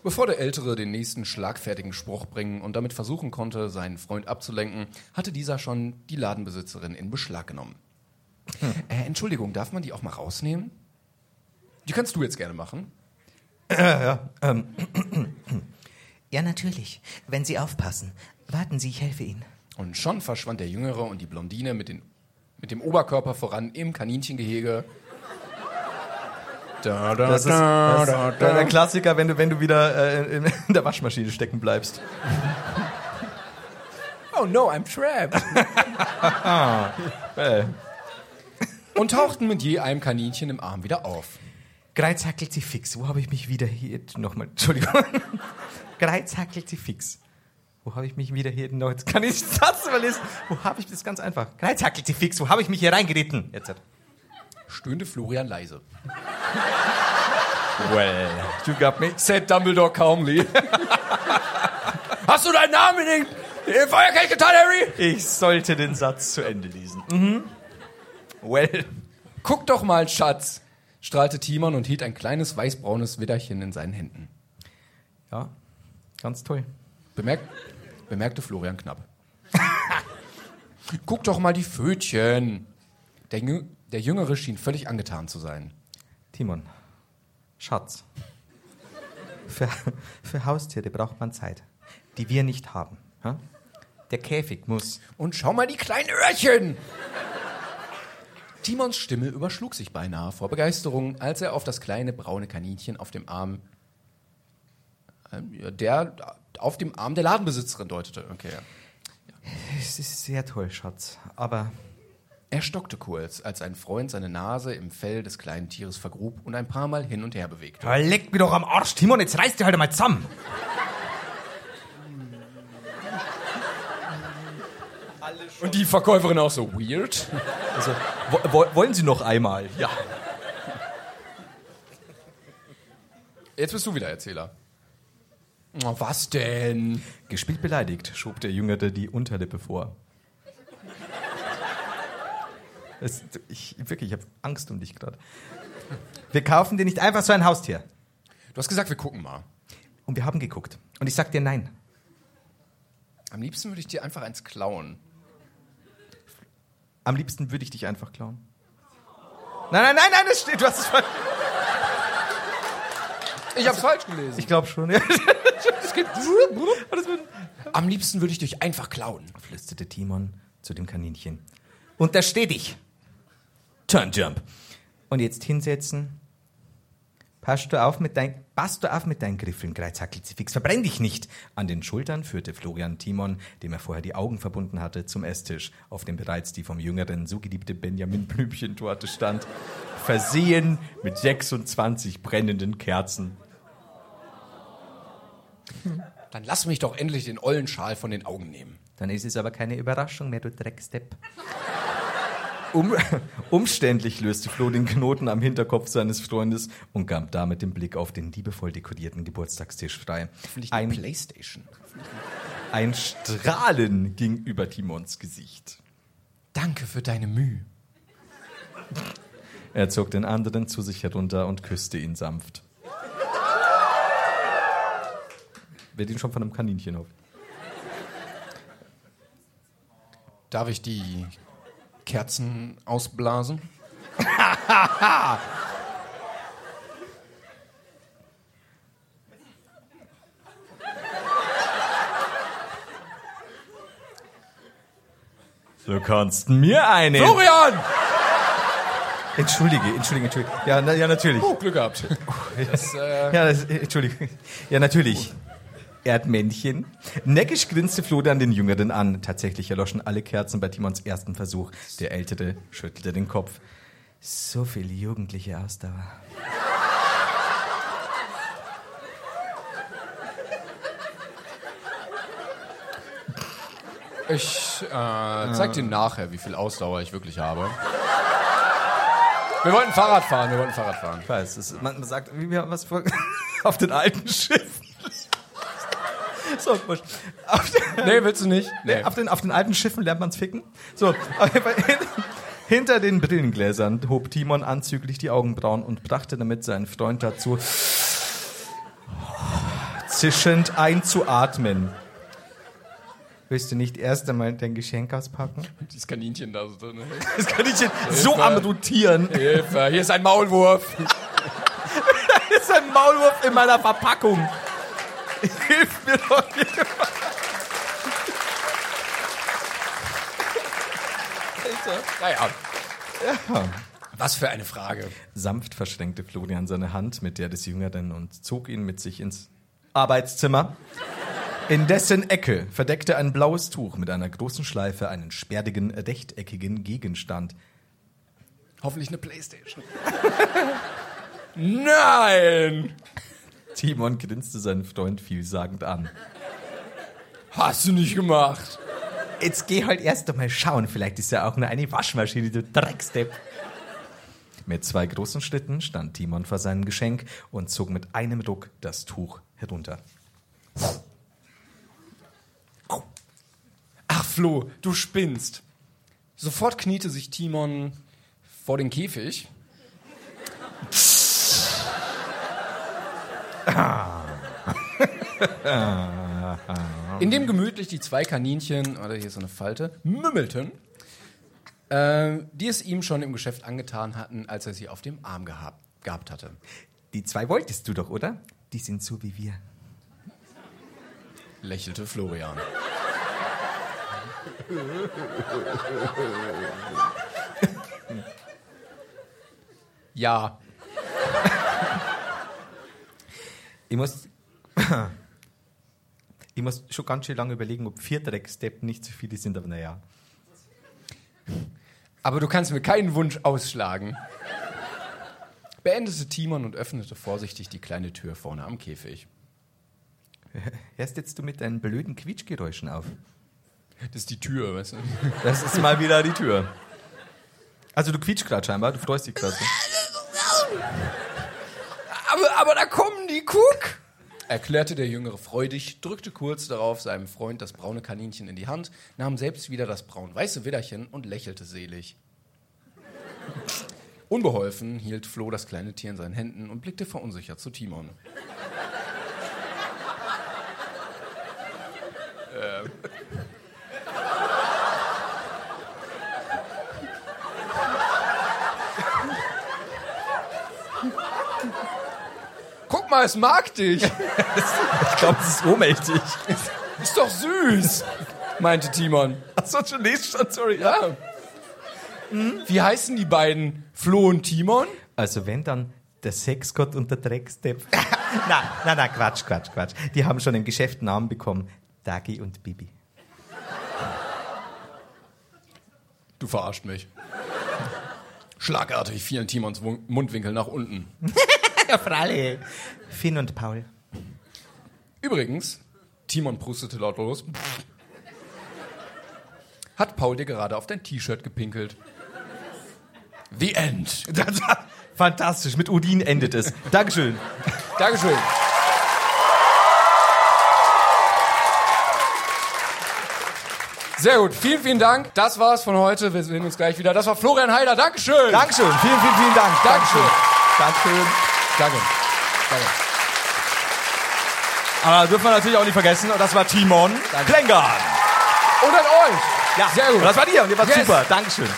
[SPEAKER 2] Bevor der Ältere den nächsten schlagfertigen Spruch bringen und damit versuchen konnte, seinen Freund abzulenken, hatte dieser schon die Ladenbesitzerin in Beschlag genommen. Äh, Entschuldigung, darf man die auch mal rausnehmen? Die kannst du jetzt gerne machen.
[SPEAKER 9] Ja, natürlich. Wenn Sie aufpassen. Warten Sie, ich helfe Ihnen.
[SPEAKER 2] Und schon verschwand der Jüngere und die Blondine mit, den, mit dem Oberkörper voran im Kaninchengehege. Da, da,
[SPEAKER 3] Das ist,
[SPEAKER 2] da,
[SPEAKER 3] das
[SPEAKER 2] da,
[SPEAKER 3] ist
[SPEAKER 2] da.
[SPEAKER 3] der Klassiker, wenn du, wenn du wieder äh, in, in der Waschmaschine stecken bleibst.
[SPEAKER 2] Oh no, I'm trapped. Ah. Äh. und tauchten mit je einem Kaninchen im Arm wieder auf.
[SPEAKER 3] Greiz hackelt sie fix. Wo habe ich mich wieder hier... Nochmal, Entschuldigung. Greiz hackelt sie fix. Wo habe ich mich wieder hier... No, jetzt kann ich den Satz überlesen. Wo habe ich das ganz einfach? Greiz hackelt sie fix. Wo habe ich mich hier reingeritten? Jetzt hat...
[SPEAKER 2] Stöhnte Florian leise.
[SPEAKER 3] Well, you got me.
[SPEAKER 2] Said Dumbledore calmly. Hast du deinen Namen in den, in den Feuerkelch getan, Harry?
[SPEAKER 3] Ich sollte den Satz zu Ende lesen. Mhm. Well.
[SPEAKER 2] Guck doch mal, Schatz, strahlte Timon und hielt ein kleines weißbraunes Widderchen in seinen Händen.
[SPEAKER 3] Ja, ganz toll.
[SPEAKER 2] Bemerk bemerkte Florian knapp. Guck doch mal die Fötchen. Der, Jü der Jüngere schien völlig angetan zu sein.
[SPEAKER 3] Timon, Schatz. Für, für Haustiere braucht man Zeit, die wir nicht haben. hä? Der Käfig muss.
[SPEAKER 2] Und schau mal die kleinen Öhrchen! Timons Stimme überschlug sich beinahe vor Begeisterung, als er auf das kleine braune Kaninchen auf dem Arm ähm, ja, der auf dem Arm der Ladenbesitzerin deutete. Okay.
[SPEAKER 3] Es ist sehr toll, Schatz. Aber
[SPEAKER 2] Er stockte kurz, als sein Freund seine Nase im Fell des kleinen Tieres vergrub und ein paar Mal hin und her bewegte.
[SPEAKER 3] Ja, Leck mir doch am Arsch, Timon, jetzt reiß dir halt mal zusammen.
[SPEAKER 2] Und die Verkäuferin auch so weird.
[SPEAKER 3] Also, wo, wo, wollen Sie noch einmal? Ja.
[SPEAKER 2] Jetzt bist du wieder Erzähler. Oh, was denn?
[SPEAKER 3] Gespielt beleidigt, schob der Jüngere die Unterlippe vor. Es, ich, wirklich, ich habe Angst um dich gerade. Wir kaufen dir nicht einfach so ein Haustier.
[SPEAKER 2] Du hast gesagt, wir gucken mal.
[SPEAKER 3] Und wir haben geguckt. Und ich sag dir nein.
[SPEAKER 2] Am liebsten würde ich dir einfach eins klauen.
[SPEAKER 3] Am liebsten würde ich dich einfach klauen. Nein, nein, nein, nein, das steht. Du hast es falsch.
[SPEAKER 2] Ich hab's falsch gelesen.
[SPEAKER 3] Ich glaube schon. Ja.
[SPEAKER 2] Es gibt Am liebsten würde ich dich einfach klauen.
[SPEAKER 3] Flüsterte Timon zu dem Kaninchen. Untersteh dich.
[SPEAKER 4] Time Jump.
[SPEAKER 3] Und jetzt hinsetzen. Hast du auf mit dein, passt du auf mit deinen Griffeln, Kreuzhackelzifix, verbrenn dich nicht! An den Schultern führte Florian Timon, dem er vorher die Augen verbunden hatte, zum Esstisch, auf dem bereits die vom Jüngeren so geliebte Benjamin Blümchentorte stand, versehen mit 26 brennenden Kerzen.
[SPEAKER 2] Dann lass mich doch endlich den Ollenschal von den Augen nehmen.
[SPEAKER 3] Dann ist es aber keine Überraschung mehr, du Dreckstepp. Um, umständlich löste Flo den Knoten am Hinterkopf seines Freundes und gab damit den Blick auf den liebevoll dekorierten Geburtstagstisch frei. Ein,
[SPEAKER 2] Playstation.
[SPEAKER 3] ein Strahlen ging über Timons Gesicht.
[SPEAKER 2] Danke für deine Mühe.
[SPEAKER 3] Er zog den anderen zu sich herunter und küsste ihn sanft. Wird ihn schon von einem Kaninchen auf.
[SPEAKER 2] Darf ich die Kerzen ausblasen?
[SPEAKER 4] Du kannst mir eine.
[SPEAKER 2] Florian!
[SPEAKER 3] Entschuldige, entschuldige, entschuldige. Ja, na, ja natürlich.
[SPEAKER 2] Oh, Glück gehabt. Das, äh,
[SPEAKER 3] Ja, das, Entschuldigung. Ja, natürlich. Erdmännchen. Neckisch grinste Florian den Jüngeren an. Tatsächlich erloschen alle Kerzen bei Timons ersten Versuch. Der Ältere schüttelte den Kopf. So viel jugendliche Ausdauer.
[SPEAKER 2] ich äh, zeig dir nachher, wie viel Ausdauer ich wirklich habe. Wir wollten Fahrrad fahren, wir wollten Fahrrad fahren.
[SPEAKER 3] Ich weiß, es, man man sagt, wie wir haben was vor, auf den alten Schiffen. So, wurscht. auf, den,
[SPEAKER 2] Nee, willst du nicht? Nee.
[SPEAKER 3] auf, den, auf den alten Schiffen lernt man's ficken. So, auf jeden Fall hin- hinter den Brillengläsern hob Timon anzüglich die Augenbrauen und brachte damit seinen Freund dazu, zischend einzuatmen. Willst du nicht erst einmal dein Geschenk auspacken?
[SPEAKER 2] Dieses Kaninchen da so drin.
[SPEAKER 3] Das kann ich jetzt so am Rotieren.
[SPEAKER 2] Hilfe, hier ist ein Maulwurf.
[SPEAKER 3] Das ist ein Maulwurf in meiner Verpackung. Hilf mir doch.
[SPEAKER 2] Naja. Was für eine Frage.
[SPEAKER 3] Sanft verschränkte Florian seine Hand mit der des Jüngeren und zog ihn mit sich ins Arbeitszimmer. In dessen Ecke verdeckte ein blaues Tuch mit einer großen Schleife einen sperrigen, rechteckigen Gegenstand.
[SPEAKER 2] Hoffentlich eine Playstation. Nein!
[SPEAKER 3] Timon grinste seinen Freund vielsagend an.
[SPEAKER 2] Hast du nicht gemacht.
[SPEAKER 3] Jetzt geh halt erst einmal schauen, vielleicht ist ja auch nur eine Waschmaschine, du Dreckstepp. Mit zwei großen Schritten stand Timon vor seinem Geschenk und zog mit einem Ruck das Tuch herunter.
[SPEAKER 2] Ach Flo, du spinnst. Sofort kniete sich Timon vor den Käfig. In dem gemütlich die zwei Kaninchen, oder hier ist so eine Falte, mümmelten, äh, die es ihm schon im Geschäft angetan hatten, als er sie auf dem Arm gehabt, gehabt hatte.
[SPEAKER 3] Die zwei wolltest du doch, oder? Die sind so wie wir.
[SPEAKER 2] lächelte Florian. ja,
[SPEAKER 3] Ich muss. Ich muss schon ganz schön lange überlegen, ob vier Drecksteppen nicht so viele sind, aber naja.
[SPEAKER 2] aber du kannst mir keinen Wunsch ausschlagen. Beendete Timon und öffnete vorsichtig die kleine Tür vorne am Käfig.
[SPEAKER 3] Hörst jetzt du mit deinen blöden Quietschgeräuschen auf?
[SPEAKER 2] Das ist die Tür, weißt du?
[SPEAKER 3] Das ist mal wieder die Tür. Also du quietschst gerade scheinbar, du freust dich gerade.
[SPEAKER 2] Aber, aber da kommen die, guck! Erklärte der Jüngere freudig, drückte kurz darauf seinem Freund das braune Kaninchen in die Hand, nahm selbst wieder das braun-weiße Widderchen und lächelte selig. Unbeholfen hielt Flo das kleine Tier in seinen Händen und blickte verunsichert zu Timon. Guck mal, es mag dich!
[SPEAKER 3] Ich glaube, das ist ohnmächtig.
[SPEAKER 2] Ist doch süß! meinte Timon.
[SPEAKER 3] Achso, schon lest schon, sorry.
[SPEAKER 2] Hm? Ja. Wie heißen die beiden? Flo und Timon?
[SPEAKER 3] Also wenn dann Der Sexgott und der Dreckstepp. nein, nein, nein, Quatsch, Quatsch, Quatsch. Die haben schon im Geschäft Namen bekommen. Dagi und Bibi.
[SPEAKER 2] Du verarscht mich. Schlagartig fielen Timons Wun- Mundwinkel nach unten.
[SPEAKER 3] Ja, Fralle. Finn und Paul.
[SPEAKER 2] Übrigens, Timon prustete laut los. Hat Paul dir gerade auf dein T-Shirt gepinkelt? The End.
[SPEAKER 3] Fantastisch, mit Odin endet es. Dankeschön.
[SPEAKER 2] Dankeschön. Sehr gut, vielen, vielen Dank. Das war's von heute. Wir sehen uns gleich wieder. Das war Florian Heider. Dankeschön.
[SPEAKER 3] Dankeschön, vielen, vielen, vielen Dank.
[SPEAKER 2] Dankeschön.
[SPEAKER 3] Dankeschön.
[SPEAKER 2] Danke. Danke.
[SPEAKER 3] Aber dürfen wir natürlich auch nicht vergessen, und das war Timon Klengarn.
[SPEAKER 2] Und an euch.
[SPEAKER 3] Ja,
[SPEAKER 2] Sehr gut.
[SPEAKER 3] Und das war dir, und ihr wart
[SPEAKER 2] Yes.
[SPEAKER 3] super. Dankeschön.